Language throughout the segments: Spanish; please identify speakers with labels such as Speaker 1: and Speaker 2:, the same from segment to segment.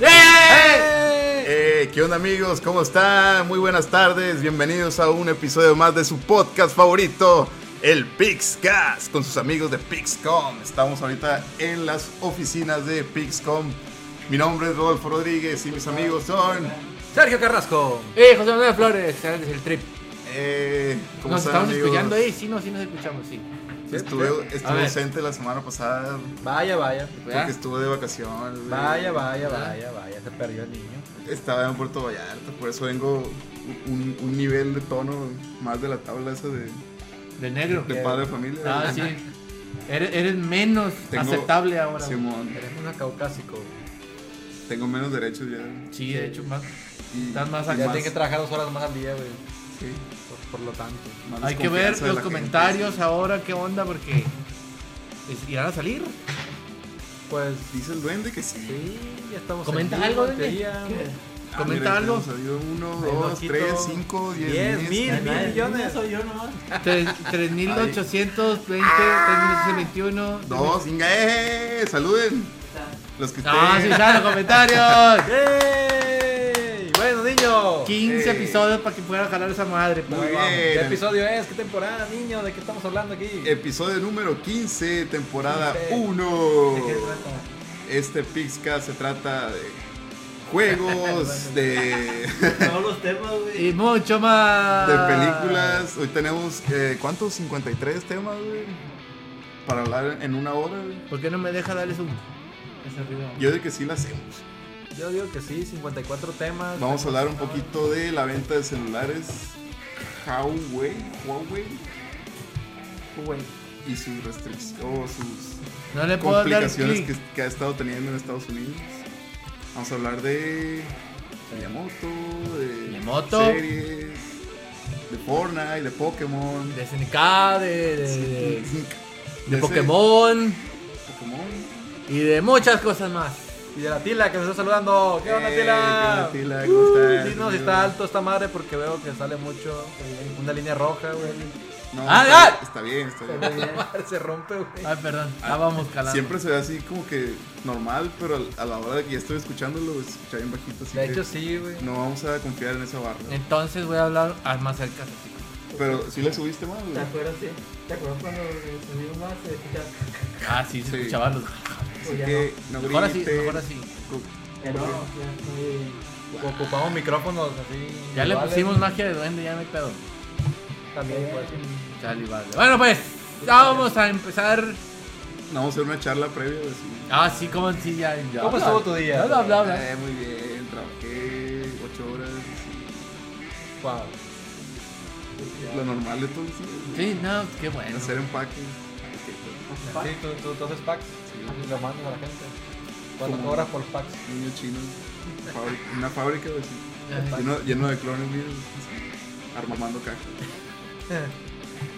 Speaker 1: ¡Eh!
Speaker 2: Eh, ¿Qué onda amigos? ¿Cómo están? Muy buenas tardes. Bienvenidos a un episodio más de su podcast favorito, el Pixcast, con sus amigos de Pixcom. Estamos ahorita en las oficinas de Pixcom. Mi nombre es Rodolfo Rodríguez y mis amigos son...
Speaker 3: Sergio Carrasco.
Speaker 1: Eh, José Manuel Flores, antes el trip.
Speaker 2: Eh, ¿Cómo
Speaker 1: Nos
Speaker 2: están
Speaker 1: estamos
Speaker 2: amigos?
Speaker 1: escuchando ahí, sí, no, sí nos escuchamos, sí.
Speaker 2: Estuve, estuve
Speaker 1: ver.
Speaker 2: ausente la semana pasada
Speaker 3: Vaya, vaya.
Speaker 2: porque estuve de vacaciones.
Speaker 3: Vaya, vaya, vaya, vaya. Se perdió el niño.
Speaker 2: Estaba en Puerto Vallarta, por eso vengo un, un nivel de tono más de la tabla esa de,
Speaker 1: Del negro.
Speaker 2: de padre de familia.
Speaker 1: Ah, sí. Eres, eres menos
Speaker 2: Tengo-
Speaker 1: aceptable ahora. güey.
Speaker 2: Simón,
Speaker 3: Eres una caucásico.
Speaker 2: tengo menos derechos ya.
Speaker 1: Sí, de hecho, más.
Speaker 2: Y,
Speaker 1: Estás más
Speaker 2: y
Speaker 1: acá,
Speaker 3: Ya tiene que trabajar dos horas más al día, güey.
Speaker 2: sí,
Speaker 3: Por, por lo tanto.
Speaker 2: más
Speaker 1: Hay que ver
Speaker 2: desconfianza de
Speaker 1: los
Speaker 2: la gente,
Speaker 1: comentarios
Speaker 2: sí.
Speaker 1: ahora, qué onda, porque es- irán a salir.
Speaker 3: Pues
Speaker 2: Dice el duende que sí.
Speaker 3: sí, ya estamos.
Speaker 1: Comenta
Speaker 3: en
Speaker 1: algo,
Speaker 3: en
Speaker 1: Dene.
Speaker 3: teoría.
Speaker 1: ¿Qué?
Speaker 2: Ah,
Speaker 1: comenta
Speaker 2: mira,
Speaker 1: algo.
Speaker 2: hemos salido uno,
Speaker 3: Ahí
Speaker 2: dos,
Speaker 3: loquito.
Speaker 2: tres, cinco, diez,
Speaker 3: Diez,
Speaker 2: mil.
Speaker 3: mil, mil millones.
Speaker 4: Soy yo nomás.
Speaker 1: Tres- 3.820, 3.821.
Speaker 2: Dos, venga, eh, saluden. Los que estén.
Speaker 1: Ah, sí, están los comentarios.
Speaker 3: ¡Yay! Bueno, niño.
Speaker 1: 15
Speaker 2: Ey.
Speaker 1: episodios para que puedan jalar esa madre. pues. pa.
Speaker 2: Muy
Speaker 3: Vamos, ¿Qué
Speaker 2: bien.
Speaker 3: episodio es? ¿Qué temporada, niño? ¿De qué estamos hablando aquí?
Speaker 2: Episodio número 15, temporada
Speaker 3: Quince.
Speaker 2: 1.
Speaker 3: ¿De qué trata?
Speaker 2: Este Pixcast se trata de juegos, de, de
Speaker 4: Todos los temas,
Speaker 1: Y
Speaker 4: güey.
Speaker 1: mucho más.
Speaker 2: películas. Hoy tenemos, eh, ¿cuántos? 53 temas, güey. Para hablar en una hora, güey.
Speaker 1: ¿Por qué no me deja darles un... ese ruido?
Speaker 2: Yo digo que sí la hacemos.
Speaker 3: Yo digo que sí, 54 temas.
Speaker 2: Vamos a hablar un poquito de la venta de celulares Huawei, Huawei
Speaker 3: Güey.
Speaker 2: y sus restricciones, o sus
Speaker 1: No le puedo dar
Speaker 2: complicaciones
Speaker 1: clic.
Speaker 2: que, que ha estado teniendo en Estados Unidos. Vamos a hablar de Miyamoto, de
Speaker 1: Miyamoto.
Speaker 2: series, de Fortnite, de Pokémon,
Speaker 1: De SNK, de, de- de- de
Speaker 2: ese-
Speaker 1: Pokémon
Speaker 2: Pokémon.
Speaker 1: y de muchas cosas más.
Speaker 3: Y de la Tila que nos está saludando. ¿Qué onda,
Speaker 2: Eh,
Speaker 3: Tila?
Speaker 2: ¿Qué onda, Tila? ¿Cómo estás?
Speaker 3: Sí, no, si está alto esta madre porque veo que sale mucho. Una línea roja, güey.
Speaker 2: No,
Speaker 1: Ah,
Speaker 2: está,
Speaker 1: ah.
Speaker 2: está bien, está bien.
Speaker 3: Se rompe, güey.
Speaker 1: Ay, perdón. Estábamos calando.
Speaker 2: Siempre se ve así como que normal, pero al- a la hora de que ya estoy escuchándolo, pues, se escucha bien bajito. Así
Speaker 3: De
Speaker 2: que
Speaker 3: hecho, sí, güey.
Speaker 2: no vamos a confiar en esa barra.
Speaker 1: Entonces voy a hablar al más cerca. así como-
Speaker 2: Pero si le subiste más,
Speaker 4: ¿Te
Speaker 3: Ah,
Speaker 2: güey.
Speaker 3: pues,
Speaker 4: acuerdas, sí? ¿Te acuerdas cuando eh, subimos más? Se escucha.
Speaker 1: Ah, sí, se
Speaker 2: Sí.
Speaker 1: escuchaban los.
Speaker 2: Así
Speaker 4: O ya
Speaker 2: que no
Speaker 1: Mejor así,
Speaker 2: griten.
Speaker 1: mejor así.
Speaker 4: Ya no, ya estoy.
Speaker 3: Ocupamos micrófonos así.
Speaker 1: Ya le
Speaker 3: iguales.
Speaker 1: pusimos magia de duende, ya no hay pedo.
Speaker 3: También, pues.
Speaker 1: Chale, vale. Bueno, pues, ya vamos a empezar.
Speaker 2: No, vamos a hacer una charla previa. pues, de su-
Speaker 1: Ah, sí, como sí, ya. ya.
Speaker 3: ¿Cómo estuvo tu día?
Speaker 1: Bla, bla, bla, bla.
Speaker 2: Eh, muy bien, trabajé ocho horas. sí.
Speaker 3: Wow.
Speaker 2: Lo normal de todo, sí.
Speaker 1: Sí, no, qué bueno.
Speaker 2: Hacer pues, empaques.
Speaker 3: Sí, tú, tú, tú haces packs.
Speaker 2: Sí.
Speaker 3: Lo mandas a la gente. Cuando
Speaker 2: Como-
Speaker 3: cobras por packs.
Speaker 2: Niños chinos. fábrica- Una fábrica, güey, sí.
Speaker 1: Ay,
Speaker 2: Lleno, lleno de clones míos. así, Armando cajas.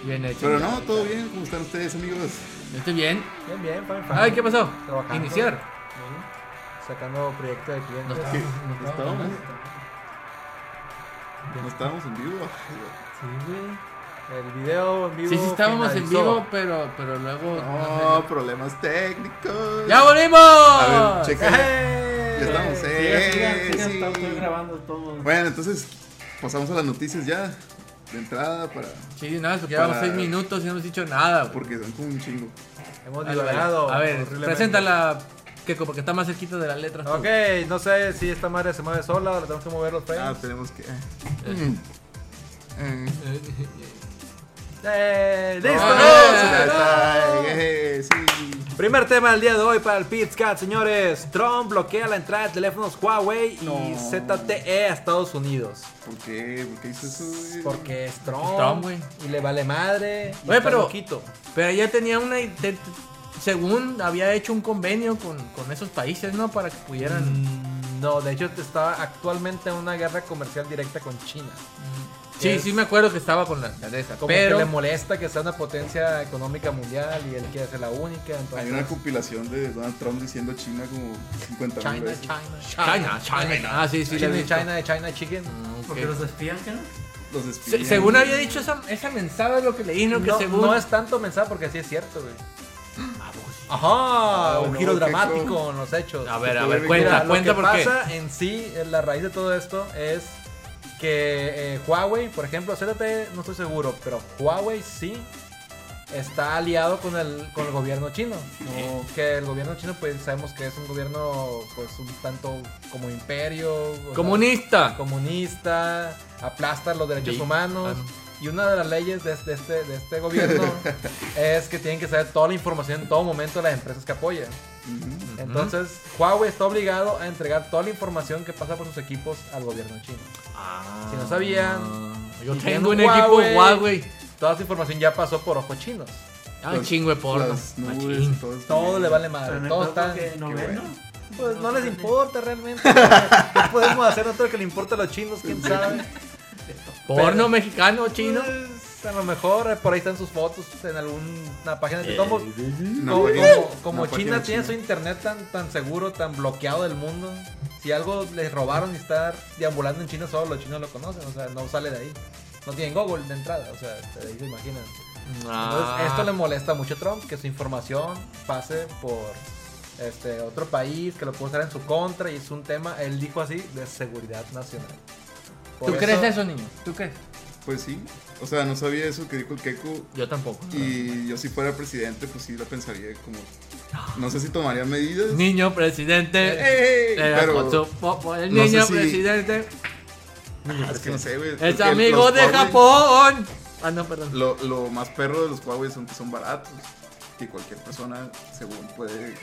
Speaker 1: Bien hecho.
Speaker 2: Pero no, todo bien. ¿Cómo están ustedes, amigos?
Speaker 1: Yo estoy bien.
Speaker 3: Bien, bien, fine, fine.
Speaker 1: Ay, ¿qué pasó?
Speaker 3: Trabajando.
Speaker 1: Iniciar.
Speaker 3: Sí. Sacando proyecto de
Speaker 1: No
Speaker 3: clientes.
Speaker 1: está.
Speaker 2: ¿Qué?
Speaker 1: no
Speaker 2: ¿No
Speaker 1: está.
Speaker 2: estábamos? ¿No estábamos en vivo?
Speaker 3: Sí, güey. El video en vivo.
Speaker 1: Sí, sí, estábamos en
Speaker 3: finalizó.
Speaker 1: vivo, pero, pero luego.
Speaker 2: No, Oh, problemas técnicos.
Speaker 1: ¡Ya volvimos!
Speaker 2: A ver, checa.
Speaker 3: ¡Eh!
Speaker 2: Ya estamos,
Speaker 3: Sí,
Speaker 2: eh.
Speaker 4: Sigan, sigan,
Speaker 2: sí.
Speaker 4: sigan, estoy grabando todo.
Speaker 2: Bueno, entonces pasamos a las noticias ya. De entrada para.
Speaker 1: Sí, nada, porque llevamos
Speaker 2: Para-
Speaker 1: seis minutos y no hemos dicho nada. güey.
Speaker 2: Porque son como un chingo.
Speaker 3: Hemos
Speaker 1: Ah, vale.
Speaker 3: divagado.
Speaker 1: A ver,
Speaker 3: horriblemente.
Speaker 1: preséntala, Keko, porque está más cerquita de la letra. tú.
Speaker 3: Ok, no sé si esta madre se mueve sola o le tenemos que mover los
Speaker 2: Ah,
Speaker 3: frames.
Speaker 2: tenemos que. Mm. Eh. Ah,
Speaker 3: ¡Eh! ¡Listo!
Speaker 1: Vamos,
Speaker 3: ¡Se
Speaker 2: Ya está,
Speaker 3: grabó!
Speaker 2: eh, sí.
Speaker 3: Primer tema del día de hoy para el PizCat, señores. Trump bloquea la entrada de teléfonos Huawei y
Speaker 2: No.
Speaker 3: ZTE a Estados Unidos.
Speaker 2: ¿Por qué? ¿Por qué hizo eso? güey?
Speaker 3: Porque es Trump,
Speaker 1: Trump, güey.
Speaker 3: y le vale madre. y
Speaker 1: Güey,
Speaker 3: está
Speaker 1: pero-
Speaker 3: loquito.
Speaker 1: Pero ella tenía una. te- te- según había hecho un convenio con, con esos países, ¿no? Para que pudieran.
Speaker 3: Mm, No, de hecho está actualmente en una guerra comercial directa con China.
Speaker 1: Sí,
Speaker 3: es-
Speaker 1: sí, me acuerdo que estaba con la, la de esa.
Speaker 3: Como
Speaker 1: Pero.
Speaker 3: que le molesta que sea una potencia económica mundial y él quiere ser la única. Entonces,
Speaker 2: Hay una compilación de Donald Trump diciendo China como 50 mil
Speaker 3: China,
Speaker 2: veces.
Speaker 3: China,
Speaker 1: China, China. Ah, sí, sí, la he
Speaker 3: China,
Speaker 1: visto.
Speaker 3: China, China Chicken.
Speaker 1: Mm, ok.
Speaker 4: Porque los espían, ¿qué no?
Speaker 2: Los
Speaker 1: Se-
Speaker 2: espían,
Speaker 1: según
Speaker 2: güey.
Speaker 1: había dicho esa, esa mensada, lo que leí, ¿no? Que
Speaker 3: No,
Speaker 1: según.
Speaker 3: no es tanto mensaje porque así es cierto, güey.
Speaker 1: Ah, pues,
Speaker 3: Ajá,
Speaker 2: Ah,
Speaker 3: un
Speaker 2: no,
Speaker 3: giro
Speaker 2: qué
Speaker 3: dramático
Speaker 2: cool.
Speaker 3: en los hechos.
Speaker 1: A ver, a
Speaker 2: Porque
Speaker 1: ver,
Speaker 2: yo
Speaker 3: Mira,
Speaker 1: cuenta,
Speaker 3: lo
Speaker 1: cuenta
Speaker 3: que
Speaker 1: porque.
Speaker 3: pasa en sí, en la raíz de todo esto es que eh, Huawei, por ejemplo, ZTE no estoy seguro, pero Huawei sí está aliado con el, con el gobierno chino. O Que el gobierno chino, pues sabemos que es un gobierno, pues un tanto como imperio. o sea,
Speaker 1: Comunista.
Speaker 3: comunista, aplasta los derechos
Speaker 1: Sí.
Speaker 3: humanos.
Speaker 1: Ah,
Speaker 3: Y una de las leyes de, de este, de este gobierno es que tienen que saber toda la información en todo momento de las empresas que apoyan. Entonces, Huawei está obligado a entregar toda la información que pasa por sus equipos al gobierno chino.
Speaker 1: Ah.
Speaker 3: Si no sabían,
Speaker 1: Yo
Speaker 3: si
Speaker 1: tengo un
Speaker 3: tienen
Speaker 1: equipo
Speaker 3: Huawei.
Speaker 1: Huawei.
Speaker 3: toda esa información ya pasó por ojos chinos.
Speaker 1: Ah,
Speaker 2: Las-
Speaker 1: chingo de porno.
Speaker 2: las nubes,
Speaker 1: Machín.
Speaker 2: todo está
Speaker 3: Todo
Speaker 2: bien.
Speaker 3: le vale
Speaker 4: Pero
Speaker 3: madre.
Speaker 4: no
Speaker 3: Todo
Speaker 4: es
Speaker 3: está.
Speaker 4: tanto que no
Speaker 2: Qué
Speaker 4: ven,
Speaker 2: bueno.
Speaker 4: ¿no?
Speaker 3: Pues no
Speaker 4: no
Speaker 3: les
Speaker 4: les-
Speaker 3: importa realmente. ¿Qué podemos hacer nosotros que le importa a los chinos? ¿Quién sabe?
Speaker 1: Porno mexicano, chino.
Speaker 3: Pues, a lo mejor eh, por ahí están sus fotos en alguna página de tomos.
Speaker 2: Una
Speaker 3: como
Speaker 2: página-
Speaker 3: como- como
Speaker 2: una
Speaker 3: China
Speaker 2: página
Speaker 3: tiene su
Speaker 2: china.
Speaker 3: internet tan, tan seguro, tan bloqueado del mundo, si algo les robaron y estar deambulando en China solo, los chinos lo conocen, o sea, no sale de ahí. No tienen Google de entrada, o sea, de ahí se imaginan. Entonces,
Speaker 1: Ah.
Speaker 3: Pues, esto le molesta mucho a Trump, que su información pase por este otro país, que lo puede usar en su contra, y es un tema, él dijo así, de seguridad nacional. Por
Speaker 1: ¿Tú crees eso, niño? ¿Tú crees?
Speaker 2: Pues sí. O sea, no sabía eso que dijo el Keku.
Speaker 1: Yo tampoco.
Speaker 2: Y yo si fuera presidente, pues sí la pensaría como... No sé si tomaría medidas.
Speaker 1: Niño presidente.
Speaker 2: ¡Ey!
Speaker 1: Eh,
Speaker 2: pero
Speaker 1: con su po- po- el
Speaker 2: no sé
Speaker 1: niño
Speaker 2: si-
Speaker 1: presidente
Speaker 2: Ah, es que no sé, güey.
Speaker 1: es
Speaker 2: porque
Speaker 1: amigo
Speaker 2: los
Speaker 1: de
Speaker 2: Huawei-
Speaker 1: Japón. Ah, no, perdón.
Speaker 2: Lo, lo más perro de los Huawei son que son baratos. Y cualquier persona, según puede...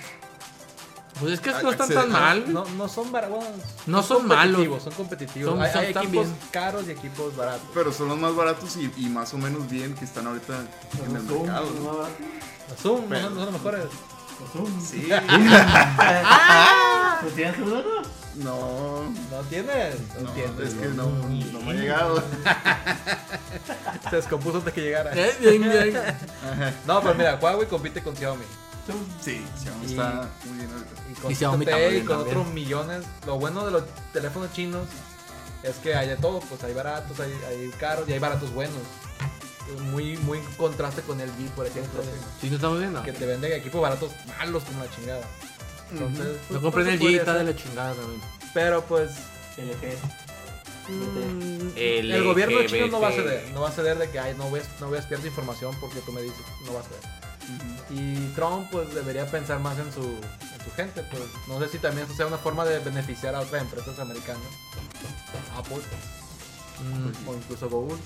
Speaker 1: Pues es que
Speaker 2: Ah,
Speaker 1: no están tan
Speaker 2: acceder-
Speaker 1: mal.
Speaker 3: No, no son baratos.
Speaker 1: No son malos.
Speaker 3: Son competitivos.
Speaker 1: Son-
Speaker 3: hay
Speaker 1: son
Speaker 3: hay
Speaker 1: tan
Speaker 3: equipos
Speaker 1: bien.
Speaker 3: caros y equipos baratos.
Speaker 2: Pero son los más baratos y, y más o menos bien que están ahorita en el
Speaker 4: Los Zoom,
Speaker 2: mercado.
Speaker 4: los
Speaker 2: ¿no?
Speaker 4: más-
Speaker 3: Los Zoom no son, no son los mejores.
Speaker 4: los Zoom.
Speaker 2: Sí.
Speaker 4: ¿Pues tienen su logo?
Speaker 2: No.
Speaker 3: No tienen. No,
Speaker 2: no,
Speaker 3: tienen.
Speaker 2: es que no, no me ha llegado.
Speaker 3: Se descompuso antes que llegara.
Speaker 1: Eh, bien, bien.
Speaker 3: No, pero mira, Huawei compite con Xiaomi.
Speaker 4: Zoom.
Speaker 2: Sí, Xiaomi
Speaker 3: Y-
Speaker 2: está muy bien ahorita.
Speaker 3: Y con
Speaker 1: Y Xiaomi
Speaker 3: ZTE
Speaker 1: también,
Speaker 3: y con
Speaker 1: también.
Speaker 3: otros millones. Lo bueno de los teléfonos chinos es que hay de todo. Pues hay baratos, hay, hay caros y hay baratos buenos. Muy, muy contraste con el B, por ejemplo.
Speaker 1: Si no estamos viendo.
Speaker 3: Que te venden equipos baratos malos como la chingada. Entonces,
Speaker 1: No
Speaker 3: pues,
Speaker 1: compren
Speaker 3: pues,
Speaker 1: el
Speaker 3: se podría
Speaker 1: G, está de
Speaker 3: hacer.
Speaker 1: la chingada también.
Speaker 3: Pero pues
Speaker 4: LG.
Speaker 1: El
Speaker 2: Este,
Speaker 3: Mm, El, gobierno chino no va a
Speaker 1: LGBT.
Speaker 3: ceder, no va a ceder de que ay, no voy, a- no voy a espiar tu información porque tú me dices, no va a ceder. Y Trump pues debería pensar más en su, en su gente, pues no sé si también eso sea una forma de beneficiar a otras empresas americanas, Apple
Speaker 1: Mm.
Speaker 3: o incluso Google.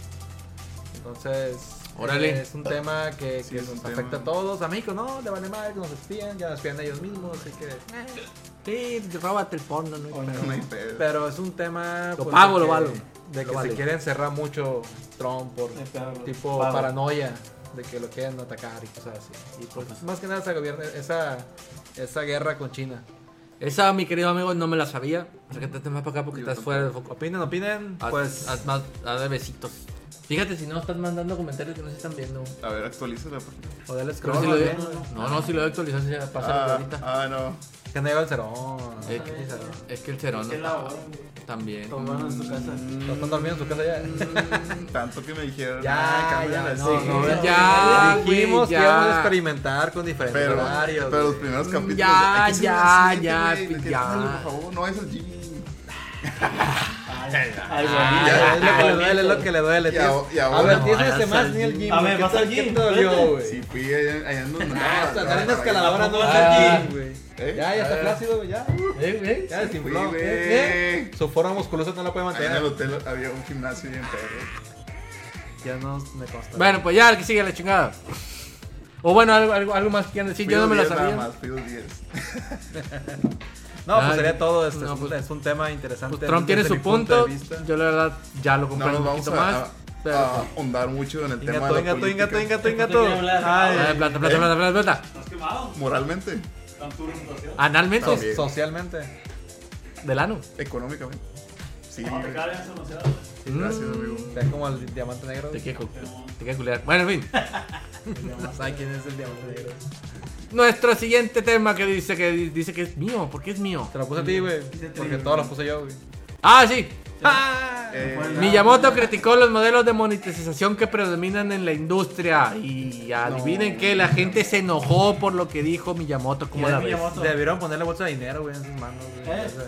Speaker 3: Entonces,
Speaker 1: Órale.
Speaker 3: es un tema que,
Speaker 2: Sí,
Speaker 3: que
Speaker 2: es un
Speaker 3: nos
Speaker 2: tema.
Speaker 3: afecta a todos, a México, no, le vale madre que nos espían, ya nos espían ellos mismos, así que...
Speaker 1: Sí, róbate el porno, no hay
Speaker 4: Coño.
Speaker 1: pedo.
Speaker 2: No hay pedo.
Speaker 3: Pero es un tema.
Speaker 1: Lo
Speaker 3: pues,
Speaker 1: pago,
Speaker 3: de
Speaker 1: lo
Speaker 3: que-
Speaker 1: valo.
Speaker 3: De
Speaker 1: Lo
Speaker 3: que
Speaker 1: vale.
Speaker 3: se quiere encerrar mucho Trump por
Speaker 4: Me pego.
Speaker 3: tipo
Speaker 4: Pago.
Speaker 3: paranoia de que lo quieren atacar y cosas así. Y pues, más que nada esa, gobierno, esa, esa guerra con China.
Speaker 1: Esa, mi querido amigo, no me la sabía. Acércate más para acá porque
Speaker 2: Yo
Speaker 1: estás
Speaker 2: tampoco.
Speaker 1: fuera de foco.
Speaker 3: Opinen, opinen.
Speaker 1: Haz-
Speaker 3: pues
Speaker 1: haz más, haz besitos. Fíjate si no estás mandando comentarios que no se están viendo.
Speaker 2: A ver, actualízala. por favor.
Speaker 3: o del scroll.
Speaker 1: Creo que sí lo
Speaker 3: ¿no?
Speaker 1: veo. No, no, si lo voy a actualizar, se va a pasar
Speaker 2: Ah,
Speaker 1: ahorita.
Speaker 2: ah, no.
Speaker 3: Que no llega el cerón.
Speaker 1: Es que-
Speaker 3: ah,
Speaker 1: Es que el cerón no
Speaker 4: ¿Qué la hora?
Speaker 1: está- también.
Speaker 4: Tomaron en su casa.
Speaker 3: ¿No están durmiendo en su casa ya?
Speaker 1: Mm.
Speaker 2: Tanto que me dijeron.
Speaker 3: Ya,
Speaker 2: "Ah, cámbiala
Speaker 3: ya,
Speaker 2: así".
Speaker 3: no, no,
Speaker 4: Ya,
Speaker 1: ya, güey,
Speaker 3: dijimos
Speaker 1: ya.
Speaker 3: que íbamos a experimentar con diferentes
Speaker 2: Pero,
Speaker 3: horarios.
Speaker 2: pero los
Speaker 3: güey.
Speaker 2: primeros capítulos.
Speaker 1: Ya,
Speaker 2: hay que subir
Speaker 1: ya,
Speaker 2: al siguiente,
Speaker 1: ya,
Speaker 2: güey, de que,
Speaker 1: ya.
Speaker 2: "Hazlo, Por favor, no es el gym.
Speaker 4: Algo
Speaker 1: Ah,
Speaker 3: Ya, es lo que le
Speaker 4: bonito.
Speaker 3: duele, es lo que le duele.
Speaker 2: Y
Speaker 3: tienes-
Speaker 2: ahora- y
Speaker 3: a
Speaker 2: ahora
Speaker 3: ver,
Speaker 2: no
Speaker 3: tienes
Speaker 1: vayas
Speaker 3: este más
Speaker 1: al
Speaker 3: ni el
Speaker 1: gym.
Speaker 3: gym.
Speaker 4: A ver,
Speaker 3: ¿qué
Speaker 4: vas
Speaker 3: tal-
Speaker 4: al
Speaker 3: qué
Speaker 4: gym,
Speaker 3: te dolió,
Speaker 4: vete.
Speaker 3: güey?
Speaker 2: Sí, fui allá, allá en donde
Speaker 3: Ah,
Speaker 2: andaba,
Speaker 3: Pues. hasta
Speaker 2: andaba
Speaker 3: andar en las
Speaker 2: por ahí.
Speaker 3: calabaras no vas
Speaker 1: Ah.
Speaker 3: al gym, güey.
Speaker 2: ¿Eh?
Speaker 3: Ya, ya está
Speaker 1: Ah.
Speaker 3: flácido, güey, ya.
Speaker 1: Eh, eh.
Speaker 3: Ya
Speaker 2: Fui,
Speaker 3: desinfló.
Speaker 2: güey.
Speaker 3: ¿eh? Su forma musculosa no la puede
Speaker 2: Ahí en el
Speaker 3: mantener.
Speaker 2: hotel había un gimnasio bien perro.
Speaker 3: Ya no me consta.
Speaker 1: Bueno, pues ya, el que sigue la chingada. O bueno, algo, algo, algo más que quieran decir.
Speaker 2: Fui
Speaker 1: Yo no
Speaker 2: dos
Speaker 1: me la
Speaker 2: días nada
Speaker 1: sabía.
Speaker 2: más, fui dos días.
Speaker 3: no, pues
Speaker 1: Ay,
Speaker 3: sería todo. Este
Speaker 1: no,
Speaker 3: es, un,
Speaker 1: pues-
Speaker 3: es un tema interesante.
Speaker 1: Pues Trump tiene
Speaker 3: desde
Speaker 1: su
Speaker 3: mi
Speaker 1: punto.
Speaker 3: de vista.
Speaker 1: Yo la verdad ya lo
Speaker 2: No
Speaker 1: compré
Speaker 2: nos
Speaker 1: un
Speaker 2: vamos
Speaker 1: poquito
Speaker 2: a,
Speaker 1: más.
Speaker 2: a, Ah.
Speaker 1: Pero,
Speaker 2: a ahondar mucho en el tema
Speaker 3: Ingato,
Speaker 2: de la
Speaker 3: ingato, ingato,
Speaker 2: política.
Speaker 3: ingato,
Speaker 4: Yo
Speaker 3: ingato.
Speaker 4: quería hablar.
Speaker 1: Ah,
Speaker 3: Ay,
Speaker 1: plata, plata, plata, plata, plata.
Speaker 4: ¿Estás quemado?
Speaker 2: Moralmente,
Speaker 4: ¿Tan tu reputación?
Speaker 1: Analmente,
Speaker 3: so-
Speaker 2: También.
Speaker 3: socialmente.
Speaker 1: del ano.
Speaker 2: económicamente. Sí,
Speaker 4: No,
Speaker 2: güey.
Speaker 4: te cagas demasiado.
Speaker 2: Sí, gracias,
Speaker 1: Mm.
Speaker 2: amigo.
Speaker 3: Ya como el diamante negro.
Speaker 1: Te quiero, te quiero culear. Bueno, en fin.
Speaker 3: ¿Sabes quién es el diamante negro?
Speaker 1: Nuestro siguiente tema que dice que dice que es mío. ¿Por qué es mío?
Speaker 3: Te lo puse a ti, güey. Porque todos los puse yo, güey.
Speaker 1: Ah, sí.
Speaker 3: Ah,
Speaker 2: eh,
Speaker 1: Miyamoto criticó los modelos de monetización que predominan en la industria. Y adivinen que la gente se enojó por lo que dijo Miyamoto. ¿Cómo
Speaker 4: ¿Quién
Speaker 1: la
Speaker 4: es
Speaker 1: ves? Miyamoto?
Speaker 4: Miyamoto?
Speaker 3: Debieron ponerle bolsa de dinero, güey, en sus manos, güey.
Speaker 4: ¿Eh?
Speaker 3: O sea,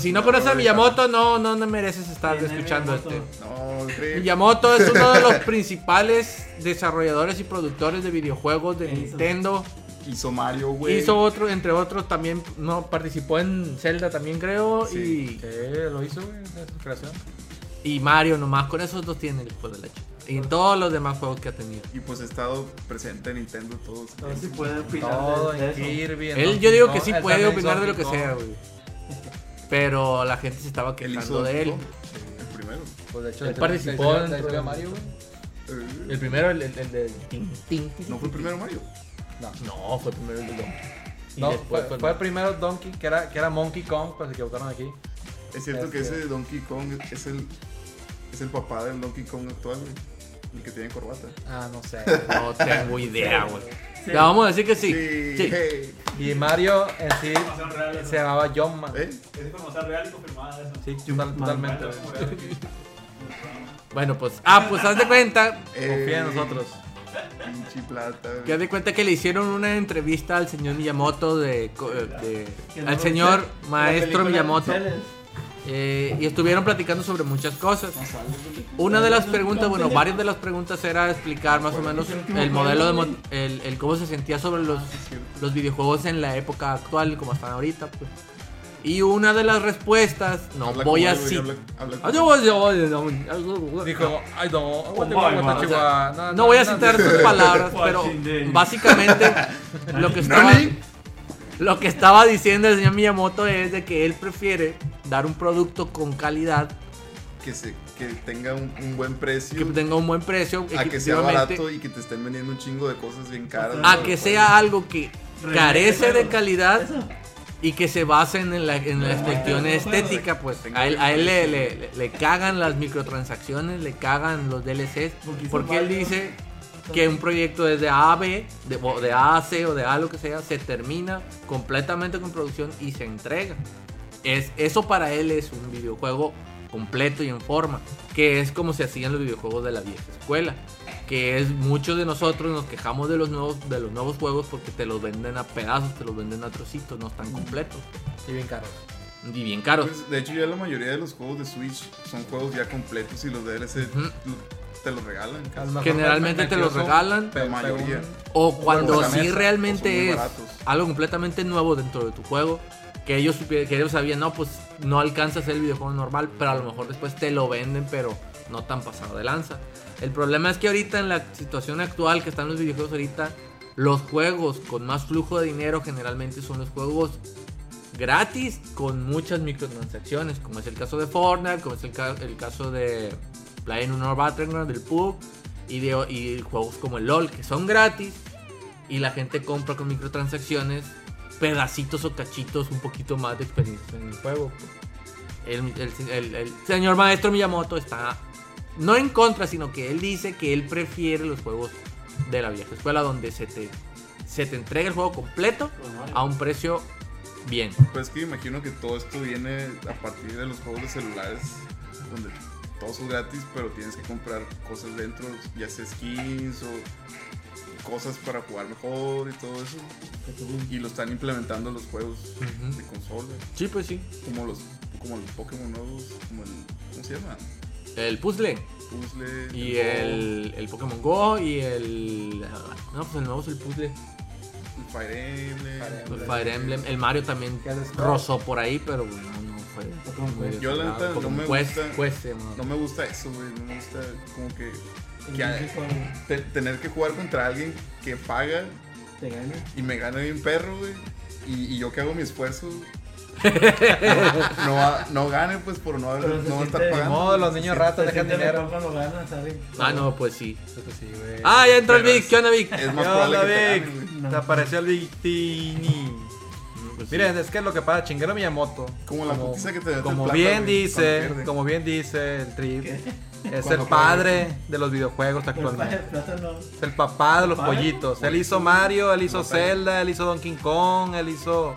Speaker 1: Si no conoces a Miyamoto, no, no, no mereces estar
Speaker 4: ¿Quién es
Speaker 1: escuchando
Speaker 4: Miyamoto?
Speaker 1: este.
Speaker 2: No, sí.
Speaker 1: Miyamoto es uno de los principales desarrolladores y productores de videojuegos de
Speaker 4: Eso.
Speaker 1: Nintendo.
Speaker 2: Hizo Mario, güey.
Speaker 1: Hizo otro, entre otros, también no participó en Zelda también creo.
Speaker 2: Sí.
Speaker 1: Y
Speaker 3: ¿Qué? ¿Lo hizo, güey? esa es su creación.
Speaker 1: Y Mario nomás, con esos dos tiene el juego de la chica. Y en todos los demás juegos que ha tenido.
Speaker 2: Y pues ha estado presente en Nintendo todos.
Speaker 4: A ver si puede opinar
Speaker 3: Todo
Speaker 4: de-
Speaker 3: en
Speaker 4: de eso.
Speaker 3: Kirby. en
Speaker 1: Él,
Speaker 3: Donkey
Speaker 1: yo digo que
Speaker 3: Kong,
Speaker 1: sí
Speaker 3: él
Speaker 1: puede
Speaker 3: también
Speaker 1: opinar
Speaker 3: hizo
Speaker 1: de lo que
Speaker 3: Donkey
Speaker 1: sea,
Speaker 3: Kong.
Speaker 1: güey. Pero la gente se estaba
Speaker 2: Él hizo
Speaker 1: quejando de él.
Speaker 2: Donkey Kong, El primero.
Speaker 3: Pues de hecho,
Speaker 1: Él
Speaker 3: la historia-
Speaker 1: participó
Speaker 3: la historia-
Speaker 1: en-
Speaker 3: la historia de Mario, güey.
Speaker 2: Eh,
Speaker 1: El primero, el, el, el de Tintín.
Speaker 2: ¿No fue el primero Mario?
Speaker 1: No, fue primero el de Donkey. Y
Speaker 3: No,
Speaker 1: después
Speaker 3: fue,
Speaker 1: fue el-
Speaker 3: fue primero Donkey, que era, que era Monkey Kong, pues se equivocaron aquí.
Speaker 2: Es cierto
Speaker 3: Es
Speaker 2: que ese
Speaker 3: que-
Speaker 2: de Donkey Kong es el, es el papá del Donkey Kong actual, güey. El que tiene corbata.
Speaker 3: Ah, no sé.
Speaker 1: No tengo idea, güey.
Speaker 4: Sí.
Speaker 1: Le vamos a decir que sí. sí.
Speaker 2: hey.
Speaker 3: Y Mario en sí
Speaker 5: Información real.
Speaker 3: se llamaba John Man.
Speaker 2: ¿Eh?
Speaker 5: Es información real y confirmada de eso.
Speaker 3: Sí, total- totalmente.
Speaker 5: Bueno, como real.
Speaker 1: Bueno, pues. Ah, pues haz de cuenta.
Speaker 2: Eh,
Speaker 3: Confía en
Speaker 2: Ey,
Speaker 3: nosotros.
Speaker 2: Pinche plata, güey.
Speaker 1: Que haz de cuenta que le hicieron una entrevista al señor Miyamoto de. co- eh, de-
Speaker 4: Que no
Speaker 1: al
Speaker 4: lo-
Speaker 1: señor
Speaker 4: la
Speaker 1: maestro
Speaker 4: película
Speaker 1: Miyamoto.
Speaker 4: Celes.
Speaker 1: Eh, y estuvieron platicando sobre muchas cosas.
Speaker 4: No sale, güey.
Speaker 1: Una de las preguntas, bueno, varias de las preguntas era explicar más o menos el modelo de mon- el, el cómo se sentía sobre los, los videojuegos en la época actual, como están ahorita, pues. Y una de las respuestas, no
Speaker 2: Habla
Speaker 1: voy
Speaker 2: como
Speaker 1: a Ah,
Speaker 2: él, güey,
Speaker 1: citar.
Speaker 2: habla- habla como-
Speaker 1: No
Speaker 3: Dijo, ay no, aguante,
Speaker 5: my
Speaker 3: aguante,
Speaker 5: God.
Speaker 3: Chihuahua. No,
Speaker 1: voy a citar sus palabras, pero
Speaker 5: Watching day.
Speaker 1: básicamente lo que estaba.
Speaker 2: ¿Nani?
Speaker 1: Lo que estaba diciendo el señor Miyamoto es de que él prefiere dar un producto con calidad
Speaker 2: Que, se, que tenga un, un buen precio.
Speaker 1: que tenga un buen precio,
Speaker 2: a que sea barato
Speaker 1: efectivamente,
Speaker 2: y que te estén vendiendo un chingo de cosas bien caras.
Speaker 1: a
Speaker 2: ¿no?
Speaker 1: que
Speaker 2: Pues,
Speaker 1: sea algo que carece de
Speaker 4: juegos.
Speaker 1: calidad
Speaker 4: Eso.
Speaker 1: y que se basen en la, en la cuestión
Speaker 4: juegos,
Speaker 1: estética, pues
Speaker 2: Tengo
Speaker 1: a él,
Speaker 2: que
Speaker 1: a él le,
Speaker 2: jugar
Speaker 1: le- le- le cagan las microtransacciones, le cagan los DLCs,
Speaker 4: Porque son
Speaker 1: porque él
Speaker 4: varios.
Speaker 1: dice que un proyecto es de A a B, de, o de A a C o de A a lo que sea, se termina completamente con producción y se entrega. Es, eso para él es un videojuego completo y en forma, que es como se hacían los videojuegos de la vieja escuela, que es muchos de nosotros nos quejamos de los nuevos de los nuevos juegos porque te los venden a pedazos, te los venden a trocitos, no están completos
Speaker 3: Y bien caro.
Speaker 1: y bien caros.
Speaker 2: pues, de hecho, ya la mayoría de los juegos de Switch son juegos ya completos y los DLC
Speaker 1: Ujú.
Speaker 2: lo- te los regalan.
Speaker 3: A lo
Speaker 2: casi.
Speaker 3: mejor
Speaker 1: Generalmente te los
Speaker 3: mentiroso,
Speaker 1: regalan.
Speaker 3: pe-
Speaker 2: La mayoría.
Speaker 3: según-
Speaker 1: O cuando
Speaker 2: la mesa,
Speaker 1: sí
Speaker 2: o son muy
Speaker 1: realmente es
Speaker 2: baratos.
Speaker 1: algo completamente nuevo dentro de tu juego, que ellos, supie- que ellos sabían, no, pues no alcanza a ser el videojuego normal, pero a lo mejor después te lo venden, pero no tan pasado de lanza. El problema es que ahorita en la situación actual que están los videojuegos ahorita, los juegos con más flujo de dinero generalmente son los juegos gratis con muchas microtransacciones, como es el caso de Fortnite, como es el, ca- el caso de Play Honor Battleground, del PUB y, de, y juegos como el LOL, que son gratis y la gente compra con microtransacciones pedacitos o cachitos un poquito más de experiencia en el juego. pues. El, el- el- el señor maestro Miyamoto está no en contra, sino que él dice que él prefiere los juegos de la vieja escuela donde se te, se te entrega el juego completo
Speaker 4: Pues
Speaker 1: a un precio bien.
Speaker 2: Pues que imagino que todo esto viene a partir de los juegos de celulares, donde todo es gratis, pero tienes que comprar cosas dentro, ya sea skins o cosas para jugar mejor y todo eso. Y lo están implementando los juegos
Speaker 1: Ujú.
Speaker 2: de consola,
Speaker 1: Sí, pues sí.
Speaker 2: como los, como los Pokémon nuevos, como el. ¿Cómo se llama?
Speaker 1: El puzzle
Speaker 2: Puzzle.
Speaker 1: y
Speaker 2: Go,
Speaker 1: el, el Pokémon Go y el... No, pues el nuevo es el puzzle.
Speaker 2: el Fire Emblem.
Speaker 3: Fire
Speaker 1: El Pues Fire Emblem, el Mario también
Speaker 3: ¿Qué haces?
Speaker 1: rozó por ahí, pero no, no fue.
Speaker 4: Pokémon
Speaker 1: fue
Speaker 2: Yo, la neta,
Speaker 1: desagrado. Pues, eh,
Speaker 2: no
Speaker 1: Pokémon
Speaker 2: me
Speaker 1: Quest-
Speaker 2: gusta-
Speaker 1: Quest se llamaba.
Speaker 2: No me gusta eso, güey. No me gusta como que
Speaker 4: El
Speaker 2: Ya.
Speaker 4: músico
Speaker 2: te- tener que jugar contra alguien que paga
Speaker 4: te gana.
Speaker 2: y me gana bien perro, güey. Y, y yo que hago mi esfuerzo. no, no, no gane, pues, por no, haber-
Speaker 4: Pero se
Speaker 2: no
Speaker 4: siente
Speaker 2: estar
Speaker 3: Ni
Speaker 2: pagando.
Speaker 3: modo, los niños ratas
Speaker 4: Se
Speaker 3: dejan
Speaker 4: siente mejor
Speaker 3: dinero.
Speaker 4: cuando gana, ¿saben?
Speaker 1: Ah, no, pues sí.
Speaker 3: Pues sí, güey.
Speaker 1: Ah, ya entró el
Speaker 2: Pero
Speaker 1: Vic. ¿Qué onda, Vic?
Speaker 2: Es
Speaker 3: ¿Qué
Speaker 2: más
Speaker 3: onda,
Speaker 2: probable que te
Speaker 3: Vic?
Speaker 2: gane, güey.
Speaker 3: Te apareció el Victini.
Speaker 1: Pues
Speaker 3: Miren, es que es lo que pasa, chinguero Miyamoto.
Speaker 2: Como la putiza que te mete
Speaker 3: como
Speaker 2: el plata,
Speaker 3: bien
Speaker 2: güey,
Speaker 3: dice,
Speaker 2: cuando pierde.
Speaker 3: como bien dice el Trip, es
Speaker 2: Cuando
Speaker 3: el padre de los videojuegos
Speaker 4: Pero Pues para el
Speaker 3: actualmente.
Speaker 4: plátano.
Speaker 3: Es el papá de los
Speaker 4: ¿Padre?
Speaker 3: pollitos. Él hizo Mario, él hizo
Speaker 2: No sé.
Speaker 3: Zelda, él hizo Donkey Kong, él hizo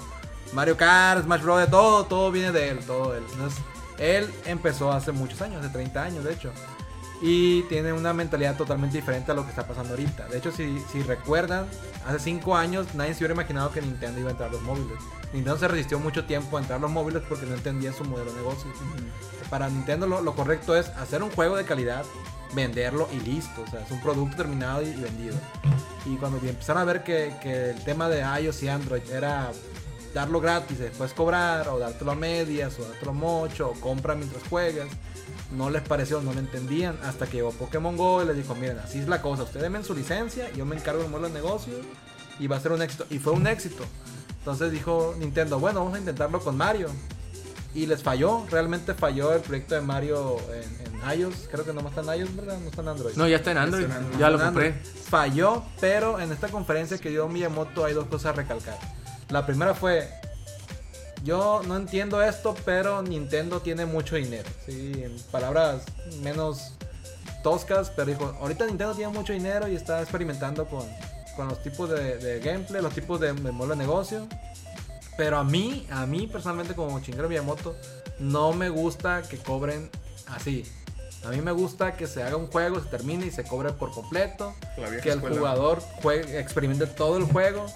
Speaker 3: Mario Kart, Smash Bros. Todo, todo viene de él, todo él. No es- Él empezó hace muchos años, hace 30 años de hecho. Y tiene una mentalidad totalmente diferente a lo que está pasando ahorita. De hecho, si, si recuerdan, hace 5 años nadie se hubiera imaginado que Nintendo iba a entrar a los móviles. Nintendo se resistió mucho tiempo a entrar a los móviles porque no entendían su modelo de negocio. Para Nintendo lo, lo correcto es hacer un juego de calidad, venderlo y listo. O sea, es un producto terminado y, y vendido. Y cuando empezaron a ver que, que el tema de iOS y Android era darlo gratis, después cobrar, o dártelo a medias, o dártelo mucho, o compra mientras juegas. No les pareció, no lo entendían, hasta que llegó Pokémon Go y les dijo, miren, así es la cosa, ustedes denme su licencia, yo me encargo del modelo de negocio y va a ser un éxito. Y fue un éxito. Entonces dijo Nintendo, bueno, vamos a intentarlo con Mario. Y les falló, realmente falló el proyecto de Mario en, en iOS, creo que no está en iOS, ¿verdad? No está en Android.
Speaker 1: No, ya está en Android.
Speaker 2: Está en Android.
Speaker 1: Ya lo
Speaker 3: Fernando,
Speaker 1: compré.
Speaker 3: Falló, pero en esta conferencia que dio Miyamoto hay dos cosas a recalcar. La primera fue, yo no entiendo esto, pero Nintendo tiene mucho dinero. Sí, en palabras menos toscas, pero dijo, ahorita Nintendo tiene mucho dinero y está experimentando con, con los tipos de, de gameplay, los tipos de, de modelo de negocio. Pero a mí, a mí personalmente como chingero Miyamoto, no me gusta que cobren así. A mí me gusta que se haga un juego, se termine y se cobre por completo.
Speaker 2: La vieja
Speaker 3: Que el
Speaker 2: escuela.
Speaker 3: jugador juegue- experimente todo el juego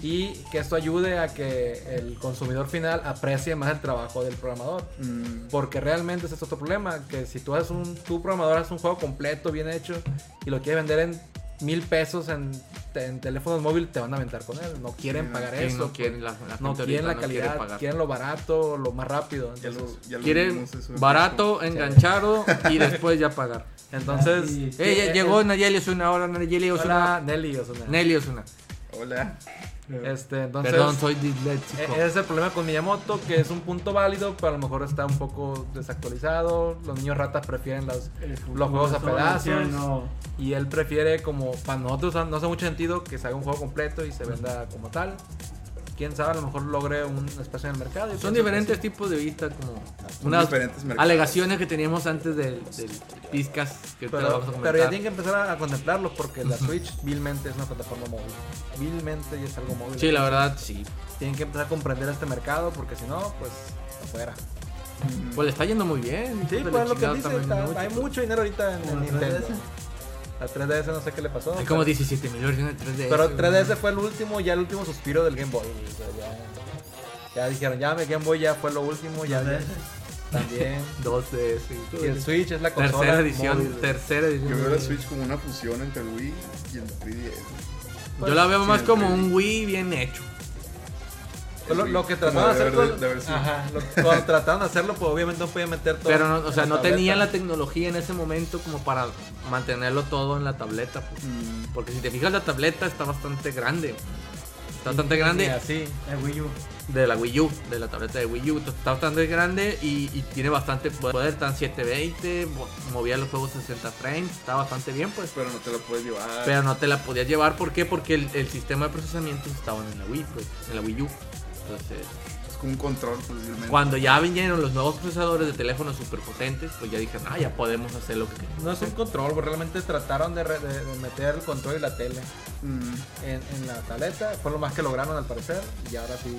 Speaker 3: y que esto ayude a que el consumidor final aprecie más el trabajo del programador.
Speaker 2: Mm,
Speaker 3: Porque realmente ese es otro problema, que si tú haces un, tu programador hace un juego completo, bien hecho, y lo quieres vender en mil pesos en, en teléfonos móviles, te van a aventar con él. No quieren
Speaker 2: no
Speaker 3: pagar
Speaker 1: Sí,
Speaker 3: eso.
Speaker 1: no
Speaker 2: pues.
Speaker 1: quieren la, la
Speaker 3: No
Speaker 1: gente
Speaker 3: quieren
Speaker 1: ahorita
Speaker 3: la
Speaker 1: no quiere
Speaker 3: calidad,
Speaker 1: pagar.
Speaker 3: quieren lo barato, lo más rápido.
Speaker 2: ya lo-
Speaker 3: Entonces,
Speaker 2: ya lo
Speaker 1: Quieren
Speaker 2: vimos eso en
Speaker 1: barato, enganchado y después ya pagar.
Speaker 3: entonces
Speaker 4: Sí.
Speaker 1: Eh, ya
Speaker 3: eh,
Speaker 1: llegó
Speaker 3: eh,
Speaker 1: Nayeli Osuna, ahora Nayeli
Speaker 3: hola,
Speaker 1: Osuna.
Speaker 3: Nelly Osuna.
Speaker 1: Nelly Osuna.
Speaker 2: Facebook. Hola.
Speaker 4: eh,
Speaker 3: Este, entonces,
Speaker 1: Perdón, soy
Speaker 3: e-
Speaker 1: disléxico.
Speaker 3: ese es el problema con Miyamoto, que es un punto válido, pero a lo mejor está un poco desactualizado. Los niños ratas prefieren los Los juegos a pedazos.
Speaker 4: No.
Speaker 3: Y él prefiere como para nosotros no hace mucho sentido que se haga un juego completo y se venda como tal. Quién sabe, a lo mejor logre un espacio en el mercado. Yo
Speaker 1: Son
Speaker 3: pienso que
Speaker 1: diferentes
Speaker 3: sí.
Speaker 1: tipos de vista, como
Speaker 2: Son
Speaker 1: unas
Speaker 2: diferentes mercados.
Speaker 1: alegaciones que teníamos antes del, del Pizcas, que ahorita lo
Speaker 3: Pero,
Speaker 1: vamos a
Speaker 3: pero ya
Speaker 1: comentar.
Speaker 3: tienen que empezar a, a contemplarlos porque la Switch vilmente es una plataforma móvil. Vilmente y es algo móvil.
Speaker 1: Sí, la verdad, sí.
Speaker 3: Tienen que empezar a comprender este mercado porque si no, pues afuera.
Speaker 1: Pues le está yendo muy bien. hijo
Speaker 3: Mm. Sí,
Speaker 1: de la
Speaker 3: pues lo que
Speaker 1: chingada,
Speaker 3: dice,
Speaker 1: también
Speaker 3: está-
Speaker 1: mucho,
Speaker 3: hay
Speaker 1: pues.
Speaker 3: mucho dinero ahorita en, en
Speaker 4: Como la 3DS.
Speaker 3: Nintendo. La 3DS no sé qué le pasó.
Speaker 1: Hay como
Speaker 3: pero-
Speaker 1: 17 mil versiones de 3DS.
Speaker 3: Pero
Speaker 1: güey.
Speaker 3: 3DS fue el último, ya el último suspiro del Game Boy. güey. O sea, ya, ya dijeron, ya mi Game Boy ya fue lo último, ya, ya- también.
Speaker 1: 2DS.
Speaker 3: Y el Switch es la consola.
Speaker 1: Tercera edición,
Speaker 3: móvil, güey.
Speaker 1: tercera edición.
Speaker 2: Yo veo la Switch como una fusión entre el Wii y el 3DS.
Speaker 1: Yo la veo
Speaker 2: Sí,
Speaker 1: más
Speaker 2: el
Speaker 1: como
Speaker 2: 3D.
Speaker 1: un Wii bien hecho.
Speaker 3: Lo, lo que
Speaker 2: Como
Speaker 3: trataron de
Speaker 2: de
Speaker 3: hacer.
Speaker 2: haber-
Speaker 3: con-
Speaker 2: de haber sido.
Speaker 3: Ajá, lo- cuando trataron de hacerlo, pues obviamente no podían meter todo.
Speaker 1: Pero no, o sea,
Speaker 3: en
Speaker 1: no
Speaker 3: tableta.
Speaker 1: tenían la tecnología en ese momento como para mantenerlo todo en la tableta. pues.
Speaker 2: Mm,
Speaker 1: Porque si te fijas, la tableta está bastante grande. Está bastante
Speaker 3: Ni
Speaker 1: grande
Speaker 3: así.
Speaker 4: El Wii U.
Speaker 1: de la Wii U, de la tableta de Wii U. Está bastante grande y, y tiene bastante poder. Está en 720, mo- movía los juegos 60 frames. Está bastante bien, pues.
Speaker 2: Pero no te la puedes llevar.
Speaker 1: Pero no te la podías llevar, ¿por qué? Porque el, el sistema de procesamiento estaba en la Wii, pues, en la Wii U. Entonces,
Speaker 2: Es como un control, pues, posiblemente.
Speaker 1: cuando ya vinieron los nuevos procesadores de teléfonos super potentes, pues ya dijeron, ah, ya podemos hacer lo que queremos.
Speaker 3: No es un control, güey, realmente trataron de, re- de- de meter el control y la tele
Speaker 2: Mm,
Speaker 3: en, en la tableta. Fue lo más que lograron al parecer. Y ahora sí,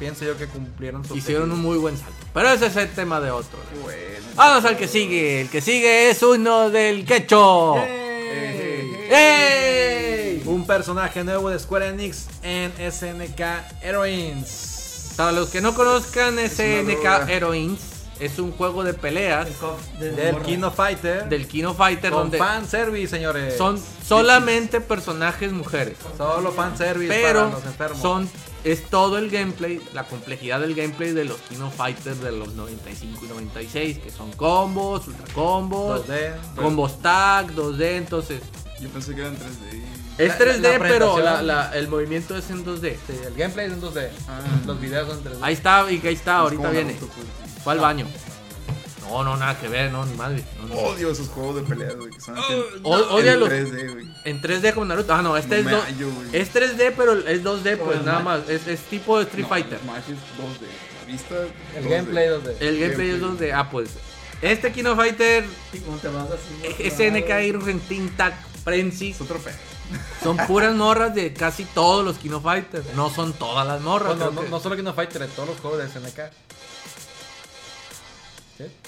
Speaker 3: pienso yo que cumplieron su
Speaker 1: Hicieron
Speaker 3: objetivo.
Speaker 1: un muy buen salto. Pero ese es el tema de otro.
Speaker 2: qué bueno.
Speaker 1: Vamos al que sigue. El que sigue es uno del quecho.
Speaker 2: Eh, eh, eh.
Speaker 1: ¡Ey!
Speaker 3: Un personaje nuevo de Square Enix en SNK Heroines.
Speaker 1: Para los que no conozcan SNK
Speaker 2: droga.
Speaker 1: Heroines, es un juego de peleas
Speaker 4: El cop de
Speaker 3: Del
Speaker 4: morra.
Speaker 3: Kino Fighter.
Speaker 1: del Kino Fighter
Speaker 3: con
Speaker 1: donde
Speaker 3: fan service, señores.
Speaker 1: son solamente personajes mujeres.
Speaker 3: solo fan service para
Speaker 1: Pero
Speaker 3: los enfermos.
Speaker 1: son es todo el gameplay, la complejidad del gameplay de los Kino Fighters de los 95 y 96, que son combos, ultra combos,
Speaker 3: 2D.
Speaker 1: combos tag, 2D, entonces
Speaker 2: Yo pensé que eran 3D.
Speaker 1: es
Speaker 3: La-
Speaker 1: 3D,
Speaker 3: la- la
Speaker 1: pero la-
Speaker 3: presentación-
Speaker 1: la- el movimiento es en 2D.
Speaker 3: Sí, el gameplay es en 2D.
Speaker 1: Ah.
Speaker 3: Los videos son en 3D.
Speaker 1: Ahí está, y ahí está, ahorita
Speaker 2: como
Speaker 1: viene.
Speaker 2: Naruto, pues.
Speaker 1: Fue al baño. No, no, nada que ver, no, ni madre. no, no.
Speaker 2: Odio esos juegos de peleas, güey. Que son en-
Speaker 1: O-
Speaker 2: en
Speaker 1: Oh, odia los-
Speaker 2: 3D, güey.
Speaker 1: En 3D como Naruto. Ah, no, este
Speaker 2: No
Speaker 1: es,
Speaker 2: me
Speaker 1: do-
Speaker 2: hallo, güey.
Speaker 1: es 3D, pero es 2D,
Speaker 4: Como
Speaker 1: pues
Speaker 4: el
Speaker 1: nada
Speaker 4: Smash.
Speaker 1: más. Es, es tipo de Street
Speaker 2: No,
Speaker 1: Fighter.
Speaker 2: Smash es 2D. Vista.
Speaker 3: el
Speaker 2: 2D.
Speaker 3: gameplay 2D.
Speaker 1: El gameplay es 2D. Ah, pues. Este Kino Fighter,
Speaker 4: Sí, como te vas así, vas
Speaker 1: SNK,
Speaker 4: parado.
Speaker 1: Irgen, Tintac, Frenzy,
Speaker 2: Es otro pedo.
Speaker 1: son puras morras de casi todos los Kino Fighters. No son todas las morras.
Speaker 3: Bueno,
Speaker 1: creo
Speaker 3: Pues no,
Speaker 1: que-
Speaker 3: no solo Kino Fighter, de todos los juegos de SNK.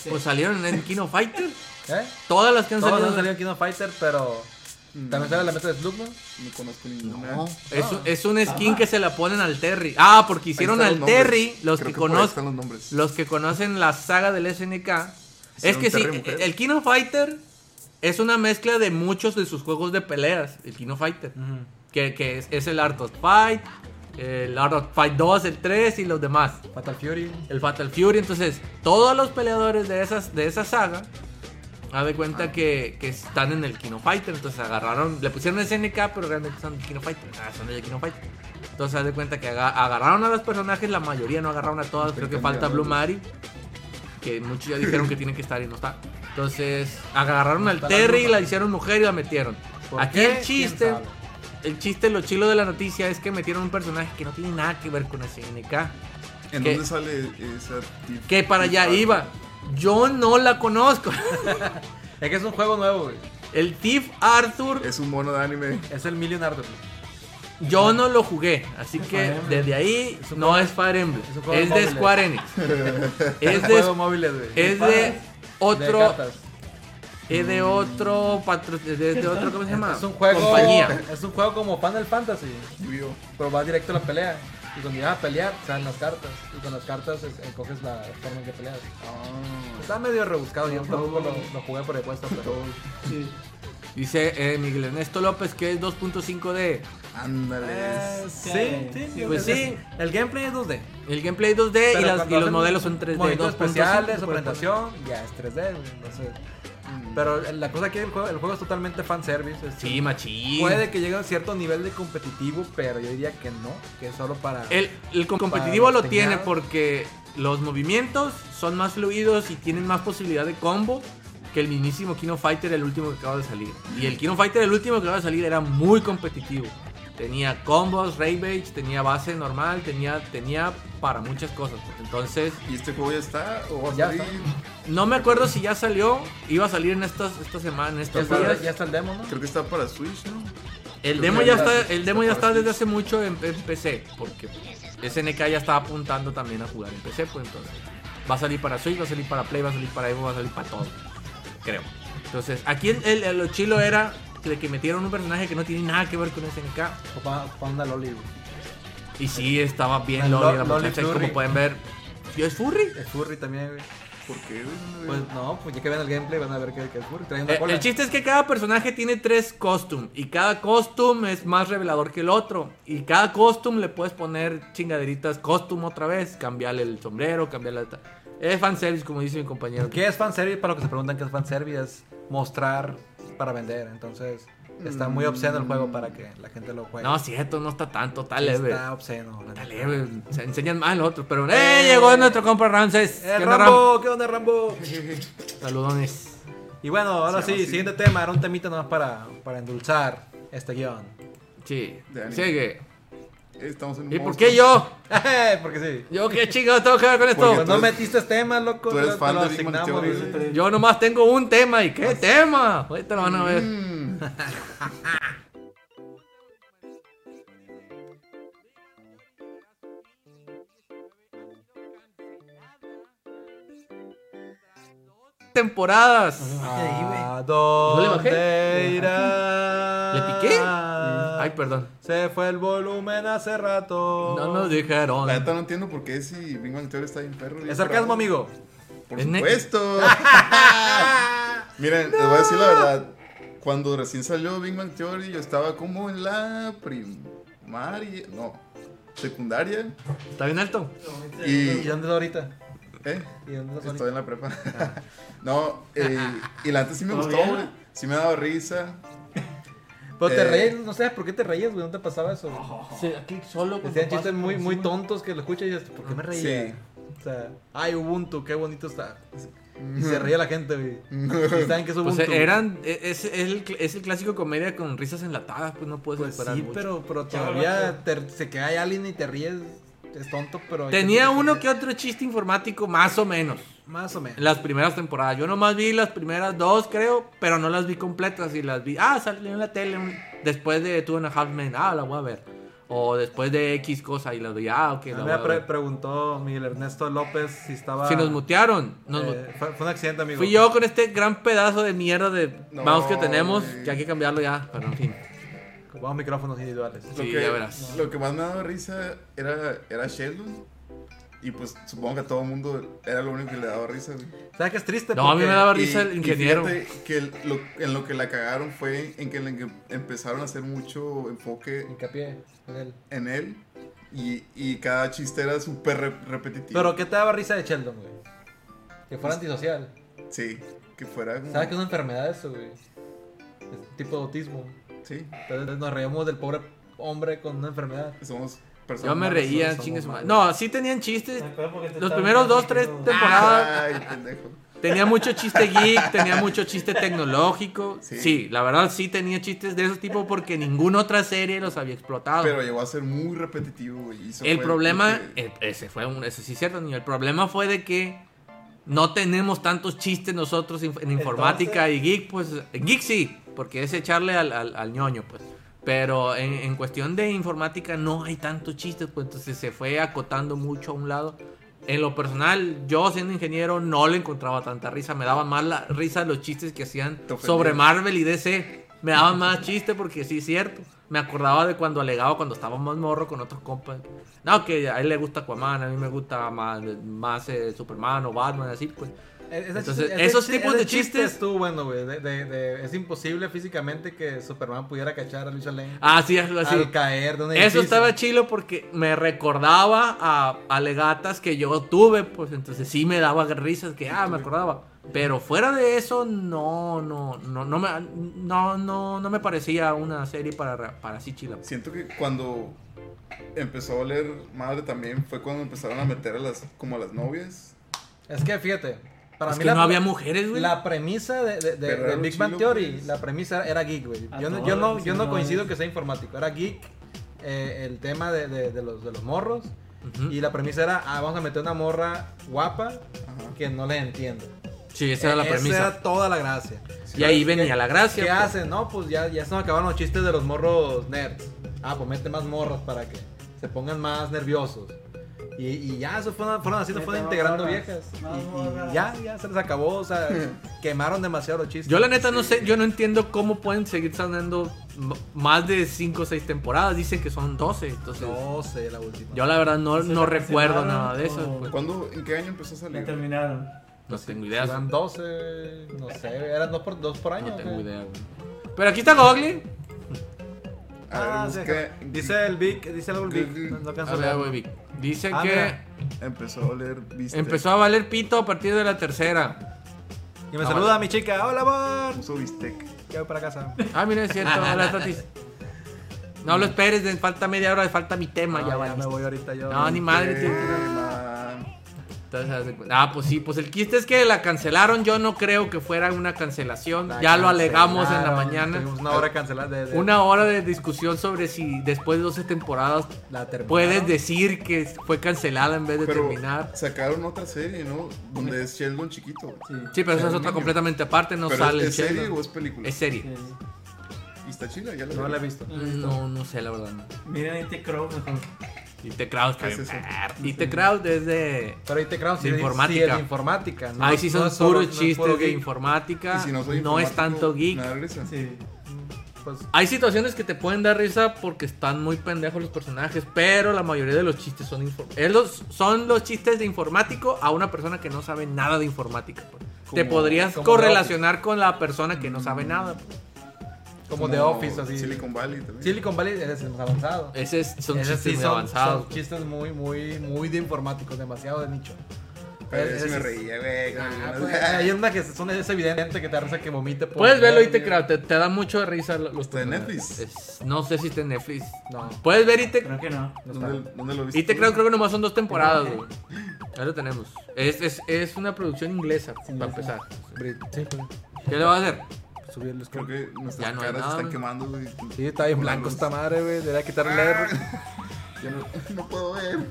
Speaker 3: ¿Sí?
Speaker 1: Pues salieron en el Kino Fighter.
Speaker 3: ¿Eh?
Speaker 1: Todas las que han
Speaker 3: Todos
Speaker 1: salido. Mm.
Speaker 3: han salido en Kino Fighter, pero también sale la meta de Slugman.
Speaker 2: No conozco ninguna.
Speaker 1: No, es, es un skin que se la ponen al Terry. Ah, porque
Speaker 2: Ahí
Speaker 1: hicieron
Speaker 2: están
Speaker 1: al
Speaker 2: los
Speaker 1: Terry,
Speaker 2: nombres.
Speaker 1: los
Speaker 2: Creo
Speaker 1: que,
Speaker 2: por ahí
Speaker 1: conocen,
Speaker 2: están los nombres.
Speaker 1: los que conocen la saga del SNK. Es
Speaker 2: Hicieron
Speaker 1: que sí,
Speaker 2: Terry mujer.
Speaker 1: el Kino Fighter es una mezcla de muchos de sus juegos de peleas, el Kino Fighter. Que, que es, es el Art of Fight, el Art of Fight 2, el 3 y los demás.
Speaker 3: Fatal Fury.
Speaker 1: El Fatal Fury. Entonces, todos los peleadores de, esas, de esa saga, haz de cuenta
Speaker 3: Ah.
Speaker 1: que, que están en el Kino Fighter. Entonces agarraron, le pusieron SNK, pero realmente son del Kino Fighter. Ah, son del Kino Fighter. Entonces, haz de cuenta que aga- agarraron a los personajes, la mayoría no agarraron a todas. Creo que falta Blue Mari, que muchos ya dijeron que tiene que estar y no está. Entonces, agarraron al
Speaker 3: Está la
Speaker 1: Terry,
Speaker 3: Blue
Speaker 1: la
Speaker 3: Mari.
Speaker 1: hicieron mujer y la metieron.
Speaker 3: ¿Por
Speaker 1: Aquí
Speaker 3: qué?
Speaker 1: el chiste,
Speaker 3: ¿Quién sabe?
Speaker 1: el chiste, lo chilo de la noticia es que metieron un personaje que no tiene nada que ver con SNK.
Speaker 2: ¿En
Speaker 1: que-
Speaker 2: dónde sale esa tif-
Speaker 1: Que para allá
Speaker 2: tif-
Speaker 1: iba. Yo no la conozco.
Speaker 3: Es que es un juego nuevo, güey.
Speaker 1: El Thief Arthur,
Speaker 2: Es un mono de anime.
Speaker 3: Es el Million Art.
Speaker 1: yo no lo jugué. Así que
Speaker 3: Fire Emblem.
Speaker 1: desde ahí
Speaker 3: Es un
Speaker 1: no
Speaker 3: juego-
Speaker 1: es Fire Emblem.
Speaker 3: es un juego
Speaker 1: Es
Speaker 3: móvil,
Speaker 1: de
Speaker 3: eh.
Speaker 1: Square Enix. Es
Speaker 3: juego
Speaker 1: de,
Speaker 3: móviles, güey.
Speaker 1: es de
Speaker 3: De
Speaker 1: otro.
Speaker 3: cartas. Mm.
Speaker 1: Es de otro. patro- de, de otro ¿Cómo se llama?
Speaker 3: Es un juego.
Speaker 1: Compañía.
Speaker 3: Es un juego como Final Fantasy.
Speaker 2: Yu-Gi-Oh.
Speaker 3: Pero va directo a la pelea. Y cuando llegas a pelear, salen las cartas. Y con las cartas es- eh, coges la forma en que peleas.
Speaker 1: Ah.
Speaker 3: Está medio rebuscado. Yo tampoco lo, lo jugué por impuesto, pero.
Speaker 1: Dice eh, Miguel Ernesto López que es 2.5D. Ah,
Speaker 2: Ándale. es-
Speaker 3: Sí, sí, yo
Speaker 1: Pues
Speaker 3: creo que
Speaker 1: sí.
Speaker 3: El gameplay es 2D.
Speaker 1: El gameplay 2D y,
Speaker 3: Pero
Speaker 1: las- y
Speaker 3: cuando
Speaker 1: los
Speaker 3: hacen
Speaker 1: modelos son 3D.
Speaker 3: movimientos
Speaker 1: 2.5,
Speaker 3: especiales,
Speaker 1: por-
Speaker 3: orientación, ya es 3D, güey, no sé. Pero la cosa aquí del juego, el juego es totalmente fanservice. es-
Speaker 1: Sí, machín.
Speaker 3: Puede que llegue a un cierto nivel de competitivo, pero yo diría que no, que es solo para...
Speaker 1: El, el competitivo lo
Speaker 3: los
Speaker 1: tiene
Speaker 3: peinados.
Speaker 1: porque los movimientos son más fluidos y tienen más posibilidad de combo que el mismísimo Kino Fighter, el último que acaba de salir. Y el Kino Fighter, el último que acaba de salir, era muy competitivo. Tenía combos, Ravage, tenía base normal, tenía, tenía para muchas cosas. pues. Entonces,
Speaker 2: ¿Y este juego ya está? ¿O va a
Speaker 3: Ya
Speaker 2: salir?
Speaker 1: no me acuerdo si ya salió, iba a salir en estas, esta semana, en
Speaker 3: Ya
Speaker 1: estos
Speaker 3: está,
Speaker 1: días.
Speaker 3: ya está el demo, ¿no?
Speaker 2: Creo que está para Switch, ¿no?
Speaker 1: El
Speaker 2: Creo
Speaker 1: demo
Speaker 2: que
Speaker 1: ya
Speaker 2: ya
Speaker 1: está,
Speaker 2: está
Speaker 1: el demo ya está
Speaker 2: para
Speaker 1: desde hace mucho en, en PC, porque SNK ya estaba apuntando también a jugar en PC, pues entonces va a salir para Switch, va a salir para Play, va a salir para Evo, va a salir para todo, creo. Entonces, aquí el, el- el- lo chilo era de que metieron un personaje que no tiene nada que ver con SNK
Speaker 3: Opa, opa, una loli, güey.
Speaker 1: y sí estaba bien
Speaker 3: Lo-
Speaker 1: loli la
Speaker 3: Loli
Speaker 1: muchacha, y
Speaker 3: Furry.
Speaker 1: como pueden ver, yo es furry.
Speaker 3: Es furry también, güey.
Speaker 2: ¿Por qué?
Speaker 3: Pues no, pues ya que vean el gameplay van a ver que, que es furry. Trae una
Speaker 1: Eh,
Speaker 3: cola.
Speaker 1: el chiste es que cada personaje tiene tres costumes y cada costume es más revelador que el otro. Y cada costume le puedes poner chingaderitas costume otra vez, cambiarle el sombrero, cambiarle la... Es fanservice, como dice mi compañero.
Speaker 3: ¿Qué es fanservice? Para los que se preguntan qué es fanservice, es mostrar para vender. Entonces, está muy obsceno el juego para que la gente lo juegue.
Speaker 1: No, cierto, no está tanto, está
Speaker 3: Sí
Speaker 1: leve.
Speaker 3: Está obsceno. la
Speaker 1: Está
Speaker 3: neta.
Speaker 1: leve, se enseñan más los otros. Pero, ¡eh!
Speaker 3: Eh.
Speaker 1: Llegó nuestro compa Ramses.
Speaker 3: Eh,
Speaker 1: ¿Qué onda,
Speaker 3: Rambo, ¿qué onda, Rambo?
Speaker 1: Ram? Saludones.
Speaker 3: Y bueno,
Speaker 2: Se
Speaker 3: ahora sí,
Speaker 2: llama así.
Speaker 3: siguiente tema, era un temita nomás para, para endulzar este guión.
Speaker 1: Sí,
Speaker 2: De anime.
Speaker 1: sigue.
Speaker 2: Estamos en un
Speaker 1: ¿Y por
Speaker 2: monstruo.
Speaker 1: qué yo?
Speaker 3: Porque sí.
Speaker 1: ¿Yo qué chingado tengo que ver con
Speaker 2: Porque
Speaker 3: Pues
Speaker 1: esto?
Speaker 2: tú
Speaker 3: no
Speaker 2: eres-
Speaker 3: metiste tema, loco.
Speaker 2: tú eres
Speaker 3: te lo-
Speaker 2: fan
Speaker 3: te lo
Speaker 2: de Big Bang
Speaker 3: asignamos,
Speaker 2: Theory,
Speaker 3: güey.
Speaker 2: güey.
Speaker 1: Yo nomás tengo un tema. ¿Y qué tema? Ahorita lo van a ver.
Speaker 2: Mm.
Speaker 1: temporadas.
Speaker 3: Ah, ¿A
Speaker 1: le bajé?
Speaker 3: dónde irá?
Speaker 1: ¿Le piqué? Ay, perdón.
Speaker 3: Se fue el volumen hace rato.
Speaker 1: No nos dijeron.
Speaker 2: La neta no entiendo por qué si Big Bang Theory está bien perro. bien
Speaker 3: Es sarcasmo,
Speaker 2: bravo.
Speaker 3: amigo.
Speaker 2: Por
Speaker 1: Es neta.
Speaker 2: supuesto. Miren, les voy a decir la verdad. Cuando recién salió Big Bang Theory, yo estaba como en la primaria. No, secundaria.
Speaker 1: Está bien alto.
Speaker 2: Y.
Speaker 4: este,
Speaker 3: ¿Y dónde está ahorita?
Speaker 2: ¿eh?
Speaker 3: ¿Y dónde está
Speaker 2: Estoy
Speaker 3: ahorita?
Speaker 2: en la prepa.
Speaker 1: Ah.
Speaker 2: no, eh, y la neta sí me
Speaker 5: ¿Todo
Speaker 2: gustó,
Speaker 5: bien?
Speaker 2: güey. Sí me daba risa.
Speaker 3: Pero Pues te
Speaker 2: Eh.
Speaker 3: reías, no sabes por qué te reías, güey. ¿No te pasaba eso?
Speaker 1: aquí solo
Speaker 3: Decían chistes muy, muy tontos que lo escuchas y dices, ¿por qué me reía?
Speaker 2: Sí.
Speaker 3: O sea, ay, Ubuntu, qué bonito está. Y se reía la gente, güey. Y saben que es
Speaker 1: Pues
Speaker 3: Ubuntu.
Speaker 1: eh, eran, eh, es, es el, cl- es el clásico comedia con risas enlatadas, pues no puedes
Speaker 3: Pues
Speaker 1: esperar
Speaker 3: sí,
Speaker 1: mucho.
Speaker 3: pero, pero
Speaker 5: Chavo,
Speaker 3: todavía te- se queda ahí alguien y te ríes. Es tonto, pero. hay
Speaker 1: Tenía
Speaker 3: gente
Speaker 1: uno
Speaker 3: se
Speaker 1: que otro chiste informático, más o menos.
Speaker 3: ríe. Más o menos.
Speaker 1: en Las primeras temporadas. Yo nomás vi las primeras dos, creo, pero no las vi completas y las vi. Ah, salió en la tele un- después de Two and a Half Men. Ah, la voy a ver. O después de X cosa y la doy, ah, ok, la
Speaker 3: Ah,
Speaker 1: voy a
Speaker 3: mira, pre-
Speaker 1: ver.
Speaker 3: preguntó Miguel Ernesto López si estaba.
Speaker 1: Si nos mutearon, nos mu-
Speaker 3: eh, fue, fue un accidente, amigo.
Speaker 1: Fui yo con este gran pedazo de mierda de
Speaker 2: No,
Speaker 1: mouse que tenemos,
Speaker 2: güey.
Speaker 1: que hay que cambiarlo ya, pero en fin.
Speaker 3: Vamos micrófonos individuales.
Speaker 1: Sí, ya verás.
Speaker 2: Lo que más me daba risa era, era Sheldon. Y pues supongo que a todo el mundo era lo único que le daba risa. güey.
Speaker 3: ¿Sabes qué es triste?
Speaker 1: No, a mí
Speaker 3: Porque
Speaker 1: me daba- risa el
Speaker 2: y
Speaker 1: ingeniero.
Speaker 2: fíjate que el- lo- en lo que la cagaron fue en que, le- que empezaron a hacer mucho enfoque
Speaker 3: Hincapié en él.
Speaker 2: en él. Y, y cada chiste era súper re- repetitivo.
Speaker 3: Pero ¿qué te daba risa de Sheldon, güey? Que fuera antisocial.
Speaker 2: Sí, que fuera como-
Speaker 3: ¿Sabes que es una enfermedad eso, güey? Es tipo de autismo.
Speaker 2: Sí,
Speaker 3: Entonces nos reíamos del pobre hombre con una enfermedad.
Speaker 2: somos personas.
Speaker 1: Yo me
Speaker 2: malas,
Speaker 1: reía,
Speaker 2: somos-
Speaker 1: chingues
Speaker 2: somos
Speaker 1: madre.
Speaker 2: malos.
Speaker 1: No, sí tenían chistes.
Speaker 4: Me acuerdo porque tú
Speaker 1: Los
Speaker 4: estabas
Speaker 1: primeros dos, tres
Speaker 4: platicando-
Speaker 1: temporadas
Speaker 2: Ay, pendejo.
Speaker 1: tenía mucho chiste geek, tenía mucho chiste tecnológico.
Speaker 2: Sí.
Speaker 1: Sí. la verdad sí tenía chistes de ese tipo porque ninguna otra serie los había explotado.
Speaker 2: Pero llegó a ser muy repetitivo. güey, y eso
Speaker 1: el
Speaker 2: fue
Speaker 1: problema,
Speaker 2: lo que-
Speaker 1: eh, ese fue un, ese sí es cierto, niño. El problema fue de que no tenemos tantos chistes nosotros inf- en informática y geek, pues en geek sí, porque es echarle al, al- al ñoño, pues. Pero en, en cuestión de informática no hay tantos chistes, pues entonces se fue acotando mucho a un lado. En lo personal, yo siendo ingeniero no le encontraba tanta risa, me daban más la risa los chistes que hacían
Speaker 2: Te ofendió.
Speaker 1: sobre Marvel y DC. Me daban más chiste porque sí es cierto. Me acordaba de cuando alegaba cuando estaba más morro con otros compas. No, que a él le gusta Aquaman, a mí me gusta más, más, eh, Superman o Batman, así pues.
Speaker 3: E-,
Speaker 1: Entonces, esos tipos de chistes-
Speaker 3: Tú, bueno, güey. de- de- de- es imposible físicamente que Superman pudiera cachar a Lucha Lane
Speaker 1: Ah, sí, algo así.
Speaker 3: al caer de un
Speaker 1: Eso
Speaker 3: edificio.
Speaker 1: estaba chilo porque me recordaba a alegatas que yo tuve, pues entonces sí me daba risas que ah, me acordaba. Pero fuera de eso, no, no, no, no me, no, no, no me parecía una serie para, para así chila.
Speaker 2: Siento que cuando empezó a oler madre también fue cuando empezaron a meter a las como a las novias.
Speaker 3: Es que fíjate. Para
Speaker 1: Es
Speaker 3: mí
Speaker 1: que
Speaker 3: la-
Speaker 1: no había mujeres, güey.
Speaker 3: La premisa de, de- de-
Speaker 2: Pero
Speaker 3: de
Speaker 2: era un
Speaker 3: Big Bang
Speaker 2: chilo,
Speaker 3: Theory,
Speaker 2: pues.
Speaker 3: la premisa era geek, güey.
Speaker 4: A
Speaker 1: Ah,
Speaker 3: Yo, no-
Speaker 4: todas
Speaker 3: yo,
Speaker 4: las
Speaker 3: no, yo no
Speaker 4: personas.
Speaker 3: coincido que sea informático, era geek eh, el tema de, de- de los, de los morros.
Speaker 1: Ujú.
Speaker 3: Y la premisa era, ah, vamos a meter una morra guapa
Speaker 2: Ajá.
Speaker 3: que no le entiende.
Speaker 1: Sí, esa era la
Speaker 3: Esa
Speaker 1: premisa.
Speaker 3: era toda la gracia.
Speaker 1: Y ahí
Speaker 3: ¿Qué-
Speaker 1: venía la gracia.
Speaker 3: ¿Qué
Speaker 1: pues.
Speaker 3: hacen? No, pues ya, ya se nos acabaron los chistes de los morros nerds. Ah, pues mete más morros para que se pongan más nerviosos. Y, y ya, eso fueron, fueron así, se
Speaker 4: Mete
Speaker 3: fueron
Speaker 4: más
Speaker 3: integrando
Speaker 4: morras,
Speaker 3: viejas.
Speaker 4: más
Speaker 3: Y- Y,
Speaker 4: morras.
Speaker 3: ya, ya se les acabó, o sea, quemaron demasiado los chistes.
Speaker 1: Yo la neta no sé, yo no entiendo cómo pueden seguir saliendo m- más de 5 o 6 temporadas. Dicen que son 12, entonces...
Speaker 3: No sé, la última.
Speaker 1: Yo la verdad no,
Speaker 4: ¿Se
Speaker 1: no
Speaker 4: la
Speaker 1: recuerdo
Speaker 4: cancelaron
Speaker 1: nada de
Speaker 4: o-
Speaker 1: eso. pues.
Speaker 2: ¿Cuándo, en qué año empezó a
Speaker 4: Me
Speaker 2: salir?
Speaker 4: terminaron.
Speaker 1: No tengo idea.
Speaker 3: Eran 12, no sé, eran dos por, dos por año.
Speaker 1: No
Speaker 3: ¿o
Speaker 1: tengo
Speaker 3: qué?
Speaker 1: idea, güey. Pero aquí está
Speaker 2: A
Speaker 1: Gogli.
Speaker 2: ver,
Speaker 3: Ah, sí,
Speaker 2: busca-
Speaker 3: dice el Vic, dice el Vic, no, no
Speaker 1: A
Speaker 3: canso de
Speaker 1: ver,
Speaker 3: verlo.
Speaker 1: güey, Vic. Dice
Speaker 3: Ah,
Speaker 1: que
Speaker 3: mira.
Speaker 2: Empezó a oler viste.
Speaker 1: empezó a valer pito a partir de la tercera.
Speaker 3: Y me
Speaker 1: Ah,
Speaker 3: saluda a mi chica, hola amor,
Speaker 2: Puso bistec.
Speaker 3: ya voy para casa.
Speaker 1: Ah, mira, es cierto. Hola, Tatis. No lo esperes, de- falta media hora, falta mi tema.
Speaker 3: Ah,
Speaker 1: ya
Speaker 3: ya me
Speaker 1: valiste.
Speaker 3: voy ahorita yo.
Speaker 1: No, ni
Speaker 2: Eh,
Speaker 1: madre. tío.
Speaker 2: Tema.
Speaker 1: Entonces, haz de cuenta. ah, pues sí, pues el chiste es que la cancelaron. Yo no creo que fuera una cancelación.
Speaker 3: La
Speaker 1: ya lo alegamos en la
Speaker 3: cancelaron,
Speaker 1: mañana.
Speaker 3: Ah, Tuvimos una hora cancelada de, de-
Speaker 1: Una hora de discusión sobre si después de 12 temporadas
Speaker 3: la terminaron.
Speaker 1: puedes decir que fue cancelada en vez de
Speaker 2: Pero
Speaker 1: terminar.
Speaker 2: sacaron otra serie, ¿no? Donde es Sheldon chiquito.
Speaker 4: Sí.
Speaker 1: Sí, pero esa es otra
Speaker 2: Niño.
Speaker 1: completamente aparte, no
Speaker 2: Pero ¿Es,
Speaker 1: sale el
Speaker 2: es serie
Speaker 1: Sheldon.
Speaker 2: o es película?
Speaker 1: Es serie.
Speaker 4: sí.
Speaker 2: Y está chila, ya la
Speaker 3: No la he
Speaker 2: vi.
Speaker 3: visto.
Speaker 1: Pues No, no sé, la verdad. no.
Speaker 4: Miren este Crow mejor.
Speaker 1: Y te Crowd está
Speaker 2: ¿Qué es
Speaker 1: bien.
Speaker 2: eso?
Speaker 1: perro. Y te Crowd es de.
Speaker 3: Pero ahí te creo, si
Speaker 1: De
Speaker 3: es-
Speaker 1: informática.
Speaker 3: sí es de informática. no-
Speaker 1: Ahí sí
Speaker 3: no
Speaker 1: son
Speaker 3: es solo-
Speaker 1: puros
Speaker 3: no es
Speaker 1: chistes
Speaker 3: puro
Speaker 1: de
Speaker 3: geek.
Speaker 1: informática.
Speaker 2: Y si no
Speaker 1: no
Speaker 2: soy
Speaker 1: es
Speaker 2: informático,
Speaker 1: tanto geek.
Speaker 2: me da risa.
Speaker 4: Sí.
Speaker 3: Pues,
Speaker 1: Hay situaciones que te pueden dar risa porque están muy pendejos los personajes, pero la mayoría de los chistes son infor- es los- son los chistes de informático a una persona que no sabe nada de informática. pues. Te
Speaker 2: Como-
Speaker 1: podrías
Speaker 3: como Mm.
Speaker 1: correlacionar con la persona que no sabe nada. pues.
Speaker 3: como de Office, así.
Speaker 2: Silicon Valley también.
Speaker 3: Silicon Valley ese es más avanzado.
Speaker 1: Ese es- Eh, son
Speaker 3: Ese
Speaker 1: chistes
Speaker 3: sí
Speaker 1: muy
Speaker 3: son-
Speaker 1: avanzados. pues.
Speaker 3: son chistes muy, muy, muy de informáticos, demasiado de nicho.
Speaker 2: Pero yo sí
Speaker 3: Ese
Speaker 2: me
Speaker 3: es-
Speaker 2: reía, güey. con
Speaker 3: Ah,
Speaker 2: algunas-
Speaker 3: pues, hay una que son, es evidente que te da risa que vomite. por-
Speaker 1: Puedes verlo y te Crowd, te, te da mucho risa lo- los
Speaker 2: ¿Está en
Speaker 1: personajes.
Speaker 2: Netflix?
Speaker 1: Es- no sé si está en Netflix.
Speaker 3: No,
Speaker 1: Puedes ver y te
Speaker 4: Creo que no.
Speaker 3: no está.
Speaker 2: ¿Dónde, dónde lo viste?
Speaker 1: Y te creo, creo que nomás son dos temporadas, güey. Ahí lo tenemos. Es, es, es una producción inglesa, para empezar.
Speaker 3: Brit- Sí, pues,
Speaker 1: ¿Qué le vas a hacer?
Speaker 3: subí los-
Speaker 2: Creo que nuestras
Speaker 1: Ya no hay
Speaker 2: caras
Speaker 1: nada,
Speaker 2: están
Speaker 1: güey.
Speaker 2: quemando, güey.
Speaker 3: Sí, está bien
Speaker 2: Con la
Speaker 3: blanco
Speaker 2: luz. Ah.
Speaker 3: esta madre, güey. Debería quitarle.
Speaker 2: Yo no, no puedo ver.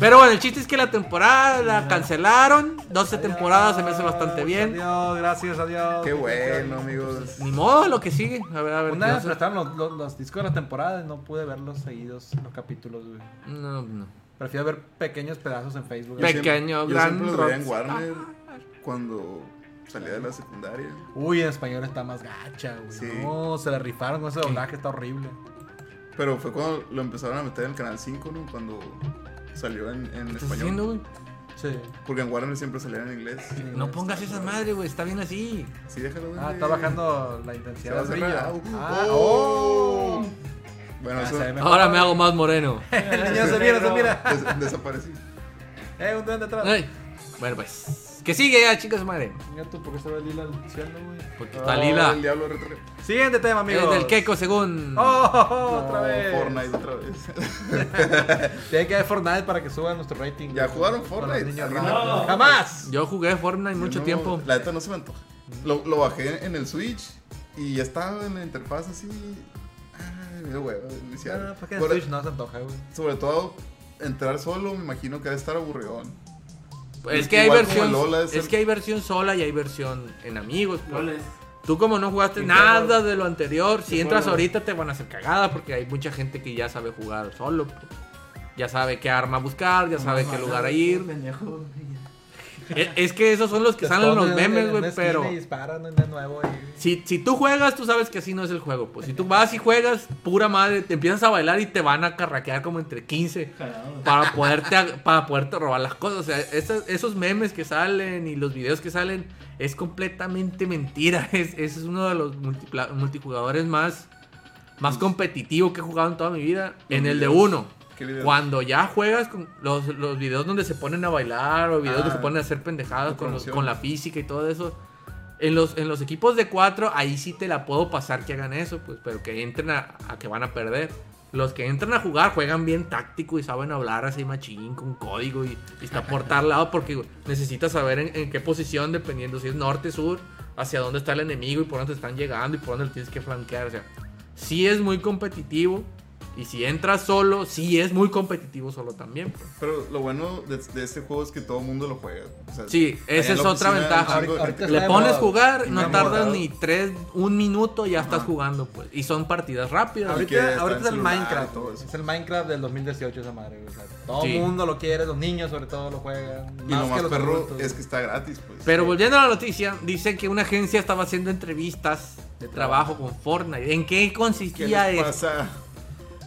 Speaker 1: Pero bueno, el chiste es que la temporada la cancelaron. 12 temporadas se me hace bastante bien.
Speaker 3: Adiós, gracias, adiós.
Speaker 2: Qué bueno, amigos.
Speaker 1: Ni modo, lo que sigue. A ver, a ver.
Speaker 3: Una
Speaker 1: ¿qué
Speaker 3: vez
Speaker 1: pasa?
Speaker 3: prestaron los, los- los discos de la temporada y no pude verlos seguidos, los capítulos, güey.
Speaker 1: No, no.
Speaker 3: Prefiero ver pequeños pedazos en Facebook.
Speaker 2: Yo
Speaker 1: Pe-
Speaker 2: siempre-
Speaker 1: Pequeño,
Speaker 2: yo
Speaker 1: gran
Speaker 2: siempre los veía en
Speaker 1: rock.
Speaker 2: Warner cuando salía de la secundaria.
Speaker 3: Uy, en español está más gacha, güey.
Speaker 2: Sí.
Speaker 3: No, se la rifaron con ese doblaje, está horrible.
Speaker 2: Pero fue cuando lo empezaron a meter en el canal 5, ¿no? Cuando salió en, en
Speaker 1: ¿Qué estás
Speaker 2: español.
Speaker 1: haciendo, güey?
Speaker 3: Sí.
Speaker 2: Porque en Warner siempre salía en inglés.
Speaker 1: No pongas esas madre, güey. Está bien así.
Speaker 2: Sí, déjalo. güey.
Speaker 3: Ah, está bajando la
Speaker 2: Se
Speaker 3: intensidad
Speaker 2: va a
Speaker 3: del brillo.
Speaker 2: cerrar.
Speaker 3: Ah,
Speaker 2: oh.
Speaker 3: oh.
Speaker 2: Bueno,
Speaker 3: Ah,
Speaker 2: eso
Speaker 3: se ve mejor.
Speaker 1: Ahora me hago más moreno.
Speaker 3: El niño se mira, se mira.
Speaker 2: des- desapareció.
Speaker 3: Eh, un duende atrás.
Speaker 1: Ay, Bueno, pues. ¿Qué sigue ya, chicas madre?
Speaker 4: Mira tú, ¿por qué se ve lila Luciano, güey?
Speaker 1: Porque
Speaker 2: Ah,
Speaker 1: está lila.
Speaker 2: El diablo retro.
Speaker 3: Siguiente tema, amigo.
Speaker 1: Es del Keiko, según.
Speaker 3: Oh, oh, oh,
Speaker 2: No,
Speaker 3: otra vez.
Speaker 2: Fortnite otra vez.
Speaker 3: Tiene que haber Fortnite para que suba nuestro rating.
Speaker 2: ¿Ya
Speaker 3: güey.
Speaker 2: jugaron
Speaker 3: Con
Speaker 2: Fortnite?
Speaker 3: los niños
Speaker 2: ¿Alguien
Speaker 3: raros.
Speaker 5: ha jugado?
Speaker 3: ¡Jamás!
Speaker 1: Yo jugué Fortnite mucho
Speaker 2: No,
Speaker 1: tiempo.
Speaker 2: La neta no se me antoja. Lo, lo bajé en el Switch y ya estaba en la interfaz así. Ay, me dio hueva de
Speaker 3: No,
Speaker 2: iniciar.
Speaker 3: no, porque Ah, en
Speaker 2: Por-
Speaker 3: Switch no se antoja, güey.
Speaker 2: Sobre todo, entrar solo me imagino que debe estar aburridón.
Speaker 1: Es que hay
Speaker 2: Igual como
Speaker 1: versión.
Speaker 2: Lola, es
Speaker 1: Es
Speaker 2: el-
Speaker 1: que hay versión sola y hay versión en amigos. pues.
Speaker 5: ¿Cuál es?
Speaker 1: Tú como no jugaste
Speaker 5: ¿Qué
Speaker 1: nada
Speaker 5: juego?
Speaker 1: de lo anterior, si
Speaker 5: ¿Qué
Speaker 1: entras
Speaker 5: juego?
Speaker 1: ahorita te van a hacer cagada porque hay mucha gente que ya sabe jugar solo. pues. Ya sabe qué arma buscar, ya sabe qué lugar ir.
Speaker 4: Pendejo, güey.
Speaker 1: E- Es que esos son los que salen en los
Speaker 3: Esconden
Speaker 1: memes,
Speaker 3: en
Speaker 1: güey,
Speaker 3: una esquina
Speaker 1: pero...
Speaker 3: Y disparan de nuevo. y-
Speaker 1: Si, si tú juegas, tú sabes que así no es el juego. Pues si tú vas y juegas, pura madre, te empiezas a bailar y te van a carraquear como entre 15
Speaker 5: Jalado.
Speaker 1: para poderte, ag- para poderte robar las cosas. O sea, esas- esos memes que salen y los videos que salen es completamente mentira. Es, es uno de los multipla- multijugadores más, más competitivo que he jugado en toda mi vida. En el de uno.
Speaker 2: ¿Qué video?
Speaker 1: Cuando ya juegas con los, los videos donde se ponen a bailar o videos
Speaker 2: Ah,
Speaker 1: donde se ponen a hacer pendejadas
Speaker 2: de
Speaker 1: con, los-
Speaker 2: promoción.
Speaker 1: con la física y todo eso. En los, en los equipos de cuatro, ahí sí te la puedo pasar que hagan eso, pues, pero que entren a, a que van a perder. Los que entran a jugar juegan bien táctico y saben hablar así machín con código y, y está por tal lado porque necesitas saber en, en qué posición, dependiendo si es norte, sur, hacia dónde está el enemigo y por dónde te están llegando y por dónde lo tienes que flanquear. O sea, sí es muy competitivo, y si entras solo, sí es muy competitivo solo también. pues.
Speaker 2: Pero lo bueno de, de este juego es que todo el mundo lo juega. O sea,
Speaker 1: Sí,
Speaker 2: allá
Speaker 1: esa
Speaker 2: en
Speaker 1: es
Speaker 2: la oficina,
Speaker 1: otra ventaja.
Speaker 2: un chingo de
Speaker 3: Ahorita-
Speaker 2: gente-
Speaker 3: Está
Speaker 1: Le
Speaker 3: de
Speaker 1: pones
Speaker 3: moda.
Speaker 1: jugar,
Speaker 2: Está
Speaker 1: no
Speaker 2: de
Speaker 1: tardas
Speaker 2: moda.
Speaker 1: ni tres, un minuto ya estás jugando, pues. Y son partidas rápidas.
Speaker 2: Ahorita-
Speaker 3: Ahorita,
Speaker 2: está
Speaker 3: ahorita
Speaker 2: en
Speaker 3: es el
Speaker 2: celular y
Speaker 3: Minecraft.
Speaker 2: todo eso.
Speaker 3: Es el Minecraft del 2018 esa madre, güey. O sea, todo el
Speaker 1: Sí.
Speaker 3: mundo lo quiere, los niños sobre todo lo juegan.
Speaker 2: Y lo más
Speaker 3: los
Speaker 2: perro
Speaker 3: adultos,
Speaker 2: es que
Speaker 3: güey.
Speaker 2: está gratis, pues.
Speaker 1: Pero volviendo a la noticia, dice que una agencia estaba haciendo entrevistas de trabajo con Fortnite. ¿En qué
Speaker 2: ¿Qué
Speaker 1: consistía
Speaker 2: les
Speaker 1: eso?
Speaker 2: pasa?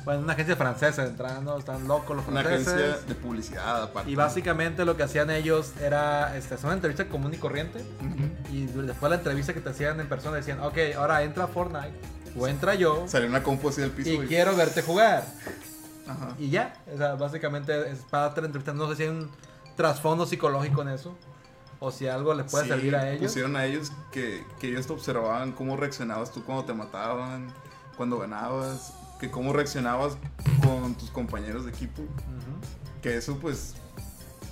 Speaker 3: Bueno, una agencia francesa entrando, están locos los
Speaker 2: Una
Speaker 3: franceses.
Speaker 2: agencia de publicidad aparte.
Speaker 3: Y básicamente lo que hacían ellos era este, hacer una entrevista común y corriente.
Speaker 2: Ujú.
Speaker 3: Y du- después de la entrevista que te hacían en persona decían, ok, ahora entra a Fortnite o entra yo
Speaker 2: Salió una compu así del piso.
Speaker 3: y
Speaker 2: güey.
Speaker 3: quiero verte jugar.
Speaker 2: Ajá.
Speaker 3: Y ya, o sea, básicamente es para hacer entrevistas. No sé si hay un trasfondo psicológico en eso o si algo les puede
Speaker 2: Sí,
Speaker 3: servir a ellos.
Speaker 2: Pusieron a ellos que, que ellos te observaban cómo reaccionabas tú cuando te mataban, cuando ganabas, que cómo reaccionabas con tus compañeros de equipo.
Speaker 3: Ujú.
Speaker 2: Que eso pues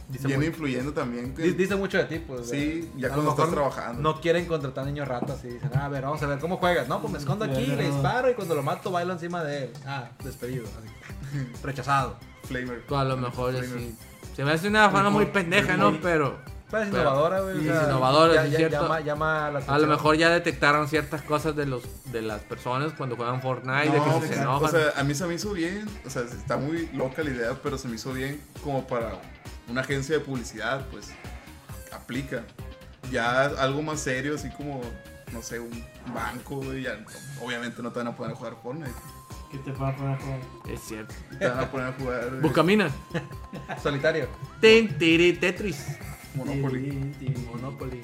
Speaker 3: Dice
Speaker 2: viene
Speaker 3: muy-
Speaker 2: influyendo también. que-
Speaker 3: Di- Dice mucho de ti, pues.
Speaker 2: sí,
Speaker 3: de-
Speaker 2: ya
Speaker 3: a
Speaker 2: cuando
Speaker 3: lo
Speaker 2: estás
Speaker 3: mejor
Speaker 2: trabajando.
Speaker 3: No quieren contratar niños ratas y dicen, "Ah, a ver, vamos a ver cómo juegas. No, pues me escondo aquí,
Speaker 4: Claro.
Speaker 3: le disparo y cuando lo mato bailo encima de él. Ah, despedido. así. Rechazado.
Speaker 2: Flamer.
Speaker 1: Tú a lo mejor
Speaker 2: Flamer.
Speaker 1: sí. Se me hace una forma muy pendeja, ¿no? Pero
Speaker 3: Pues es
Speaker 1: Pero-
Speaker 3: innovadora, güey. o
Speaker 1: Sí,
Speaker 3: sea,
Speaker 1: es innovadora,
Speaker 3: ya-
Speaker 1: sí,
Speaker 3: ya-
Speaker 1: cierto.
Speaker 3: Llama, llama la
Speaker 1: a
Speaker 3: atención.
Speaker 1: lo mejor ya detectaron ciertas cosas de los de las personas cuando juegan Fortnite, de
Speaker 2: No,
Speaker 1: que se
Speaker 2: pues,
Speaker 1: enojan.
Speaker 2: o sea, a mí se me hizo bien, o sea, está muy loca la idea, pero se me hizo bien como para una agencia de publicidad, pues aplica. Ya algo más serio, así como, no sé, un banco, güey, ya, obviamente no te van a poner a jugar Fortnite,
Speaker 4: ¿Qué te van a poner a jugar?
Speaker 1: es cierto.
Speaker 2: te van a poner a jugar eh,
Speaker 1: Buscamina.
Speaker 3: Solitario.
Speaker 1: Tin, tiri, Tetris.
Speaker 2: Monopoly.
Speaker 4: Tin, tin, tin.
Speaker 3: Monopoly.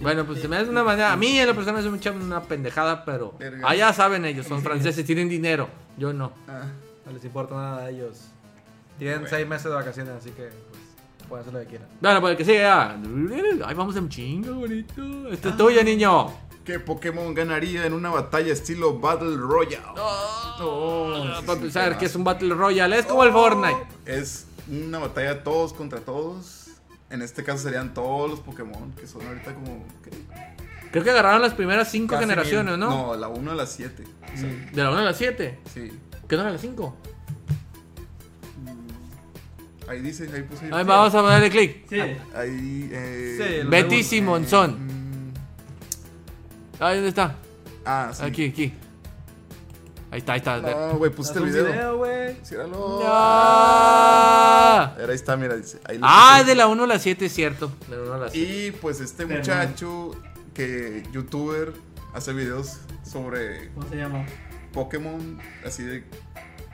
Speaker 1: Bueno, pues se me hace una manera. A mí en lo personal se me echa una pendejada, pero.
Speaker 2: Verga.
Speaker 1: Allá saben ellos, son franceses, tienen dinero. Yo no.
Speaker 2: Ah,
Speaker 3: No les importa nada a ellos. Tienen
Speaker 2: Bueno.
Speaker 3: seis meses de vacaciones, así que pues, pueden hacer lo que quieran.
Speaker 1: Bueno, pues el que sigue ya. Ay, vamos en chingo, bonito. Este es tuyo, niño.
Speaker 2: ¿Qué Pokémon ganaría en una batalla estilo Battle Royale?
Speaker 1: Oh,
Speaker 2: sí,
Speaker 1: para
Speaker 2: sí,
Speaker 1: pensar
Speaker 2: sí,
Speaker 1: que
Speaker 2: sí.
Speaker 1: es un Battle Royale, es como el Fortnite.
Speaker 2: Es una batalla todos contra todos. En este caso serían todos los Pokémon que son ahorita como... ¿qué?
Speaker 1: Creo que agarraron las primeras cinco
Speaker 3: Casi
Speaker 1: generaciones, ¿no?
Speaker 2: No, la 1 a la 7.
Speaker 1: De la 1 a la 7.
Speaker 2: Sí.
Speaker 1: ¿Qué no a la 5?
Speaker 2: Ahí dice, ahí puse.
Speaker 1: Ahí vamos a ponerle clic.
Speaker 4: Sí.
Speaker 3: Ah,
Speaker 2: Ahí. Eh,
Speaker 3: Sí, lo
Speaker 1: Betty
Speaker 3: segundo.
Speaker 1: Simonson.
Speaker 2: mm,
Speaker 1: Ahí ¿dónde está?
Speaker 2: Ah, sí. Ah,
Speaker 1: Aquí, aquí. Ahí está, ahí está.
Speaker 2: No, güey, pusiste el
Speaker 3: Haz un
Speaker 2: video.
Speaker 3: güey.
Speaker 2: Ciérralo.
Speaker 1: Ah,
Speaker 2: A ver, ahí está, mira, dice. Ahí lo
Speaker 1: Ah,
Speaker 2: puse.
Speaker 1: es de la 1 a la 7, es cierto. De la 1 a la 7.
Speaker 2: Y pues este
Speaker 4: Pero-
Speaker 2: muchacho que youtuber hace videos sobre
Speaker 4: ¿Cómo se llama?
Speaker 2: Pokémon, así de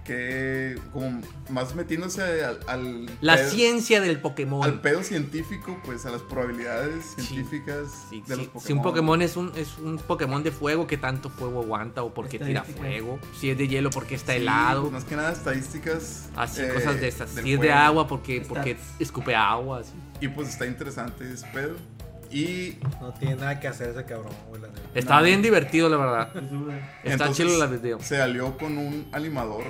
Speaker 2: que como más metiéndose al, al
Speaker 1: La
Speaker 2: pedo-
Speaker 1: ciencia del Pokémon.
Speaker 2: al pedo científico, pues a las probabilidades
Speaker 1: Sí.
Speaker 2: científicas
Speaker 1: Sí,
Speaker 2: de
Speaker 1: sí,
Speaker 2: los Pokémon.
Speaker 1: Si un Pokémon es un, es un Pokémon de fuego, ¿qué tanto fuego aguanta? ¿O por qué tira
Speaker 4: Estadística.
Speaker 1: fuego? Si es de hielo, ¿por qué está
Speaker 2: Sí,
Speaker 1: helado?
Speaker 2: pues, más que nada estadísticas.
Speaker 1: Así,
Speaker 2: eh,
Speaker 1: cosas de esas.
Speaker 2: del
Speaker 1: Si es de
Speaker 2: juego.
Speaker 1: agua, ¿por qué, por qué
Speaker 4: Stats.
Speaker 1: escupe agua? Así.
Speaker 2: Y pues está interesante ese pedo. Y
Speaker 3: No tiene nada que hacer ese cabrón, güey, la neta.
Speaker 1: Está bien divertido, la verdad.
Speaker 4: Pues, YouTube.
Speaker 1: Está
Speaker 2: Entonces,
Speaker 1: chido la video.
Speaker 2: Se alió con un animador.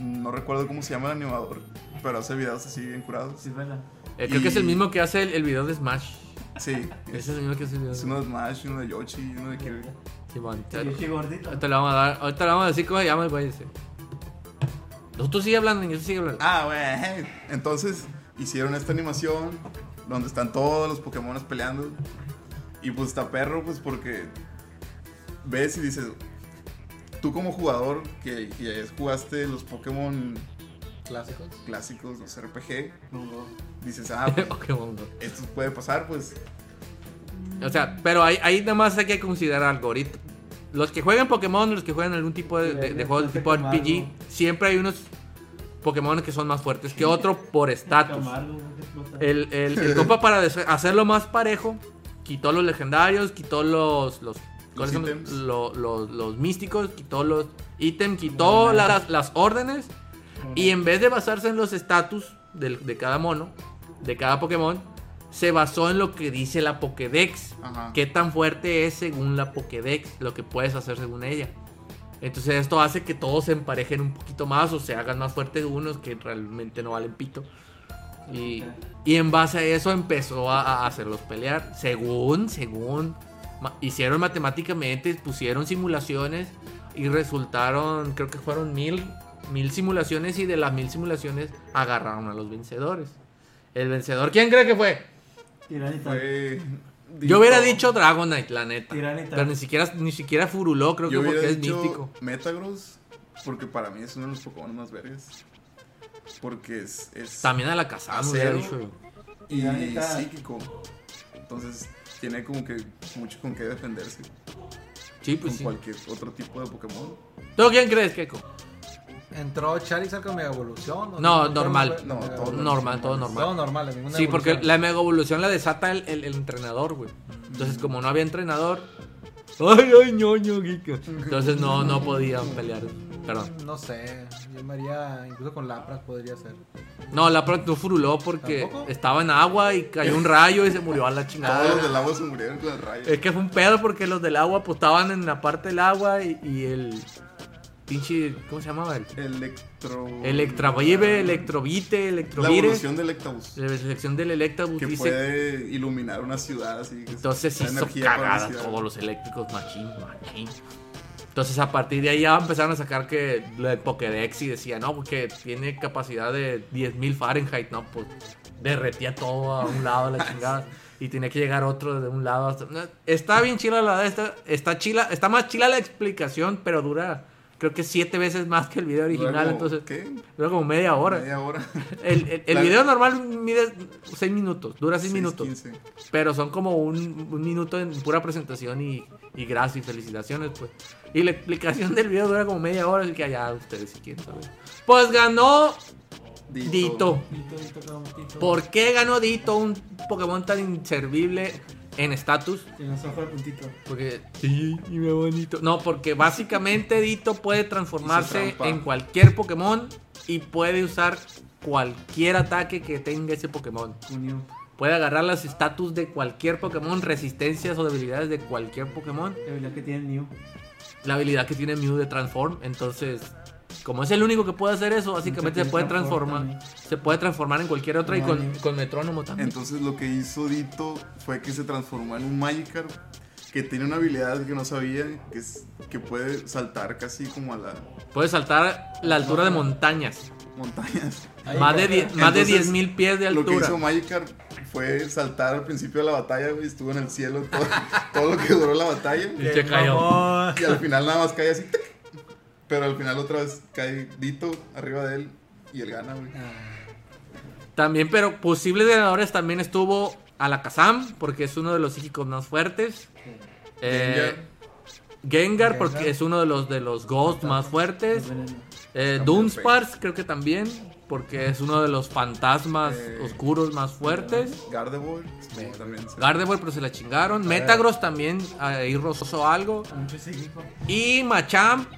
Speaker 2: No recuerdo cómo se llama el animador, pero hace videos así bien curados.
Speaker 4: Sí, verdad.
Speaker 1: Eh, creo que es el
Speaker 2: y-
Speaker 1: mismo que hace el, el video de Smash.
Speaker 2: Sí, es,
Speaker 1: Ese es el mismo que hace el video de
Speaker 2: es
Speaker 1: Smash.
Speaker 2: uno de Smash, uno de Yoshi, uno de Kirby.
Speaker 1: Simón, te-
Speaker 4: Sí, sí, gordito.
Speaker 1: ahorita le vamos a dar, ahorita le vamos a decir cómo se llama el güey ese. No, tú sigue hablando, niño, tú sigue hablando.
Speaker 2: Ah, güey. Entonces hicieron esta animación donde están todos los Pokémon peleando. Y pues está perro, pues porque ves y dices, tú como jugador que, que ya jugaste los Pokémon
Speaker 3: Clásicos.
Speaker 2: clásicos, los RPG,
Speaker 4: No, no.
Speaker 2: dices, ah, pues,
Speaker 1: Pokémon Go.
Speaker 2: esto puede pasar, pues
Speaker 1: O sea, pero ahí, ahí nada más hay que considerar algo ahorita. Los que juegan Pokémon, los que juegan algún tipo de,
Speaker 4: Sí,
Speaker 1: de- de
Speaker 4: les
Speaker 1: juegos
Speaker 4: hace
Speaker 1: tipo
Speaker 4: como
Speaker 1: RPG,
Speaker 4: algo.
Speaker 1: siempre hay unos Pokémon que son más fuertes que otro por estatus.
Speaker 4: Camargo, ¿no? Que explota.
Speaker 1: El, el, el compa para des- hacerlo más parejo, quitó los legendarios, quitó los... los ¿cuáles son?
Speaker 2: ítems.
Speaker 1: Lo- los, los místicos, quitó los ítems, quitó
Speaker 4: Ordenadas.
Speaker 1: las, las órdenes. Y en vez de basarse en los estatus del- de cada mono, de cada Pokémon, se basó en lo que dice la Pokédex.
Speaker 2: Ajá.
Speaker 1: Qué tan fuerte es según la Pokédex, lo que puedes hacer según ella. Entonces esto hace que todos se emparejen un poquito más o se hagan más fuertes unos que realmente no valen pito. Y, y en base a eso empezó a, a hacerlos pelear. Según, según. ma- hicieron matemáticamente, pusieron simulaciones y resultaron, creo que fueron mil, mil simulaciones y de las mil simulaciones agarraron a los vencedores. El vencedor, ¿quién cree que fue?
Speaker 4: Tiranita.
Speaker 2: fue...
Speaker 1: Yo hubiera dicho Dragonite, la neta.
Speaker 4: Tiranita.
Speaker 1: Pero ni siquiera, ni siquiera furuló, creo
Speaker 2: Yo
Speaker 1: que
Speaker 2: hubiera
Speaker 1: porque es
Speaker 2: dicho
Speaker 1: místico.
Speaker 2: Metagross, porque para mí es uno de los Pokémon más vergas. Porque es... es
Speaker 1: También a la cazada me hubiera
Speaker 2: Acero.
Speaker 1: dicho yo.
Speaker 2: y
Speaker 4: Ya ni tal.
Speaker 2: psíquico. Entonces tiene como que mucho con qué defenderse
Speaker 1: Sí, pues
Speaker 2: con
Speaker 1: sí.
Speaker 2: cualquier otro tipo de Pokémon.
Speaker 1: ¿Tú quién crees, Keiko?
Speaker 3: ¿Entró Charizard con Mega Evolución? ¿O
Speaker 1: No,
Speaker 3: entró
Speaker 1: normal.
Speaker 3: Mega-
Speaker 2: No,
Speaker 3: Mega
Speaker 2: todo
Speaker 3: Evolución?
Speaker 1: Normal, todo
Speaker 3: Todo
Speaker 1: normal.
Speaker 3: normal, en ninguna
Speaker 1: Sí, porque
Speaker 3: evolución.
Speaker 1: la mega evolución la desata el, el- el entrenador, güey. Entonces, como no había entrenador. Ay, ay, ñoño, Kiko. Entonces no, no podían pelear. Perdón.
Speaker 3: No sé, yo me haría, incluso con Lapras podría ser.
Speaker 1: No, la pronto no furuló porque
Speaker 3: ¿Tampoco?
Speaker 1: estaba en agua y cayó un rayo y se murió a la chingada.
Speaker 2: Todos los del agua se murieron con el rayo.
Speaker 1: Es que fue un pedo porque los del agua pues estaban en la parte del agua y, y el pinche, ¿cómo se llamaba? El
Speaker 2: Electro.
Speaker 1: Electravive, Electrovite,
Speaker 2: La
Speaker 1: Electrovire.
Speaker 2: evolución del Electabuzz.
Speaker 1: La selección del Electabus
Speaker 2: Que
Speaker 1: dice...
Speaker 2: puede iluminar una ciudad así. que es
Speaker 1: Entonces
Speaker 2: la
Speaker 1: hizo
Speaker 2: energía para una
Speaker 1: cagada
Speaker 2: ciudad.
Speaker 1: todos los eléctricos, machín, machín. Entonces a partir de ahí ya empezaron a sacar que lo del Pokédex y decía, no, porque tiene capacidad de 10.000 Fahrenheit, no, pues derretía todo a un lado la chingada. Y tenía que llegar otro de un lado hasta... no, Está bien chila la de esta, está chila, está más chila la explicación, pero dura creo que siete veces más que el video original,
Speaker 2: Luego,
Speaker 1: entonces
Speaker 2: ¿Qué?
Speaker 1: dura como media hora.
Speaker 2: Media hora.
Speaker 1: El, el- el
Speaker 2: La-
Speaker 1: video normal mide 6 minutos, dura 6 minutos.
Speaker 2: 15.
Speaker 1: Pero son como un, un minuto en pura presentación y, y gracias y felicitaciones, pues. Y la explicación del video dura como media hora, así que allá ustedes si quieren saber. Pues ganó
Speaker 2: Dito.
Speaker 1: Dito.
Speaker 4: Tito, Tito, como Tito.
Speaker 1: ¿Por qué ganó Dito, un Pokémon tan inservible en estatus?
Speaker 4: Que nos ojo el puntito.
Speaker 1: Porque... Sí, y me bonito. No, porque básicamente Dito puede transformarse
Speaker 2: trampa.
Speaker 1: en cualquier Pokémon y puede usar cualquier ataque que tenga ese Pokémon.
Speaker 4: Unió.
Speaker 1: Puede agarrar las estatus de cualquier Pokémon, resistencias o debilidades de cualquier Pokémon.
Speaker 4: Eh, La habilidad que tiene New.
Speaker 1: La habilidad que tiene Mew de Transform. Entonces, como es el único que puede hacer eso, básicamente se
Speaker 4: Entonces,
Speaker 1: puede
Speaker 4: tiene Transform
Speaker 1: transformar.
Speaker 4: también.
Speaker 1: Se puede transformar en cualquier otra y con,
Speaker 4: Vale.
Speaker 1: con metrónomo también.
Speaker 2: Entonces lo que hizo Dito fue que se transformó en un Magikarp que tiene una habilidad que no sabía, que, es, que puede saltar casi como a la...
Speaker 1: Puede saltar la altura de montañas.
Speaker 2: montañas.
Speaker 3: Ahí,
Speaker 1: Más de
Speaker 3: compa.
Speaker 1: die- más de
Speaker 2: Entonces,
Speaker 1: 10.000 pies de
Speaker 2: Lo que
Speaker 1: altura.
Speaker 2: hizo Magikarp fue saltar al principio de la batalla, güey, estuvo en el cielo todo, todo lo que duró la batalla.
Speaker 1: Y se cayó.
Speaker 3: Mamón.
Speaker 2: Y al final nada más cae así. tic. Pero al final otra vez cae Dito arriba de él y él gana, güey.
Speaker 1: También, pero posibles ganadores también estuvo Alakazam, porque es uno de los psíquicos más fuertes. Eh, Gengar, porque es uno de los de los Ghost más fuertes. Eh, Dunsparce, creo que también, porque es uno de los fantasmas
Speaker 2: Eh,
Speaker 1: oscuros más fuertes.
Speaker 2: Gardevoir estuvo también. sí.
Speaker 1: Gardevoir, pero se la
Speaker 3: Eh.
Speaker 1: chingaron. Metagross también, ahí rozó algo.
Speaker 4: Mucho psíquico.
Speaker 1: Y Machamp,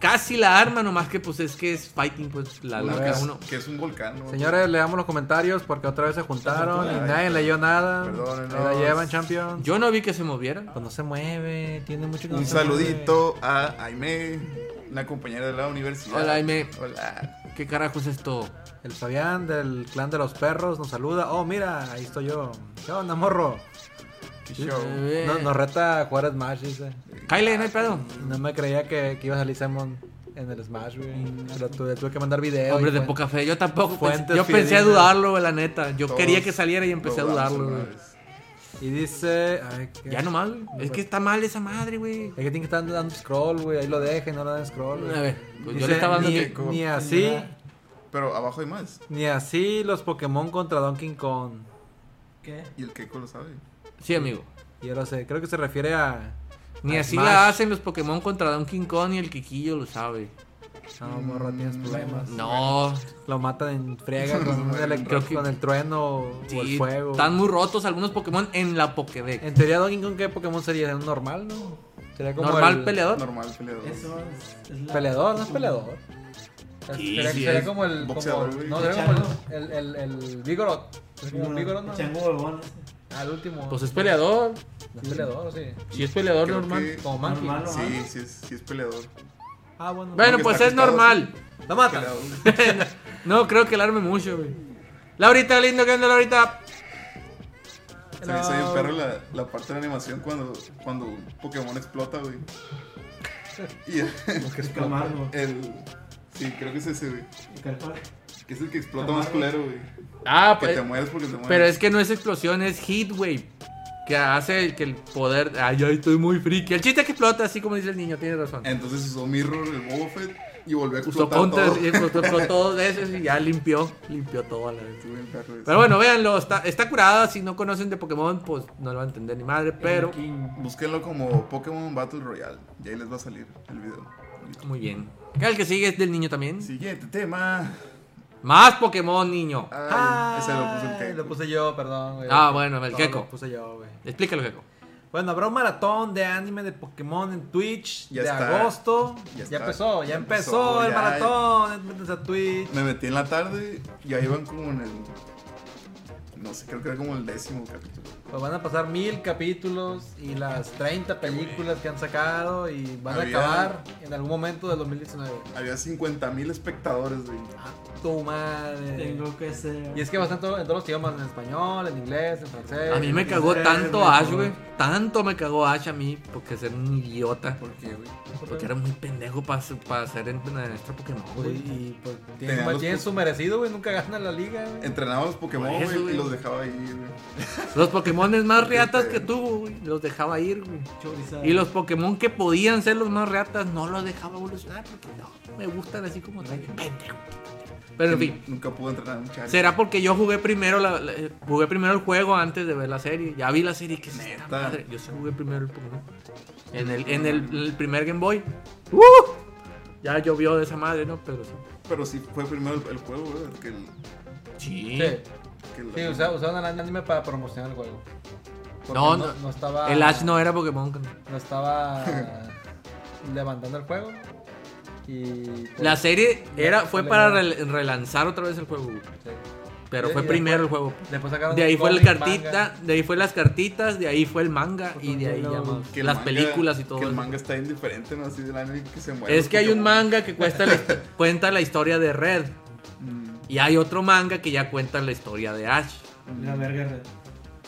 Speaker 1: casi la arma, nomás que pues es que es fighting, pues la
Speaker 2: Uno
Speaker 1: la
Speaker 2: que
Speaker 1: que
Speaker 2: es-
Speaker 1: uno.
Speaker 2: Que es un volcán, ¿no?
Speaker 3: Señores, leamos los comentarios porque otra vez se juntaron y
Speaker 2: Ay,
Speaker 3: nadie leyó nada.
Speaker 2: perdónenos.
Speaker 3: Ahí la llevan, champion.
Speaker 1: Yo no vi que se movieran.
Speaker 3: Pues no se mueve, tiene mucho que no
Speaker 2: Un
Speaker 3: se mueve.
Speaker 2: saludito a Aime, una compañera de la universidad.
Speaker 1: Hola, Aime.
Speaker 2: Hola.
Speaker 1: ¿Qué carajo es esto?
Speaker 3: El Fabián del clan de los perros nos saluda. Oh, mira, ahí estoy yo. ¿Qué onda, morro?
Speaker 2: Qué show.
Speaker 1: Eh,
Speaker 3: No- nos reta a jugar a Smash, dice.
Speaker 1: Kyle, no hay pedo.
Speaker 3: No me creía que, que iba a salir Simon en el Smash, güey. Lo tuve, tuve que mandar video.
Speaker 1: Mm. Hombre
Speaker 3: y
Speaker 1: de
Speaker 3: fue-
Speaker 1: poca fe, yo tampoco. pensé-
Speaker 3: Fuentes
Speaker 1: yo pensé a
Speaker 3: fidedignas.
Speaker 1: dudarlo, güey, la neta. Yo
Speaker 2: Todos
Speaker 1: quería que saliera y empecé a
Speaker 2: dudamos
Speaker 1: dudarlo,
Speaker 2: una
Speaker 1: güey.
Speaker 2: vez.
Speaker 3: Y dice. ay, ¿qué?
Speaker 1: Ya nomás, güey. Es que está mal esa madre, güey.
Speaker 3: Es que tienen que estar dando scroll, güey. Ahí lo dejen, no le dan scroll. güey.
Speaker 1: A ver, pues yo
Speaker 3: Dice,
Speaker 1: le estaba dando
Speaker 3: ni,
Speaker 1: que.
Speaker 3: ni así,
Speaker 2: Pero abajo hay más.
Speaker 3: ni así los Pokémon contra Donkey Kong.
Speaker 4: ¿Qué?
Speaker 2: Y el Keiko lo sabe.
Speaker 1: Sí, amigo.
Speaker 3: Yo lo sé, creo que se refiere a.
Speaker 1: Ni
Speaker 3: a
Speaker 1: así
Speaker 3: Smash.
Speaker 1: la hacen los Pokémon contra Donkey Kong y el Kikillo lo sabe.
Speaker 3: No, morro, tienes problemas.
Speaker 1: No,
Speaker 3: Lo matan en friega con, un electro-
Speaker 1: Creo que-
Speaker 3: con el trueno o el
Speaker 1: sí.
Speaker 3: fuego. Eh,
Speaker 1: Están muy rotos algunos Pokémon en la Pokédex.
Speaker 3: En teoría, Donkey Kong, ¿qué Pokémon sería? ¿Un normal, no? Sería como
Speaker 1: Normal
Speaker 3: el...
Speaker 1: peleador.
Speaker 2: Normal peleador.
Speaker 4: Eso es, es la-
Speaker 3: Peleador, no es peleador.
Speaker 1: Sí,
Speaker 3: sería
Speaker 1: sí
Speaker 3: sería
Speaker 1: es.
Speaker 3: como el. Como,
Speaker 2: Boxeador, güey.
Speaker 3: no, sería como el. El, el, el Vigorot. Sería como
Speaker 4: Como
Speaker 3: un Vigorot, ¿no?
Speaker 4: Chango huevón. ese.
Speaker 3: Al último.
Speaker 1: Pues es peleador.
Speaker 3: No es peleador, ¿o sí.
Speaker 1: Si es peleador
Speaker 2: Creo
Speaker 1: normal.
Speaker 2: que-
Speaker 3: Como Manky.
Speaker 4: Normal, ¿no?
Speaker 2: Sí, sí es, sí es peleador.
Speaker 3: Ah, bueno.
Speaker 1: Bueno,
Speaker 2: que
Speaker 1: pues
Speaker 2: está
Speaker 1: es
Speaker 2: quitado,
Speaker 1: normal.
Speaker 3: Lo
Speaker 1: Ah,
Speaker 3: matan.
Speaker 2: Peleador.
Speaker 1: No, creo que el arme mucho, güey. Laurita, lindo, ¿qué onda, Laurita?
Speaker 2: Se me hizo bien perro la, la parte de la animación cuando, cuando un Pokémon explota, güey. Y el,
Speaker 4: El Camargo.
Speaker 2: el- Sí, creo que es ese, güey.
Speaker 4: El Calpar.
Speaker 2: Que es el que explota más culero, güey.
Speaker 1: Ah,
Speaker 2: Que
Speaker 1: pues.
Speaker 2: te mueres porque te mueres.
Speaker 1: Pero es que no es explosión, es heat wave. Que hace que el poder. Ay, ay, estoy muy friki. El chiste es que explota, así como dice el niño, tiene razón.
Speaker 2: Entonces usó Mirror, el Boba Fett, y volvió a
Speaker 1: Usó
Speaker 2: explotar
Speaker 1: counter
Speaker 2: todo.
Speaker 1: y explotó con todos esos y ya limpió. Limpió todo a la vez.
Speaker 2: Estuvo bien perro eso.
Speaker 1: Pero bueno, véanlo, está, está curada. Si no conocen de Pokémon, pues no lo van a entender ni madre. Pero
Speaker 2: Búsquenlo como Pokémon Battle Royale. Y ahí les va a salir el video.
Speaker 1: muy bien. El que sigue es del niño también.
Speaker 2: Siguiente tema.
Speaker 1: Más Pokémon, niño.
Speaker 2: Ay,
Speaker 3: Ah, eh,
Speaker 2: ese lo puso el Keiko.
Speaker 3: Lo puse yo, perdón, güey.
Speaker 1: Ah, bueno, el
Speaker 3: Todo
Speaker 1: Keiko.
Speaker 3: Lo puse yo, güey.
Speaker 1: Explícalo, Gecko.
Speaker 3: Bueno, habrá un maratón de anime de Pokémon en Twitch
Speaker 2: Ya
Speaker 3: de
Speaker 2: está.
Speaker 3: agosto.
Speaker 2: Ya
Speaker 3: Ya,
Speaker 2: está.
Speaker 3: empezó, ya,
Speaker 2: Ya
Speaker 3: empezó,
Speaker 2: empezó, Oh,
Speaker 3: el
Speaker 2: ya.
Speaker 3: maratón. Métanse a Twitch.
Speaker 2: Me metí en la tarde y ahí van como en el. No sé, creo que era como el décimo capítulo.
Speaker 3: Pues van a pasar mil capítulos y las 30 películas que han sacado y van a
Speaker 2: Había-
Speaker 3: acabar en algún momento del 2019.
Speaker 2: Había 50 mil espectadores, güey.
Speaker 3: Ah, tu madre.
Speaker 4: Tengo que ser.
Speaker 3: Y es que va a estar en todo- en todos los idiomas, en español, en inglés, en francés.
Speaker 1: A mí me
Speaker 3: en
Speaker 1: cagó
Speaker 3: inglés,
Speaker 1: tanto
Speaker 3: en-
Speaker 1: Ash, güey. Tanto me cagó Ash a mí porque ser un idiota.
Speaker 2: ¿Por qué, güey?
Speaker 1: Porque era muy pendejo para ser el maestro Pokémon,
Speaker 3: Güey,
Speaker 1: güey.
Speaker 3: y pues tiene,
Speaker 2: Tenían los
Speaker 3: tiene su merecido, güey. Nunca gana la liga, güey.
Speaker 2: Entrenaba a los Pokémon,
Speaker 1: Por eso,
Speaker 2: güey, y
Speaker 1: güey.
Speaker 2: los dejaba ahí, güey.
Speaker 1: Los Pokémon más reatas que tuvo, güey, los dejaba ir, güey.
Speaker 4: Chorizado.
Speaker 1: Y los Pokémon que podían ser los más reatas no los dejaba evolucionar porque no, me gustan así como tal. Pendejo. Pero en fin,
Speaker 2: Nunca pude entrenar a un Charizard.
Speaker 1: será porque yo jugué primero la, la- eh, jugué primero el juego antes de ver la serie. Ya vi la serie que se
Speaker 2: Neta.
Speaker 1: madre. Yo sí jugué primero el Pokémon. En el, en el, el primer Game Boy. ¡Uh! Ya llovió de esa madre, ¿no? Pero sí.
Speaker 2: Pero sí fue primero el, el juego, güey. Que el,
Speaker 3: Sí,
Speaker 1: Sí.
Speaker 2: que
Speaker 3: sí
Speaker 2: la-
Speaker 3: usa- usaron el anime para promocionar el juego. Porque
Speaker 1: No, no.
Speaker 3: estaba.
Speaker 1: El Ash no era Pokémon. carnal.
Speaker 3: No estaba levantando el juego. Y. pues,
Speaker 1: La serie era, fue para
Speaker 3: Sí.
Speaker 1: rel- relanzar otra vez el juego, güey. pero
Speaker 3: Y-
Speaker 1: fue
Speaker 3: y
Speaker 1: primero el juego. pues.
Speaker 3: Después sacaron
Speaker 1: De ahí
Speaker 3: un
Speaker 1: fue el
Speaker 3: cómic,
Speaker 1: cartita,
Speaker 3: manga.
Speaker 1: de ahí fue las cartitas, de ahí fue el manga y de ahí ya más,
Speaker 2: que el
Speaker 1: las
Speaker 2: manga-
Speaker 1: películas y todo
Speaker 2: Que el
Speaker 1: eso.
Speaker 2: manga está indiferente, ¿no? Así del anime que se muere.
Speaker 1: Es que hay un manga que cuesta la- cuenta la historia de Red
Speaker 2: Mm.
Speaker 1: y hay otro manga que ya cuenta la historia de Ash.
Speaker 4: La verga, red.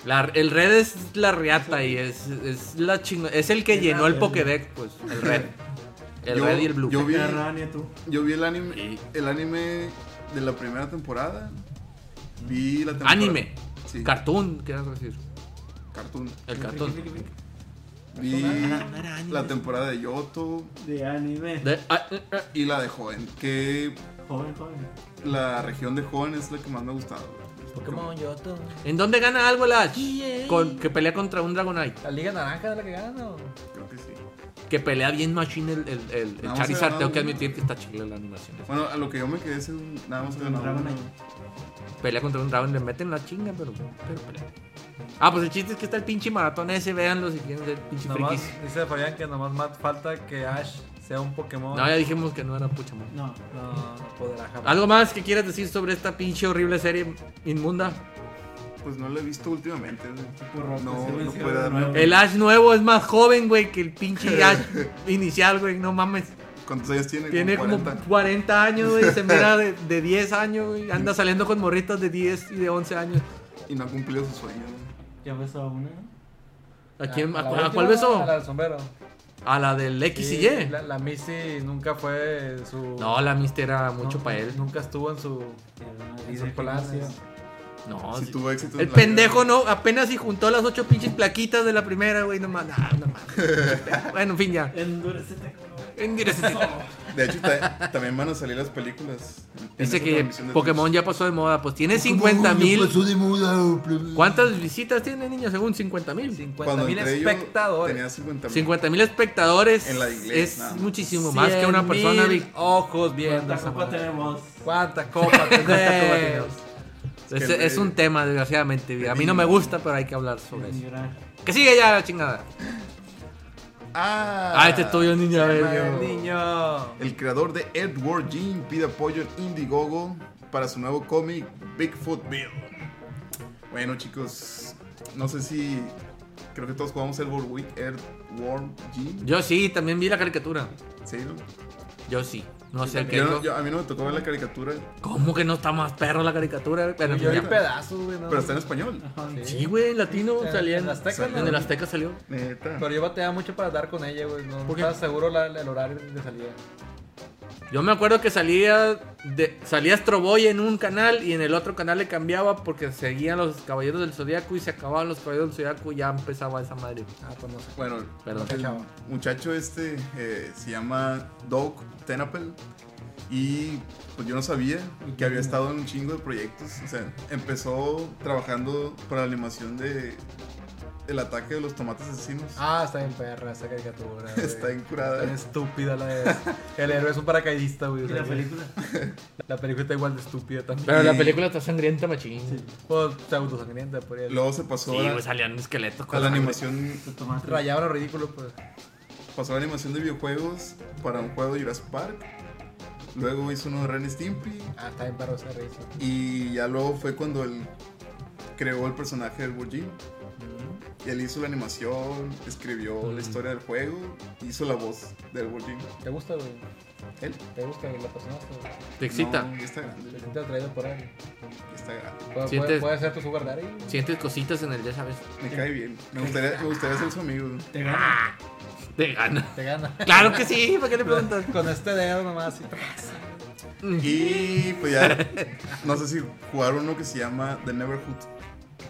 Speaker 1: La- el Red es la riata y es, es la chingo- es el que
Speaker 4: Es la
Speaker 1: llenó el
Speaker 4: verga.
Speaker 1: Pokédex, pues, el Red. El
Speaker 2: Yo-
Speaker 1: red y el blue.
Speaker 2: yo vi-
Speaker 4: La Rania, tú.
Speaker 2: Yo vi el anime,
Speaker 1: Sí.
Speaker 2: el anime de la primera temporada. Vi la temporada.
Speaker 1: Anime.
Speaker 2: Sí,
Speaker 1: Cartoon, ¿qué vas a decir?
Speaker 2: cartoon.
Speaker 1: El cartoon.
Speaker 2: Vi
Speaker 4: Era- Ah, no era anime.
Speaker 2: la temporada de Yoto
Speaker 4: De anime.
Speaker 1: De- ah, eh, eh.
Speaker 2: y la de Joven, que
Speaker 4: Joven, joven.
Speaker 2: la región de Joven es la que más me ha gustado.
Speaker 3: Pokémon Yoto.
Speaker 1: ¿En dónde gana algo el Ash? Con, que pelea contra un Dragonite.
Speaker 3: La Liga Naranja es la que gana. ¿o?
Speaker 2: Creo que sí.
Speaker 1: Que pelea bien machine el, el, el- el
Speaker 2: Vamos a
Speaker 1: Charizard.
Speaker 2: ganar
Speaker 1: Tengo que
Speaker 2: un-
Speaker 1: admitir que está chila la animación.
Speaker 2: Bueno, a lo que yo me quedé es en nada más que
Speaker 4: Un
Speaker 2: ganaba
Speaker 4: Dragonite.
Speaker 2: uno.
Speaker 1: Pelea contra un dragón, le meten la chinga, pero, pero pelea. Ah, pues el chiste es que está el pinche maratón ese, véanlo si quieren ser pinche
Speaker 3: Nomás,
Speaker 1: frikis.
Speaker 3: dice Fabián que nomás más falta que Ash sea un Pokémon.
Speaker 1: No, ya Ah, dijimos que no era pucha madre.
Speaker 4: No.
Speaker 3: No, no podrá jamás.
Speaker 1: ¿Algo más que quieras decir sobre esta pinche horrible serie inmunda?
Speaker 2: Pues no lo he visto últimamente.
Speaker 4: Tipo rojo,
Speaker 2: No,
Speaker 4: sí,
Speaker 2: no
Speaker 4: sí,
Speaker 2: puede
Speaker 4: de
Speaker 2: darme-
Speaker 4: nuevo.
Speaker 1: El Ash nuevo es más joven, güey, que el pinche Ash inicial, güey. No mames.
Speaker 2: ¿Cuántos años tiene?
Speaker 1: Tiene como
Speaker 2: 40.
Speaker 1: 40 años, güey. Se mira de, de 10 años, güey. Anda saliendo con morritas de 10 y de 11 años.
Speaker 2: Y no ha cumplido su sueño.
Speaker 4: Ya besó a una.
Speaker 1: ¿A, quién, a,
Speaker 3: la
Speaker 1: cu- a
Speaker 3: última,
Speaker 1: cuál besó?
Speaker 3: A la del sombrero.
Speaker 1: A la del X y
Speaker 3: Sí,
Speaker 1: Y.
Speaker 3: La, la Missy nunca fue su.
Speaker 1: No, la Mister era
Speaker 3: no,
Speaker 1: mucho para él.
Speaker 3: Nunca estuvo en su.
Speaker 4: Y
Speaker 3: En su palacio.
Speaker 1: No,
Speaker 2: Si
Speaker 1: Oh, sí.
Speaker 2: tuvo éxito. en
Speaker 1: El
Speaker 2: la
Speaker 1: pendejo
Speaker 2: vida.
Speaker 1: no, apenas si juntó las ocho pinches plaquitas de la primera, güey, nomás. Nah, nomás. bueno, en fin, ya.
Speaker 4: Endurecete.
Speaker 1: En directo.
Speaker 2: De hecho, ta- también van a salir las películas. En
Speaker 1: Dice
Speaker 2: esa
Speaker 1: que
Speaker 2: transmisión de
Speaker 1: Pokémon
Speaker 2: Twitch.
Speaker 1: ya pasó de moda. Pues tiene 50 mil. ¿Cuántas visitas tiene, niño? Según 50 mil.
Speaker 3: 50 mil
Speaker 2: entré yo
Speaker 3: espectadores.
Speaker 2: Tenía 50 mil.
Speaker 1: 50 mil espectadores
Speaker 2: En la de inglés,
Speaker 1: es
Speaker 2: nada más.
Speaker 1: muchísimo más que
Speaker 3: 100,000
Speaker 1: una persona. Vic.
Speaker 3: Ojos viendo.
Speaker 4: ¿Cuánta
Speaker 3: esa
Speaker 4: copa
Speaker 3: madre.
Speaker 4: tenemos?
Speaker 3: ¿Cuánta copa tenemos?
Speaker 1: Es,
Speaker 2: que
Speaker 1: es
Speaker 2: me-
Speaker 1: un tema, desgraciadamente. Vic. A mí no me gusta, pero hay que hablar sobre
Speaker 4: Sin
Speaker 1: eso.
Speaker 4: llorar.
Speaker 1: Que sigue ya la chingada.
Speaker 2: Ah,
Speaker 1: Ah, este es tuyo, niño. A ver,
Speaker 2: Tema.
Speaker 1: yo-
Speaker 3: Niño.
Speaker 2: El creador de Edward Jean pide apoyo en Indiegogo para su nuevo cómic Bigfoot Bill. Bueno, chicos, no sé si. Creo que todos jugamos Edward Wing- Edward Jean.
Speaker 1: Yo sí, también vi la caricatura.
Speaker 2: ¿Sí? ¿no?
Speaker 1: Yo sí. No sé qué.
Speaker 2: Yo
Speaker 1: dijo.
Speaker 2: no- yo- a mí no me tocó ver la caricatura,
Speaker 1: ¿Cómo que no está más perro la caricatura? güey? Pero
Speaker 3: Yo vi
Speaker 1: pues ya-
Speaker 3: pedazos, güey. no.
Speaker 2: pero está en español.
Speaker 4: Ajá.
Speaker 1: Sí, güey, en latino
Speaker 3: En-
Speaker 1: salía.
Speaker 3: en Azteca,
Speaker 1: En
Speaker 3: ¿no?
Speaker 1: el Azteca salió.
Speaker 2: Neta.
Speaker 3: Pero yo bateaba mucho para dar con ella, güey. No
Speaker 1: ¿Por qué?
Speaker 3: estaba seguro la- el horario de salida.
Speaker 1: Yo me acuerdo que salía de, salía Astro Boy en un canal y en el otro canal le cambiaba porque seguían los Caballeros del Zodiaco y se acababan los Caballeros del Zodiaco y ya empezaba esa madre.
Speaker 3: Ah, pues no sé.
Speaker 2: Bueno,
Speaker 1: Perdón.
Speaker 2: el
Speaker 3: Chao.
Speaker 2: muchacho este eh, se llama Doug Tenapel y pues yo no sabía que había estado en un chingo de proyectos. O sea, empezó trabajando para la animación de El ataque de los tomates asesinos.
Speaker 3: Ah, está bien perra esa caricatura. güey.
Speaker 2: Está bien curada.
Speaker 3: Está bien estúpida la de. El héroe es un paracaidista, güey. o
Speaker 4: ¿Y
Speaker 3: sea
Speaker 4: la
Speaker 3: que-
Speaker 4: película?
Speaker 3: la película está igual de estúpida también.
Speaker 1: Pero la
Speaker 2: Y-
Speaker 1: película está sangrienta, machín. Sí,
Speaker 3: Pues pseudosangrienta, por pues, ahí.
Speaker 2: Luego se pasó a,
Speaker 1: güey, salían esqueletos
Speaker 2: a la
Speaker 1: sangre.
Speaker 2: animación,
Speaker 4: Te tomaste.
Speaker 3: Rayaba lo ridículo, pues.
Speaker 2: pasó a la animación de videojuegos para un juego de Jurassic Park. Luego hizo uno de Ren y Stimpy
Speaker 3: Ah, está bien perro esa risa.
Speaker 2: y ya luego fue cuando él creó el personaje del Burjin. Y él hizo la animación, escribió
Speaker 1: Mm.
Speaker 2: la historia del juego, hizo la voz del Wolverine.
Speaker 3: ¿Te gusta, güey?
Speaker 2: Él.
Speaker 3: ¿Te gusta que la persona güey?
Speaker 1: Te excita.
Speaker 2: No, ya está grande,
Speaker 3: ¿Te sientes atraído por él?
Speaker 2: ya está grande.
Speaker 3: ¿Puede,
Speaker 1: Sientes-
Speaker 3: puede, puede ser tu sugar daddy? güey.
Speaker 1: Sientes cositas en el, ya sabes.
Speaker 2: Me cae bien. Me gustaría, me gustaría ser su amigo.
Speaker 4: Te gana.
Speaker 1: Te gana.
Speaker 3: Te gana.
Speaker 1: Claro que sí, ¿para qué le preguntas?
Speaker 3: Con este dedo nomás. así.
Speaker 2: Y pues ya, no sé si jugar uno que se llama The Neverhood.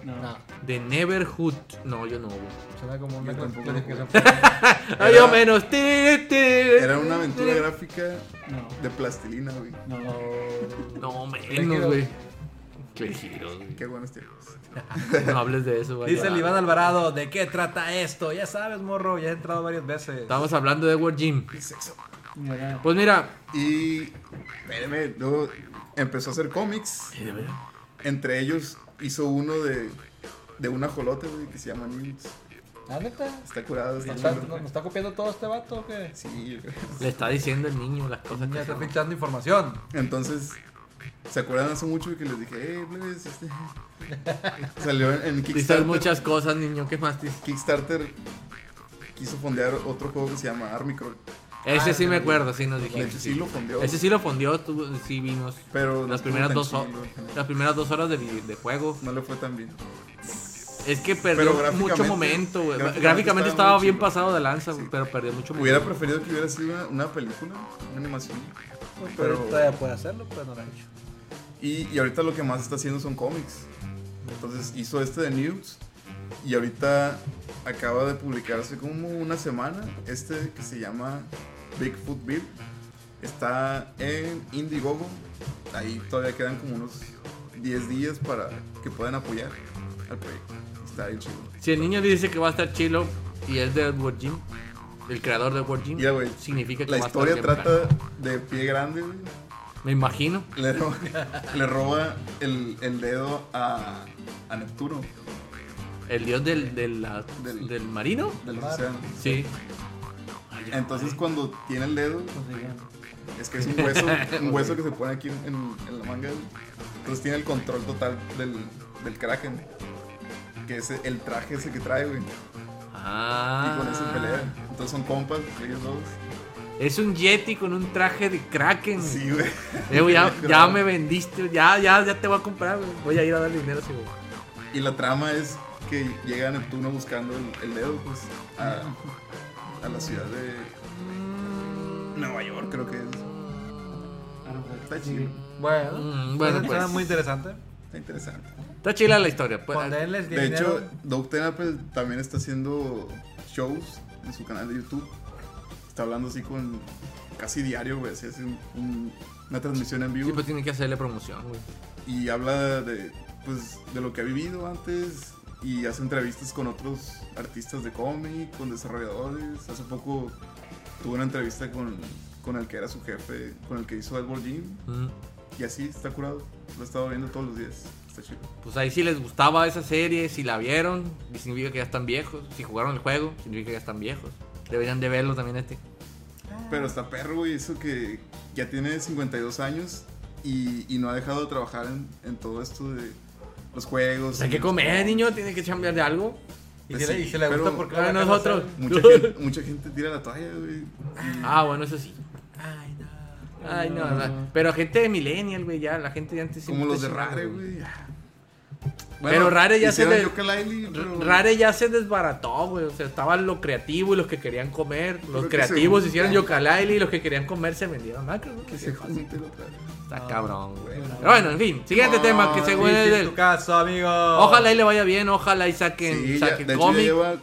Speaker 4: No.
Speaker 3: No,
Speaker 1: The Neverhood. No, yo no, güey.
Speaker 3: suena como una
Speaker 2: Yo tampoco
Speaker 3: clasificación.
Speaker 1: Ay, yo menos. Ti, ti.
Speaker 2: Era una aventura gráfica
Speaker 4: No.
Speaker 2: de plastilina, güey.
Speaker 4: No.
Speaker 1: No,
Speaker 3: Clejiros.
Speaker 1: menos, güey. Clejiros, güey.
Speaker 2: Qué buenos tiempos.
Speaker 1: No hables de eso, güey.
Speaker 3: Dice el
Speaker 1: Ya.
Speaker 3: Iván Alvarado, ¿de qué trata esto? Ya sabes, morro, ya he entrado varias veces.
Speaker 1: Estábamos hablando de Edward Jim.
Speaker 2: Y sexo.
Speaker 4: Llorar.
Speaker 1: Pues mira.
Speaker 2: Y, espérame, luego empezó a hacer cómics. Entre ellos hizo uno de, de un ajolote, güey, que se llama Nimbus.
Speaker 3: ¿La neta?
Speaker 2: Está curado,
Speaker 3: ¿Nos
Speaker 2: está
Speaker 3: está,
Speaker 2: chulo.
Speaker 3: nos- nos está copiando todo este vato o qué?
Speaker 2: Sí, güey.
Speaker 1: Le está diciendo el niño las cosas
Speaker 3: Ya
Speaker 1: que
Speaker 3: está
Speaker 1: son.
Speaker 3: pinchando información.
Speaker 2: Entonces, ¿se acuerdan hace mucho que les dije, eh, plebes, este... Salió en, en
Speaker 1: Dices
Speaker 2: Kickstarter.
Speaker 1: muchas cosas, niño. ¿Qué más dices?
Speaker 2: Kickstarter quiso fondear otro juego que se llama Army Crawl.
Speaker 1: Ese
Speaker 3: Ah,
Speaker 1: sí me
Speaker 3: no.
Speaker 1: acuerdo, sí nos
Speaker 2: De
Speaker 1: dijiste.
Speaker 2: hecho, sí lo fondeó.
Speaker 1: Ese sí lo fondió, tú- sí vimos.
Speaker 2: Pero no
Speaker 1: Las
Speaker 2: estuvo
Speaker 1: primeras,
Speaker 2: tan
Speaker 1: dos, ho-
Speaker 2: chido.
Speaker 1: las primeras dos horas de, vi- de juego.
Speaker 2: No le fue tan bien.
Speaker 1: Es que perdió mucho
Speaker 2: gráficamente-
Speaker 1: momento, güey.
Speaker 2: gráficamente
Speaker 1: Gráficamente,
Speaker 2: estaba
Speaker 1: estaba
Speaker 2: muy
Speaker 1: bien
Speaker 2: chido.
Speaker 1: pasado de lanza, güey,
Speaker 2: Sí.
Speaker 1: pero perdió mucho momento.
Speaker 2: Hubiera preferido que hubiera sido una, una película, una animación.
Speaker 3: Pero
Speaker 2: Pero-
Speaker 3: todavía puede hacerlo, pero no lo ha hecho.
Speaker 2: Y, y ahorita lo que más está haciendo son cómics. Entonces hizo este de News. Y ahorita acaba de publicarse como una semana. Este que se llama Bigfoot Bill. Está en Indiegogo. Ahí todavía quedan como unos 10 días para que puedan apoyar al proyecto. Está bien chido.
Speaker 1: Si el niño dice que va a estar chilo y es de Edward Jim, el creador de Edward Jim,
Speaker 2: Ya, güey.
Speaker 1: significa que
Speaker 2: La
Speaker 1: va a estar
Speaker 2: historia
Speaker 1: bien
Speaker 2: trata
Speaker 1: perro.
Speaker 2: de pie grande, güey.
Speaker 1: Me imagino.
Speaker 2: Le roba, le roba el, el dedo a, a Neptuno
Speaker 1: El dios del, del, la-
Speaker 2: Del-
Speaker 1: del marino.
Speaker 2: del océano.
Speaker 1: Sí.
Speaker 2: Entonces cuando tiene el dedo, es que es un hueso, un hueso que se pone aquí en, en- en la manga. Entonces tiene el control total del, del Kraken. Que es el traje ese que trae, güey. Y
Speaker 1: Ah.
Speaker 2: con eso pelea. Entonces son compas, ellos dos.
Speaker 1: Es un Yeti con un traje de Kraken. güey.
Speaker 2: Sí, güey.
Speaker 1: Eh, güey, ya, ya me vendiste, ya, ya, ya te voy a comprar, güey. Voy a ir a darle dinero a ese güey.
Speaker 2: Y la trama es que llega Neptuno buscando el, el dedo, pues, a, a la ciudad de Nueva York, creo que es.
Speaker 4: pues,
Speaker 2: Está chido,
Speaker 3: Bueno,
Speaker 1: Mm, bueno,
Speaker 3: bueno
Speaker 1: pues.
Speaker 3: muy interesante.
Speaker 2: está interesante.
Speaker 1: Está chila la historia. pues.
Speaker 3: Ponerles
Speaker 2: De
Speaker 3: dinero.
Speaker 2: hecho, Doug Tenapel también está haciendo shows en su canal de YouTube. Está hablando así con casi diario, güey. Así hace un- un- una transmisión en vivo.
Speaker 1: Sí, pues tiene que hacerle promoción, güey.
Speaker 2: Y habla de, pues, de lo que ha vivido antes. Y hace entrevistas con otros artistas de cómic, con desarrolladores. Hace poco tuvo una entrevista con, con el que era su jefe, con el que hizo Edward Jim.
Speaker 1: Mm.
Speaker 2: Y así está curado. Lo he estado viendo todos los días. Está chido.
Speaker 1: Pues ahí si les gustaba esa serie, si la vieron, significa que ya están viejos. Si jugaron el juego, significa que ya están viejos. Deberían de verlo también este.
Speaker 2: Pero está perro, güey, eso que ya tiene 52 años y, y no ha dejado de trabajar en, en todo esto de los juegos.
Speaker 1: Pues hay
Speaker 2: y
Speaker 1: que
Speaker 2: los-
Speaker 1: comer, niño, tiene que chambear de algo.
Speaker 3: y,
Speaker 1: pues
Speaker 3: si le, y
Speaker 2: sí,
Speaker 3: si le gusta
Speaker 2: pero-
Speaker 3: porque
Speaker 1: Claro, nosotros.
Speaker 2: Mucha gente, mucha gente tira la toalla, güey.
Speaker 1: Ah, bueno, eso sí. Ay, no. Ay, no, no. Pero gente de Millennial, güey, ya, la gente de antes.
Speaker 2: Como
Speaker 1: siempre
Speaker 2: los de
Speaker 1: está chingando,
Speaker 2: Rare, güey.
Speaker 1: Pero Rare ya se
Speaker 2: hicieron
Speaker 1: le-
Speaker 2: Yooka-Laylee, pero-
Speaker 1: Rare ya se desbarató, güey. O sea, estaban los creativos y los que querían comer. Los
Speaker 2: Creo que
Speaker 1: creativos
Speaker 2: se
Speaker 1: hicieron
Speaker 2: juntan.
Speaker 1: yooka-laylee y los que querían comer se vendieron Ah, macros, ¿no?
Speaker 2: Que
Speaker 1: Así
Speaker 2: se
Speaker 1: de fácil.
Speaker 2: junte la otra vez.
Speaker 1: Está cabrón, güey.
Speaker 2: Bueno.
Speaker 1: Pero bueno, en fin, siguiente
Speaker 2: No,
Speaker 1: tema que
Speaker 2: sí,
Speaker 1: según es
Speaker 3: Difícil
Speaker 1: del-
Speaker 3: tu caso, amigo.
Speaker 1: Ojalá y le vaya bien, ojalá y saquen,
Speaker 2: Sí, ya-
Speaker 1: saquen
Speaker 2: de hecho ya
Speaker 1: cómic.
Speaker 2: lleva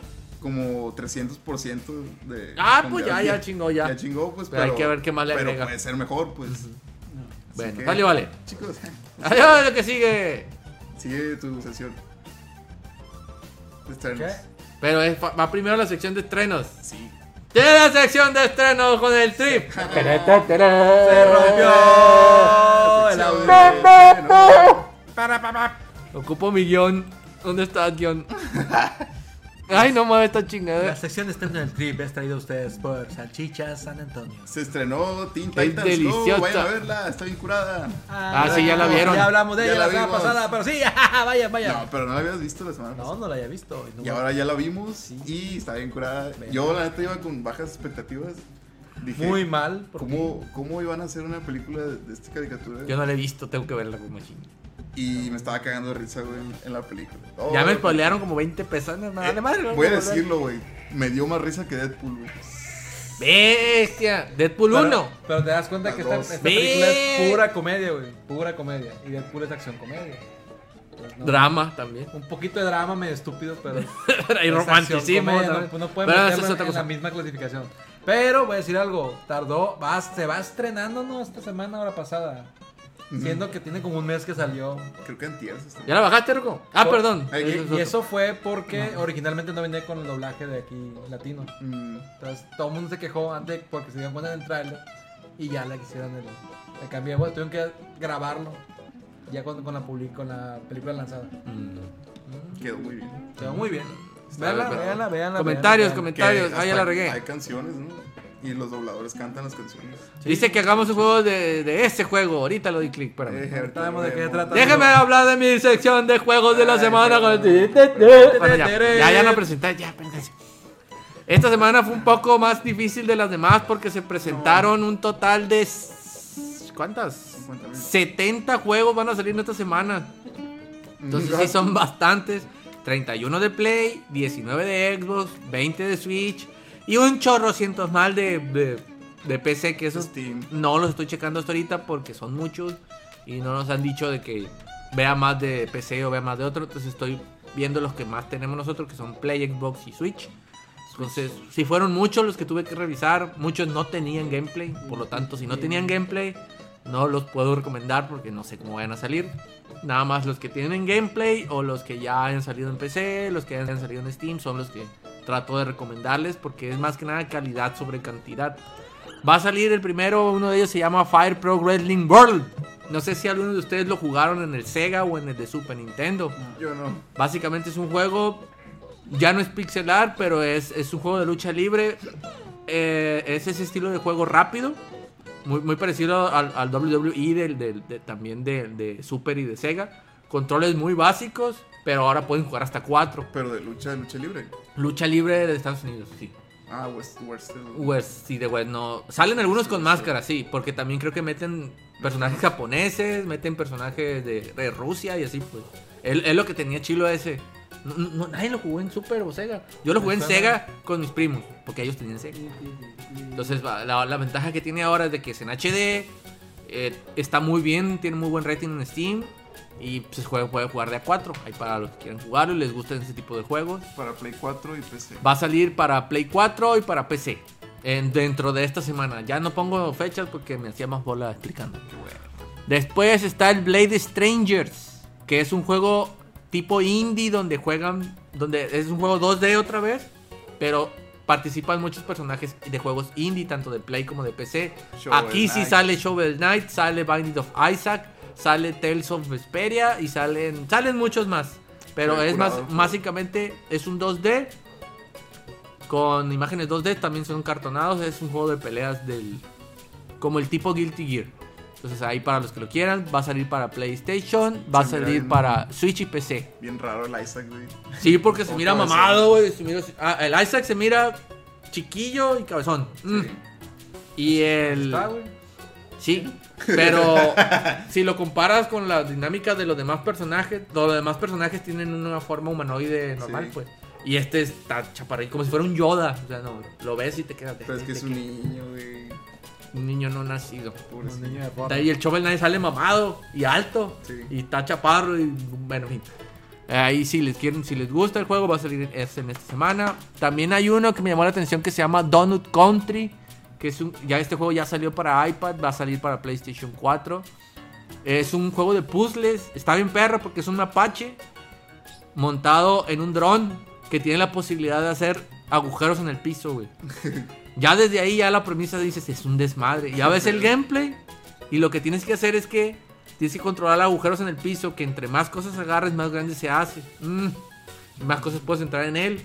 Speaker 2: como 300% de...
Speaker 1: Ah, pues ya,
Speaker 2: de-
Speaker 1: ya chingó, ya.
Speaker 2: Ya chingó, pues,
Speaker 1: Pero
Speaker 2: pero...
Speaker 1: hay que ver qué más le
Speaker 2: Pero
Speaker 1: agrega.
Speaker 2: puede ser mejor, pues. Así
Speaker 1: Bueno,
Speaker 2: que,
Speaker 1: vale, vale.
Speaker 2: Chicos,
Speaker 1: Adiós, lo que sigue.
Speaker 2: sigue tu sesión. De
Speaker 3: ¿Qué?
Speaker 2: estrenos.
Speaker 1: Pero es- va primero la sección de estrenos.
Speaker 2: Sí.
Speaker 1: Tiene la sección de estrenos con el trip.
Speaker 3: Se rompió el
Speaker 2: Sección
Speaker 3: audio.
Speaker 2: de- bueno,
Speaker 1: Ocupo mi guión. ¿Dónde está el guión? Ay, no mames, esta
Speaker 3: La
Speaker 1: chingada.
Speaker 3: sección de Stand del Trip es traída a ustedes por Salchichas San Antonio.
Speaker 2: Se estrenó Teen
Speaker 1: Qué
Speaker 2: Titans Go. Vayan
Speaker 1: deliciosa.
Speaker 2: a verla, está bien curada.
Speaker 1: Ah, sí, ya la vieron.
Speaker 3: Ya hablamos de
Speaker 2: Ya
Speaker 3: ella
Speaker 2: la
Speaker 3: la, semana
Speaker 2: vimos.
Speaker 3: pasada, pero sí, vaya,
Speaker 2: No,
Speaker 3: vaya.
Speaker 2: pero no la habías visto la semana
Speaker 3: No,
Speaker 2: pasada.
Speaker 3: no, la había visto. y no
Speaker 2: Y
Speaker 3: me-
Speaker 2: ahora ya la vimos y está bien curada. Yo, la neta, iba con bajas expectativas. Dije,
Speaker 3: Muy mal. porque-
Speaker 2: ¿cómo, ¿cómo iban a hacer una película de, de esta caricatura?
Speaker 1: Yo no la he visto, tengo que verla como chingada.
Speaker 2: Y me estaba cagando de risa, güey, en, en la película. Oh,
Speaker 1: Ya me
Speaker 2: güey.
Speaker 1: spoilearon como 20 pesadas.
Speaker 2: Eh,
Speaker 1: Madre, madre,
Speaker 2: voy a
Speaker 1: vamos ver.
Speaker 2: decirlo, güey. Me dio más risa que Deadpool, güey.
Speaker 1: Bestia. Deadpool
Speaker 3: Pero-
Speaker 1: 1.
Speaker 3: Pero te das cuenta que
Speaker 2: Las
Speaker 3: esta,
Speaker 2: dos.
Speaker 3: esta película
Speaker 1: Ve.
Speaker 3: es pura comedia, güey. Pura comedia. Y Deadpool es acción comedia. Pues no.
Speaker 1: Drama también.
Speaker 3: Un poquito de drama medio estúpido, pero.
Speaker 1: Hay
Speaker 3: es acción
Speaker 1: romanticismo.
Speaker 3: comedia,
Speaker 1: también.
Speaker 3: no, no pueden
Speaker 1: Pero
Speaker 3: meterlo
Speaker 1: eso es
Speaker 3: en-
Speaker 1: otra
Speaker 3: en
Speaker 1: cosa.
Speaker 3: la misma clasificación. Pero voy a decir algo. Tardó. Va, se va estrenando, ¿no? Esta semana o la pasada. Siendo que tiene como un mes que salió.
Speaker 2: Creo que antier se estrenó.
Speaker 1: ¿Ya la bajaste, Ruco? Ah,
Speaker 3: Oh,
Speaker 1: perdón.
Speaker 2: eh,
Speaker 1: Ese
Speaker 2: y-
Speaker 1: es
Speaker 3: Y
Speaker 1: otro.
Speaker 3: eso fue porque originalmente no venía con el doblaje de aquí latino.
Speaker 2: Mm,
Speaker 3: Entonces todo el mundo se quejó antes porque se dieron cuenta del trailer y ya le hicieron el, el cambio de voz. Tuvieron que grabarlo ya con, con, la, public- con la película lanzada.
Speaker 1: Mm.
Speaker 2: quedó muy bien.
Speaker 3: Quedó muy bien.
Speaker 1: Está
Speaker 3: Veanla,
Speaker 1: bien,
Speaker 3: veanla,
Speaker 1: pero-
Speaker 3: veanla.
Speaker 1: Comentarios,
Speaker 3: veanla, veanla.
Speaker 2: Que
Speaker 1: comentarios.
Speaker 2: hasta
Speaker 1: Ah, ya la regué.
Speaker 2: Hay canciones, ¿no? Y los dobladores cantan las canciones.
Speaker 1: Dice que hagamos un juego de, de ese juego. Ahorita lo doy clic, espérame.
Speaker 2: Eh, ahorita
Speaker 3: sabemos de qué
Speaker 2: vemos.
Speaker 3: trata.
Speaker 1: Déjame hablar de mi sección de juegos
Speaker 3: Ah,
Speaker 1: de la
Speaker 2: Ay,
Speaker 1: semana.
Speaker 2: pero-
Speaker 3: Eh,
Speaker 1: Bueno, ya, ya, ya la presenté, ya, espérense. Esta semana fue un poco más difícil de las demás porque se presentaron un total de. s- ¿Cuántas?
Speaker 2: 50.000.
Speaker 1: 70 juegos van a salir en esta semana. Entonces sí son bastantes. 31 de Play, 19 de Xbox, 20 de Switch y un chorro cientos mal de, de- de PC que esos
Speaker 2: Steam.
Speaker 1: no los estoy checando hasta ahorita porque son muchos y no nos han dicho de que vea más de PC o vea más de otro. Entonces estoy viendo los que más tenemos nosotros que son Play, Xbox y Switch. Entonces, si fueron muchos los que tuve que revisar, muchos no tenían gameplay. Por lo tanto, si no tenían gameplay, no los puedo recomendar porque no sé cómo van a salir. Nada más los que tienen gameplay o los que ya han salido en PC, los que han salido en Steam, son los que trato de recomendarles porque es más que nada calidad sobre cantidad. Va a salir el primero, uno de ellos se llama Fire Pro Wrestling World. No sé si alguno de ustedes lo jugaron en el Sega o en el de Super Nintendo.
Speaker 2: Ah, Yo no.
Speaker 1: Básicamente es un juego, ya no es pixelar, pero es, es un juego de lucha libre. Eh, es ese estilo de juego rápido, muy, muy parecido al, al WWE del, del- de- también de, de Super y de Sega. Controles muy básicos, pero ahora pueden jugar hasta cuatro.
Speaker 2: Pero de lucha, de lucha libre.
Speaker 1: Lucha libre de Estados Unidos, sí.
Speaker 2: Ah, West, West,
Speaker 1: Pues sí, de web no. Salen algunos con máscara, sí, porque también creo que meten personajes japoneses, meten personajes de, de Rusia y así, pues. Es, es lo que tenía chilo ese. No, no- nadie lo jugó en Super o Sega. Yo lo jugué en Sega con mis primos, porque ellos tenían Sega. Entonces, va, la, la ventaja que tiene ahora es de que es en HD, eh, está muy bien, tiene muy buen rating en Steam. Y pues, se juega, puede jugar de a 4. Hay para los que quieran jugarlo y les gustan ese tipo de juegos.
Speaker 2: Para Play 4 y PC.
Speaker 1: Va a salir para Play 4 y para PC. en- dentro de esta semana. Ya no pongo fechas porque me hacía más bola explicando. Después está el Blade Strangers. Que es un juego tipo indie donde juegan. Donde es un juego 2D otra vez. Pero participan muchos personajes de juegos indie, tanto de Play como de PC.
Speaker 2: Shovel
Speaker 1: Aquí sí
Speaker 2: Knight.
Speaker 1: sale Shovel Knight, sale Binding of Isaac, sale Tales of Vesperia y salen, salen muchos más. Pero
Speaker 2: Estoy
Speaker 1: es más,
Speaker 2: curado, sí.
Speaker 1: básicamente es un 2D con imágenes 2D, también son cartonados, es un juego de peleas del como el tipo Guilty Gear. Entonces ahí para los que lo quieran, va a salir para PlayStation, va a
Speaker 2: Se mira
Speaker 1: salir
Speaker 2: bien.
Speaker 1: para Switch y PC.
Speaker 2: Bien raro el Isaac, güey.
Speaker 1: Sí, porque se
Speaker 2: Otra
Speaker 1: mira
Speaker 2: vez,
Speaker 1: mamado, güey, se mira- ah, el Isaac se mira chiquillo y cabezón. Mm. Y el
Speaker 3: Está, güey.
Speaker 1: Sí, pero si lo comparas con las dinámicas de los demás personajes, todos los demás personajes tienen una forma humanoide normal,
Speaker 2: Sí.
Speaker 1: pues. Y este está chaparrito, como si fuera un Yoda. O sea, no, lo ves y te quedas.
Speaker 2: Pero es que es
Speaker 1: te
Speaker 2: un
Speaker 1: quedas-
Speaker 2: niño, güey.
Speaker 1: un niño no nacido.
Speaker 3: Un
Speaker 2: Pobrecito.
Speaker 3: niño de
Speaker 1: De
Speaker 3: forma.
Speaker 1: ahí el Chovel nadie sale mamado y alto
Speaker 2: Sí.
Speaker 1: y está chaparro y bueno, en fin. Ahí si les quieren, si les gusta el juego va a salir en, es- en esta semana. También hay uno que me llamó la atención que se llama Donut Country, que es un ya este juego ya salió para iPad, va a salir para PlayStation 4. Es un juego de puzzles, está bien perro porque es un mapache montado en un dron que tiene la posibilidad de hacer agujeros en el piso, güey. Ya desde ahí ya la premisa dices, es un desmadre. Ya ves el gameplay y lo que tienes que hacer es que tienes que controlar agujeros en el piso, que entre más cosas agarres, más grande se hace. Mm, y más cosas puedes entrar en él.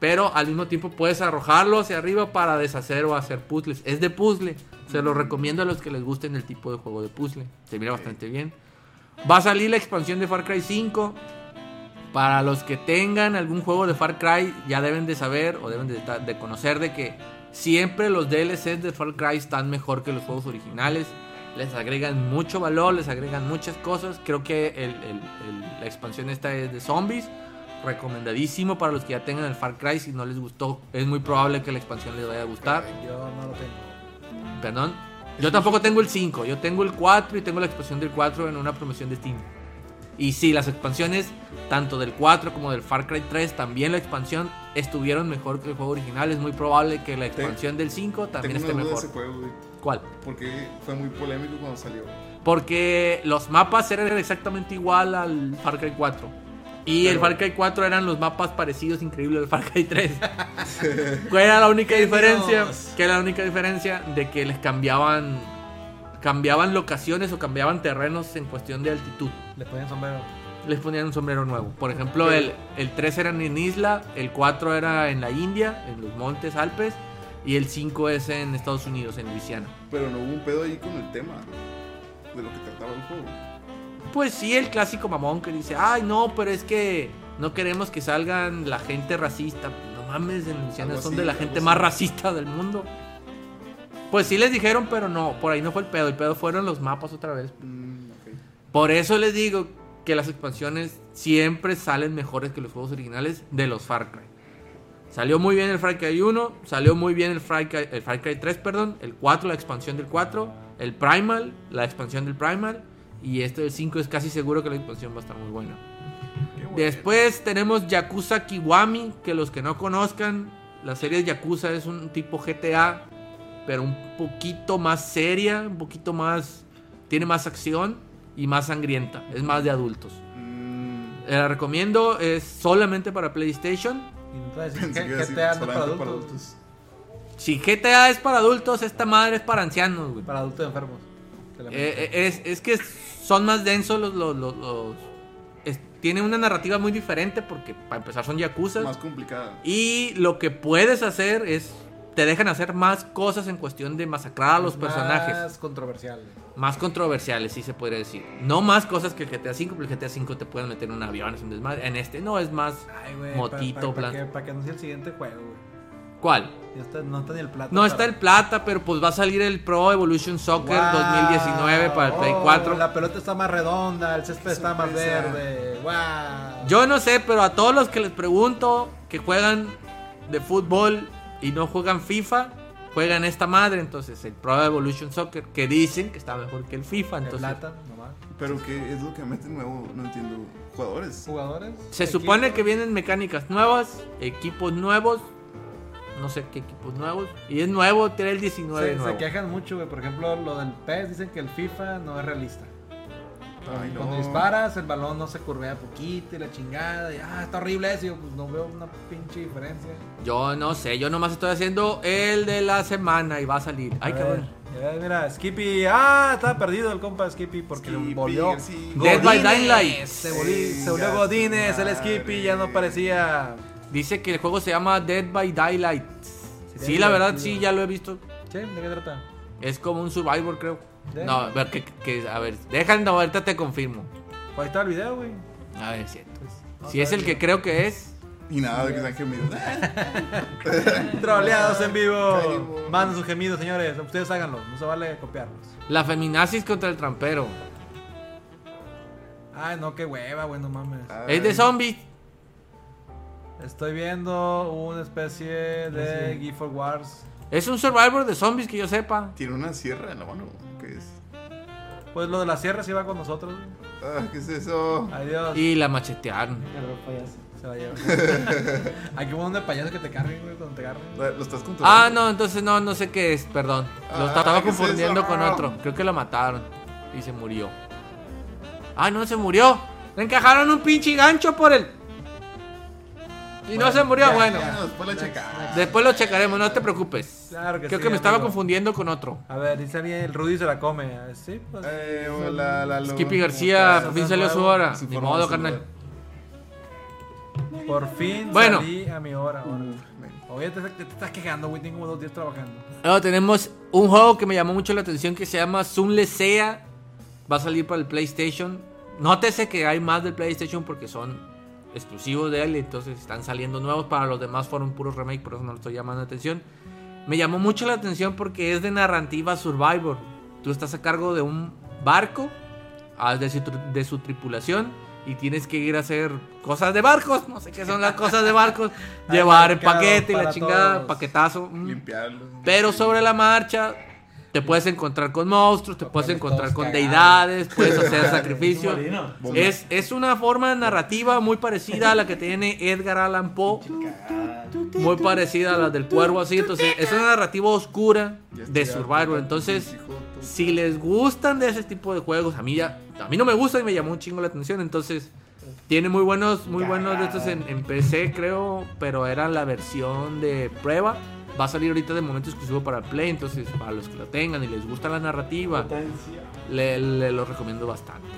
Speaker 1: Pero al mismo tiempo puedes arrojarlo hacia arriba para deshacer o hacer puzzles. Es de puzzle. Se lo recomiendo a los que les gusten el tipo de juego de puzzle. Se mira bastante bien. Va a salir la expansión de Far Cry 5. Para los que tengan algún juego de Far Cry, ya deben de saber o deben de, ta- de conocer de que siempre los DLCs de Far Cry están mejor que los juegos originales. Les agregan mucho valor, les agregan muchas cosas. Creo que el- el- el- la expansión esta es de zombies. Recomendadísimo para los que ya tengan el Far Cry. Si no les gustó, es muy probable que la expansión les vaya a gustar.
Speaker 3: Yo no lo tengo.
Speaker 1: Perdón. Yo tampoco tengo el 5, yo tengo el 4 y tengo la expansión del 4 en una promoción de Steam. Y sí, las expansiones, tanto del 4 como del Far Cry 3, también la expansión, estuvieron mejor que el juego original. Es muy probable que la expansión del 5 también
Speaker 2: Tengo
Speaker 1: esté
Speaker 2: una duda de
Speaker 1: mejor.
Speaker 2: ese juego, güey.
Speaker 1: ¿Cuál?
Speaker 2: Porque fue muy polémico cuando salió.
Speaker 1: Porque los mapas eran exactamente igual al Far Cry 4. Y el
Speaker 2: Pero-
Speaker 1: Far Cry 4 eran los mapas parecidos increíbles al Far Cry 3. ¿Cuál era la única diferencia?
Speaker 3: Dios.
Speaker 1: Que era la única diferencia de que les cambiaban cambiaban locaciones o cambiaban terrenos en cuestión de altitud.
Speaker 3: Le ponían sombrero.
Speaker 1: Les ponían un sombrero nuevo. Por ejemplo, el, el 3 era en isla, el 4 era en la India, en los montes Alpes, y el 5 es en Estados Unidos, en Luisiana.
Speaker 2: Pero no hubo un pedo ahí con el tema de lo que trataba el juego.
Speaker 1: Pues sí, el clásico mamón que dice, ay no, pero es que no queremos que salgan la gente racista. No mames, en Luisiana
Speaker 2: Algo
Speaker 1: son
Speaker 2: así,
Speaker 1: de la
Speaker 2: algo
Speaker 1: gente
Speaker 2: así.
Speaker 1: más racista del mundo. Pues sí les dijeron, pero no, por ahí no fue el pedo, el pedo fueron los mapas otra vez.
Speaker 2: Mm, ok.
Speaker 1: Por eso les digo que las expansiones siempre salen mejores que los juegos originales de los Far Cry. Salió muy bien el Far Cry 1, salió muy bien el Far Cry, el Far Cry 3, perdón, el 4, la expansión del 4, el Primal, la expansión del Primal, y este del 5 es casi seguro que la expansión va a estar muy buena. Después tenemos Yakuza Kiwami, que los que no conozcan, la serie de Yakuza es un tipo GTA, pero un poquito más seria, un poquito más... Tiene más acción y más sangrienta, es más de adultos.
Speaker 2: Mm,
Speaker 1: Eh, La recomiendo, es solamente para PlayStation.
Speaker 3: Y no te voy a decir
Speaker 2: pensé
Speaker 3: que
Speaker 2: que iba a decir
Speaker 3: GTA no es para
Speaker 2: solamente para
Speaker 3: adultos.
Speaker 2: adultos.
Speaker 1: Si GTA es para adultos, esta madre es para ancianos, güey.
Speaker 3: Para adultos enfermos. Te la-
Speaker 1: Eh, eh, es, es que son más densos los... los, los- los- es- tiene una narrativa muy diferente porque para empezar son yakuzas.
Speaker 2: Más complicada.
Speaker 1: Y lo que puedes hacer es. Te dejan hacer más cosas en cuestión de masacrar a los
Speaker 3: Es
Speaker 1: personajes.
Speaker 3: Más controversial.
Speaker 1: Más controversiales, sí se podría decir. No más cosas que el GTA V, porque el GTA V te pueden meter en un avión, es un desmadre. En este no, es más.
Speaker 3: Ay, güey.
Speaker 1: Motito,
Speaker 3: Para
Speaker 1: plan-
Speaker 3: que, pa' que anuncie el siguiente juego, güey.
Speaker 1: ¿Cuál?
Speaker 3: Ya está- no está ni el plato.
Speaker 1: No está el plata, pero pues va a salir el Pro Evolution Soccer 2019 para el Play 4.
Speaker 3: oh, La pelota está más redonda, el césped está más
Speaker 2: sorpresa.
Speaker 3: verde. ¡Wow!
Speaker 1: Yo no sé, pero a todos los que les pregunto que juegan de fútbol y no juegan FIFA, juegan esta madre. Entonces, el Pro Evolution Soccer, que dicen que está mejor que el FIFA.
Speaker 3: El
Speaker 1: Entonces,
Speaker 3: plata, nomás.
Speaker 2: Pero que es lo que meten nuevo, no entiendo. Jugadores.
Speaker 3: Jugadores.
Speaker 1: se
Speaker 3: equipo.
Speaker 1: supone que vienen mecánicas nuevas, equipos nuevos, no sé qué equipos nuevos. Y es nuevo, tiene el 19
Speaker 3: Se, se
Speaker 1: nuevo.
Speaker 3: quejan mucho, güey. Por ejemplo, lo del PES dicen que el FIFA no es realista.
Speaker 2: Ay, no.
Speaker 3: Cuando disparas, el balón no se curvea poquito y la chingada. Y, ah, está horrible eso. Y yo, pues no veo una pinche diferencia.
Speaker 1: Yo no sé, yo nomás estoy haciendo el de la semana y va a salir. Ay,
Speaker 3: A
Speaker 1: cabrón.
Speaker 3: ver, a ver, Mira, Skippy. Ah, estaba perdido el compa Skippy porque
Speaker 2: Skippy,
Speaker 3: volvió.
Speaker 2: sí.
Speaker 1: Dead by
Speaker 3: Godínez,
Speaker 1: Dying Light.
Speaker 3: Se volvió, se volvió
Speaker 2: Chinga
Speaker 3: Godínez,
Speaker 2: su
Speaker 3: el
Speaker 2: madre.
Speaker 3: Skippy ya no parecía.
Speaker 1: Dice que el juego se llama Dead by Daylight. Sí, la verdad, sí, ya lo he visto.
Speaker 3: Che, ¿de qué trata?
Speaker 1: Es como un Survivor, creo.
Speaker 3: ¿De?
Speaker 1: No, a ver, que, que- a ver, dejan, no, ahorita te confirmo.
Speaker 3: Ahí está el video, güey.
Speaker 1: A ver, es cierto.
Speaker 3: Pues,
Speaker 1: Si es el que creo que es,
Speaker 2: Y nada de que sean gemidos.
Speaker 3: Troleados en vivo.
Speaker 2: Caímos.
Speaker 3: Manden sus gemidos, señores. Ustedes háganlo. No se vale copiarlos.
Speaker 1: la feminazis contra el trampero.
Speaker 3: Ay, no, qué hueva, güey, no mames.
Speaker 1: Es de zombies.
Speaker 3: Estoy viendo una especie de Gift for Wars.
Speaker 1: Es un Survivor de zombies que yo sepa.
Speaker 2: Tiene una sierra en la mano. ¿Qué es?
Speaker 3: Pues lo de la sierra sí va con nosotros. güey.
Speaker 2: Ah, ¿Qué es eso?
Speaker 3: Adiós.
Speaker 1: Y la machetearon.
Speaker 4: El payaso.
Speaker 3: Se la lleva. Aquí hubo uno de payaso que te carguen, güey, cuando te carguen.
Speaker 2: ¿Lo estás contando?
Speaker 1: Ah, no, entonces no, no sé qué es, perdón. Lo
Speaker 2: Ah,
Speaker 1: estaba
Speaker 2: ¿qué es
Speaker 1: confundiendo
Speaker 2: eso?
Speaker 1: con otro. Creo que lo mataron. Y se murió. Ah, no, se murió. Le encajaron un pinche gancho por él. Y no se murió, bueno.
Speaker 2: Bueno, después pues la checa.
Speaker 1: Después lo checaremos, no te preocupes.
Speaker 3: Claro que
Speaker 1: Creo
Speaker 3: sí,
Speaker 1: que me estaba
Speaker 3: amigo.
Speaker 1: confundiendo con otro.
Speaker 3: A ver, dice alguien, el Rudy se la come. Ah, Sí, pues.
Speaker 2: Eh, hola, Lalo.
Speaker 1: Skippy
Speaker 2: ¿Cómo
Speaker 1: García, pues,
Speaker 2: estás?
Speaker 1: por fin salió su hora.
Speaker 2: Su
Speaker 1: Ni
Speaker 2: forma
Speaker 1: modo,
Speaker 2: de saludar.
Speaker 1: carnal.
Speaker 3: Por fin
Speaker 1: Bueno.
Speaker 3: salí a mi hora. ahora.
Speaker 2: Ven.
Speaker 3: Oye, te, te estás quejando, güey. Tengo como dos días trabajando.
Speaker 1: Luego tenemos un juego que me llamó mucho la atención que se llama Zoom Lesea. Va a salir para el PlayStation. Nótese que hay más del PlayStation porque son exclusivos de él. Entonces están saliendo nuevos. Para los demás fueron puros remake, por eso no le estoy llamando la atención. Me llamó mucho la atención porque es de narrativa Survivor. Tú estás a cargo de un barco, ah, de su, tri- de su tripulación, y tienes que ir a hacer cosas de barcos. No sé qué son las cosas de barcos. Llevar el
Speaker 3: mercado
Speaker 1: paquete y la
Speaker 3: para
Speaker 1: chingada,
Speaker 3: todos.
Speaker 1: paquetazo. mm.
Speaker 2: Limpiarlo.
Speaker 1: Pero sobre la marcha te puedes encontrar con monstruos, te puedes encontrar con
Speaker 3: cagados.
Speaker 1: deidades, puedes hacer sacrificios.
Speaker 4: Molino.
Speaker 1: Es, es una forma narrativa muy parecida a la que tiene Edgar Allan Poe, muy parecida a la del cuervo así. Entonces, es una narrativa oscura
Speaker 2: Ya
Speaker 1: de
Speaker 2: estoy
Speaker 1: Survivor.
Speaker 2: harto,
Speaker 1: Entonces,
Speaker 2: pinche joto.
Speaker 1: si les gustan de ese tipo de juegos, a mí ya, a mí no me gusta y me llamó un chingo la atención. Entonces, tiene muy buenos, muy buenos de estos en, en PC, creo, pero era la versión de prueba. Va a salir ahorita de momento exclusivo para Play, entonces para los que lo tengan y les gusta la narrativa,
Speaker 4: Potencia.
Speaker 1: le, le lo recomiendo bastante.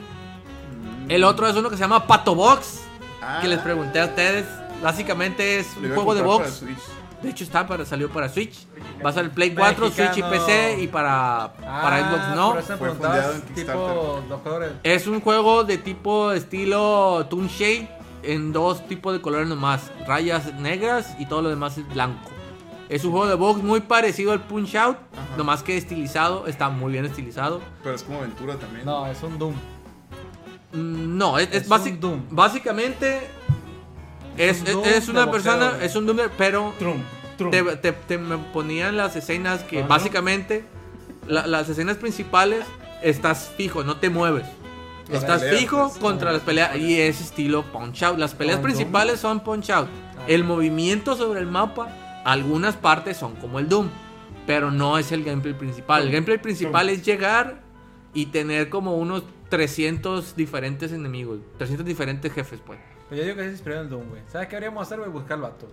Speaker 1: El otro es uno que se llama Pato Box,
Speaker 2: Ah.
Speaker 1: que les pregunté a ustedes. Básicamente es
Speaker 2: Lo
Speaker 1: un
Speaker 2: iba a
Speaker 1: juego de
Speaker 2: comprar
Speaker 1: box.
Speaker 2: para Switch.
Speaker 1: De hecho está para salió para Switch. Va a salir Play 4, Switch y
Speaker 3: Mexicano. Ah,
Speaker 1: PC y para para Xbox no.
Speaker 3: Por eso me
Speaker 2: Fue
Speaker 3: preguntabas,
Speaker 2: fondeado en
Speaker 3: tipo,
Speaker 2: Kickstarter.
Speaker 3: los colores.
Speaker 1: Es un juego de tipo estilo Toon Shade en dos tipos de colores nomás, rayas negras y todo lo demás es blanco. Es un juego de box muy parecido al Punch Out,
Speaker 2: Ajá.
Speaker 1: nomás que estilizado, está muy bien estilizado.
Speaker 2: Pero es como aventura también.
Speaker 3: No, es un Doom.
Speaker 1: Mm, No, es, es
Speaker 3: Es
Speaker 1: basi-
Speaker 3: un Doom.
Speaker 1: básicamente es,
Speaker 3: un
Speaker 1: es-
Speaker 3: Doom
Speaker 1: es
Speaker 3: de
Speaker 1: una
Speaker 3: boxeo,
Speaker 1: persona,
Speaker 3: güey.
Speaker 1: es un Doomer, pero
Speaker 6: Trum, trum.
Speaker 1: te, te- te me ponían las escenas que
Speaker 6: Ajá.
Speaker 1: básicamente la- las escenas principales estás fijo, no te mueves.
Speaker 2: Las
Speaker 1: estás
Speaker 2: peleas,
Speaker 1: fijo
Speaker 2: pues.
Speaker 1: contra las peleas y es estilo Punch Out. Las peleas
Speaker 6: Como el Doom.
Speaker 1: principales son Punch Out.
Speaker 3: Ah.
Speaker 1: El movimiento sobre el mapa, algunas partes son como el Doom, pero no es el gameplay principal. El gameplay principal es llegar y tener como unos 300 diferentes enemigos, 300 diferentes jefes, pues.
Speaker 3: Pero yo digo que se inspiró en el Doom, güey. ¿Sabes qué deberíamos hacer, güey? Buscar al vato.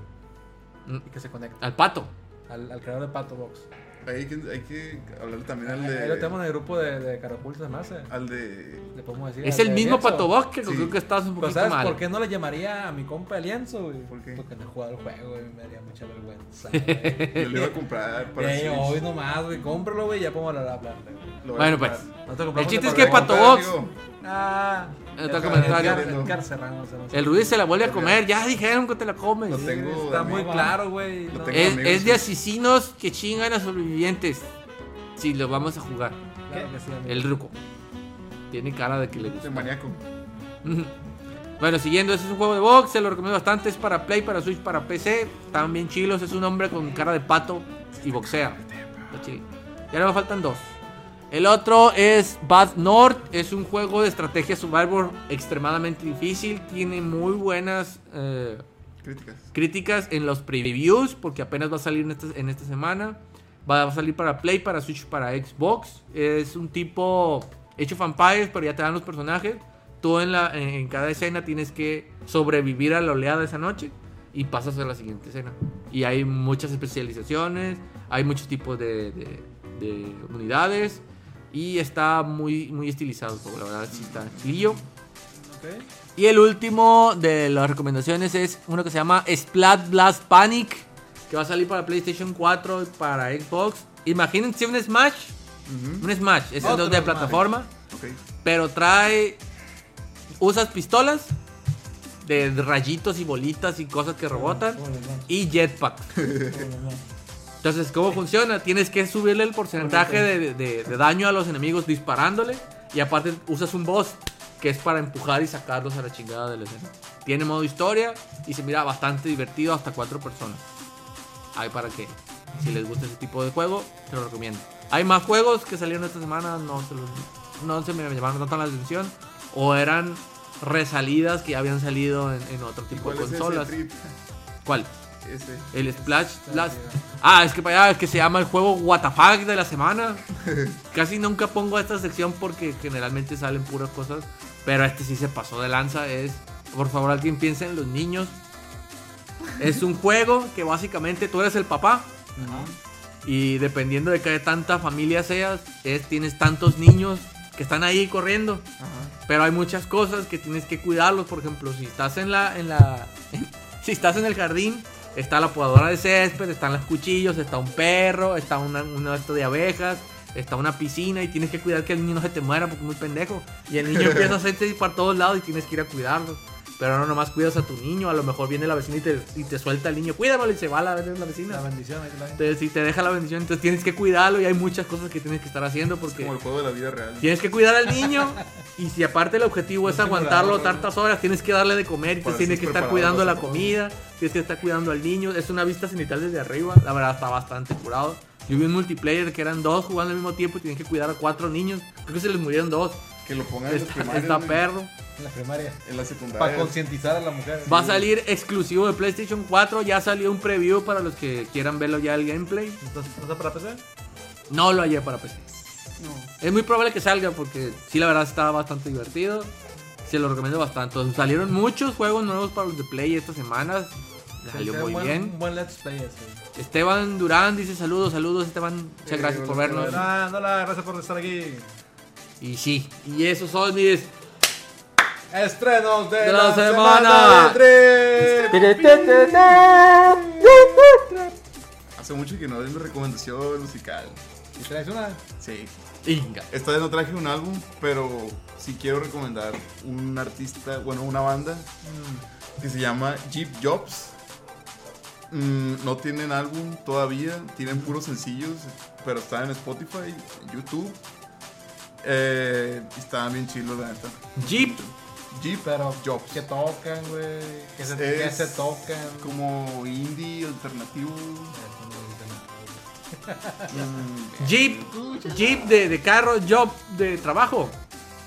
Speaker 3: güey.
Speaker 1: Mm.
Speaker 3: Y que se conecte.
Speaker 1: Al pato.
Speaker 3: Al, al creador de Pato Box.
Speaker 2: Hay que, hay que hablar también al
Speaker 3: Ahí lo tenemos
Speaker 2: de.
Speaker 3: en el grupo de, de Carapul, se me hace.
Speaker 2: Al de.
Speaker 3: Le podemos decir.
Speaker 1: Es
Speaker 3: al
Speaker 1: el
Speaker 3: de
Speaker 1: mismo
Speaker 3: Lienzo.
Speaker 1: pato Box que
Speaker 2: Sí.
Speaker 1: creo que estás un
Speaker 3: Pero
Speaker 1: poquito
Speaker 3: ¿sabes
Speaker 1: mal.
Speaker 3: por qué no le llamaría a mi compa de Lienzo, güey?
Speaker 2: ¿Por qué?
Speaker 3: Porque no he jugado el juego, güey. Me daría mucha vergüenza, güey.
Speaker 2: Yo lo iba a comprar para
Speaker 3: Ey,
Speaker 2: Switch.
Speaker 3: hoy nomás, güey. Cómpralo, güey. y Ya podemos hablar, hablar. güey.
Speaker 2: Lo voy a
Speaker 1: Bueno,
Speaker 2: comprar.
Speaker 1: pues.
Speaker 3: No te compramos
Speaker 1: El chiste
Speaker 3: otro
Speaker 1: es que
Speaker 3: juego.
Speaker 1: Pato
Speaker 2: Comprar,
Speaker 1: Box.
Speaker 2: amigo.
Speaker 3: Ah.
Speaker 1: En otro
Speaker 3: Edgar-
Speaker 1: comentario.
Speaker 3: Edgar- Edgar Serrano, se nos-
Speaker 1: El Rudy se la vuelve a comer, ya dijeron que te la comes.
Speaker 2: Lo tengo.
Speaker 3: Está muy
Speaker 2: amigo.
Speaker 3: claro, güey.
Speaker 2: Lo
Speaker 3: no.
Speaker 2: tengo
Speaker 1: Es,
Speaker 2: amigos.
Speaker 1: es de asesinos que chingan a sobrevivientes. Si lo vamos a jugar.
Speaker 3: Claro que sí, amigo.
Speaker 1: El ruco. Tiene cara de que le
Speaker 2: De
Speaker 1: gusta.
Speaker 2: maníaco.
Speaker 1: Ujú. Bueno, siguiendo, ese es un juego de box, se lo recomiendo bastante. Es para Play, para Switch, para PC. Están bien chilos, es un hombre con cara de pato y boxea. Está chido. Y ahora me faltan dos. El otro es Bad North, es un juego de estrategia survivor extremadamente difícil. Tiene muy buenas. eh,
Speaker 2: Críticas.
Speaker 1: críticas en los previews, porque apenas va a salir en esta, en esta semana. Va a salir para Play, para Switch, para Xbox. Es un tipo hecho vampires, pero ya te dan los personajes. Tú en, la, en cada escena tienes que sobrevivir a la oleada esa noche y pasas a la siguiente escena. Y hay muchas especializaciones, hay muchos tipos de, de- de unidades y está muy, muy estilizado. porque La verdad, sí está chillo.
Speaker 3: Ok.
Speaker 1: Y el último de las recomendaciones es uno que se llama Splat Blast Panic, que va a salir para PlayStation 4 y para Xbox. Imagínense un Smash,
Speaker 2: Ujú.
Speaker 1: un Smash, es el
Speaker 3: Otro
Speaker 1: dos de
Speaker 3: Smash.
Speaker 1: plataforma,
Speaker 2: Ok.
Speaker 1: pero trae. Usas pistolas de rayitos y bolitas y cosas que rebotan
Speaker 4: Como los Smash,
Speaker 1: y jetpack.
Speaker 4: como los Smash.
Speaker 1: Entonces, ¿cómo funciona? Tienes que subirle el porcentaje de, de- de daño a los enemigos disparándole. Y aparte usas un boss que es para empujar y sacarlos a la chingada del escenario. Tiene modo historia y se mira bastante divertido hasta cuatro personas. Hay para que, si les gusta ese tipo de juego, te lo recomiendo. Hay más juegos que salieron esta semana, no se, los- no se me llamaron tanto la atención. O eran resalidas que ya habían salido en, en otro
Speaker 2: ¿Y
Speaker 1: tipo de
Speaker 2: cuál es ese
Speaker 1: consolas.
Speaker 2: trip?
Speaker 1: ¿Cuál?
Speaker 2: Ese.
Speaker 1: El Splash Blast. Ah, es que para allá es que se llama el juego WTF de la semana. Casi nunca pongo esta sección porque generalmente salen puras cosas. Pero este sí se pasó de lanza. Es, por favor, alguien piensa en los niños. Es un juego que básicamente tú eres el papá. Y dependiendo de qué tanta familia seas, es, tienes tantos niños que están ahí corriendo.
Speaker 2: Ajá.
Speaker 1: Pero hay muchas cosas que tienes que cuidarlos. Por ejemplo, si estás en la. En la si estás en el jardín, está la podadora de césped, están los cuchillos, está un perro, está una, una de estas de abejas, está una piscina y tienes que cuidar que el niño no se te muera porque es muy pendejo. Y el niño empieza a hacerte ir para todos lados y tienes que ir a cuidarlo. Pero no nomás cuidas a tu niño, a lo mejor viene la vecina y te, y te suelta al niño, cuídamelo y se va a la, la
Speaker 3: La
Speaker 1: vecina.
Speaker 3: bendición, ahí te la ven.
Speaker 1: Entonces, si te deja la bendición, entonces tienes que cuidarlo y hay muchas cosas que tienes que estar haciendo porque...
Speaker 2: Como el juego de la vida real.
Speaker 1: Tienes que cuidar al niño y si aparte el objetivo es
Speaker 3: Tienes que
Speaker 1: aguantarlo
Speaker 3: cuidarlo,
Speaker 1: tantas horas, tienes que darle de comer, y
Speaker 2: Para
Speaker 1: tienes
Speaker 2: sus
Speaker 1: que estar
Speaker 2: preparados,
Speaker 1: cuidando la
Speaker 2: ¿no?
Speaker 1: comida, tienes que estar cuidando al niño. Es una vista cenital desde arriba, la verdad está bastante curado. Yo vi un multiplayer que eran dos jugando al mismo tiempo y tenían que cuidar a cuatro niños. Creo que se les murieron dos.
Speaker 2: Que lo pongan en los
Speaker 1: Está,
Speaker 2: primarios.
Speaker 1: está
Speaker 2: güey.
Speaker 1: perro.
Speaker 3: En la primaria.
Speaker 2: En la
Speaker 3: Para
Speaker 2: secundaria.
Speaker 3: concientizar a la mujer.
Speaker 1: Va a salir exclusivo de PlayStation 4. Ya salió un preview para los que quieran verlo ya el gameplay.
Speaker 3: Entonces, ¿no está para PC?
Speaker 1: No lo hallé para PC. Es muy probable que salga porque sí, la verdad está bastante divertido. Se lo recomiendo bastante. Entonces, salieron muchos juegos nuevos para los de Play estas semanas. Salió
Speaker 3: Será un
Speaker 1: muy
Speaker 3: buen-
Speaker 1: bien.
Speaker 3: Un buen let's play ese.
Speaker 1: Esteban Durán dice saludos, saludos Esteban. Muchas
Speaker 2: Sí,
Speaker 1: gracias por
Speaker 2: hola,
Speaker 1: vernos.
Speaker 2: Esteban.
Speaker 3: Hola, hola, gracias por estar aquí.
Speaker 1: Y sí, y esos son mis...
Speaker 3: Estrenos de,
Speaker 1: De la
Speaker 3: la,
Speaker 1: semana.
Speaker 3: semana. de tres.
Speaker 2: Hace mucho que no den una recomendación musical.
Speaker 3: ¿Y traes una?
Speaker 2: Sí.
Speaker 1: Inga.
Speaker 2: Esta vez no traje un álbum, pero sí quiero recomendar un artista, bueno, una banda que se llama Jeep Jobs. Mm, no tienen álbum todavía, tienen puros sencillos, pero están en Spotify, en YouTube. Eh, y estaban bien chilos, la neta.
Speaker 1: Jeep
Speaker 2: Jeep
Speaker 3: Pero
Speaker 2: Jobs.
Speaker 3: que tocan, güey. Que se, que
Speaker 2: Es
Speaker 3: se tocan.
Speaker 2: Como indie alternativo. Mm,
Speaker 1: Jeep, Jeep de, de carro, job de trabajo.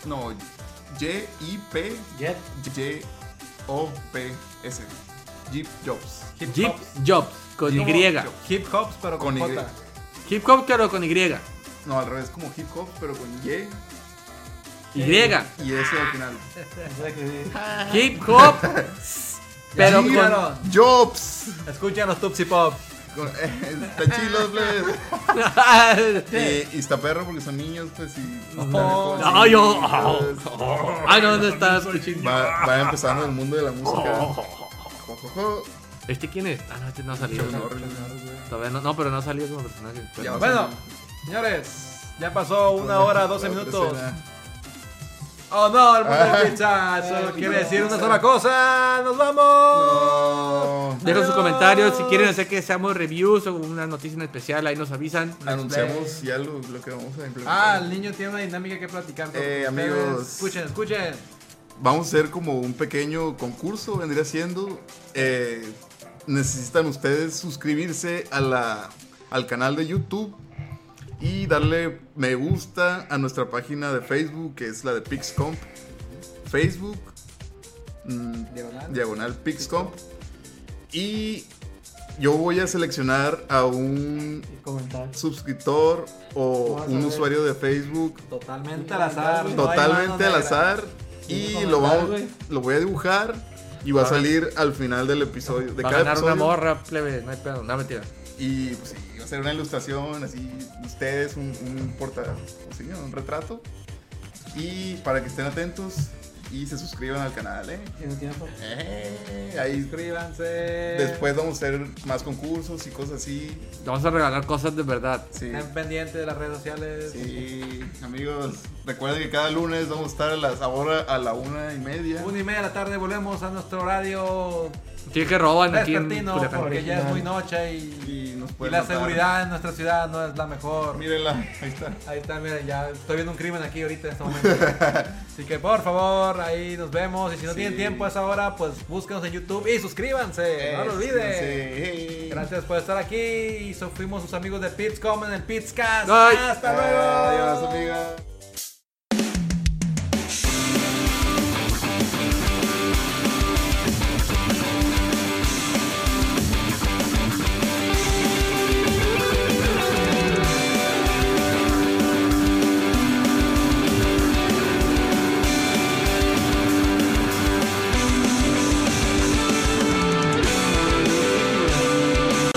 Speaker 2: no, Y I P
Speaker 4: Jet.
Speaker 2: Y O P S. Jeep Jobs.
Speaker 3: Hip
Speaker 1: Jeep
Speaker 3: hops.
Speaker 1: Jobs con
Speaker 2: Jeep
Speaker 1: Y.
Speaker 2: Jobs.
Speaker 3: Hip hops, pero con,
Speaker 2: Con Y.
Speaker 3: J.
Speaker 1: Hip hop pero con Y. Y.
Speaker 2: No, al revés, como hip hop, pero con Y y S al final.
Speaker 4: Entonces, que sí.
Speaker 1: Hip hop pero
Speaker 2: Jeep
Speaker 1: con
Speaker 2: Jobs.
Speaker 3: Escuchen los Tupsi Pop.
Speaker 2: Con- eh, Está chilos, pues. Y, y está perro porque son niños, pues. Y
Speaker 3: No.
Speaker 1: Ay, yo-
Speaker 2: Entonces,
Speaker 1: Ay, Ah, no, ¿dónde estás?
Speaker 2: pues, Va, va empezando el mundo de la música. Jo, jo, jo.
Speaker 1: ¿Este quién es? Ah, no, este no ha salido.
Speaker 2: Chuck
Speaker 1: ¿no?
Speaker 2: Norris.
Speaker 1: Todavía no, no, pero no ha salido como personaje. pero-
Speaker 2: Ya va a
Speaker 3: Bueno,
Speaker 2: salir.
Speaker 3: señores, ya pasó una hora, 12
Speaker 2: La
Speaker 3: minutos.
Speaker 2: tercera.
Speaker 3: Oh no, el mundo
Speaker 2: Ah.
Speaker 3: de pizza. Solo quiere decir una
Speaker 2: pizza.
Speaker 3: sola cosa. ¡Nos vamos!
Speaker 2: No.
Speaker 1: Dejen sus
Speaker 3: Adiós.
Speaker 1: comentarios si quieren hacer que seamos reviews o una noticia en especial, ahí nos avisan.
Speaker 2: Ah, Anunciamos ya lo, lo que vamos a implementar.
Speaker 3: Ah, el niño tiene una dinámica que platicar con
Speaker 2: Eh,
Speaker 3: ustedes.
Speaker 2: amigos.
Speaker 3: Escuchen, escuchen.
Speaker 2: Vamos a hacer como un pequeño concurso, vendría siendo. Eh, necesitan ustedes suscribirse a la, al canal de YouTube y darle me gusta a nuestra página de Facebook, que es la de PixComp. Facebook, mm,
Speaker 3: Diagonal.
Speaker 2: diagonal PixComp. Y yo voy a seleccionar a un
Speaker 4: Y comentar.
Speaker 2: suscriptor o
Speaker 4: Vamos a
Speaker 2: un
Speaker 4: ver.
Speaker 2: usuario de Facebook
Speaker 3: Totalmente al azar. güey, no hay mano
Speaker 2: totalmente
Speaker 3: negra.
Speaker 2: al azar
Speaker 4: Sí,
Speaker 2: y
Speaker 4: no
Speaker 2: lo
Speaker 4: comentar,
Speaker 2: vamos
Speaker 4: güey.
Speaker 2: lo voy a dibujar y va a salir al final del episodio de
Speaker 1: Va a
Speaker 2: cada
Speaker 1: ganar una
Speaker 2: episodio
Speaker 1: morra, plebe, no hay pedo, no mentira.
Speaker 2: y pues, sí, va a ser una ilustración así ustedes un, un porta pues, sí, un retrato y para que estén atentos y se suscriban al canal ¿eh?
Speaker 4: Si no tiene foto.
Speaker 2: Eh, ahí
Speaker 3: Suscríbanse.
Speaker 2: después vamos a hacer más concursos y cosas así
Speaker 1: Vamos a regalar cosas de verdad.
Speaker 2: sí
Speaker 3: Estén pendientes de las redes sociales.
Speaker 2: Sí, amigos, recuerden que cada lunes vamos a estar a las ahora a la una y media.
Speaker 3: Una y media de la tarde volvemos a nuestro horario
Speaker 1: Sí que roban aquí en
Speaker 3: vespertino
Speaker 1: Culiacán.
Speaker 3: porque ya es
Speaker 4: Original.
Speaker 3: muy noche y,
Speaker 2: Y, nos
Speaker 3: y
Speaker 2: pueden
Speaker 3: la
Speaker 2: matar.
Speaker 3: seguridad en nuestra ciudad no es la mejor.
Speaker 2: Mírenla, ahí está.
Speaker 3: Ahí está, miren, ya estoy viendo un crimen aquí ahorita en este momento. Así que por favor, ahí nos vemos. Y si no
Speaker 2: Sí.
Speaker 3: tienen tiempo a esa hora, pues búsquenos en YouTube y
Speaker 2: Eh,
Speaker 3: suscríbanse. no lo olviden.
Speaker 2: olviden.
Speaker 3: Gracias por estar aquí. Y so- fuimos sus amigos de Pitscom en el Pitscast.
Speaker 1: Bye.
Speaker 3: Hasta luego.
Speaker 2: Adiós, amiga.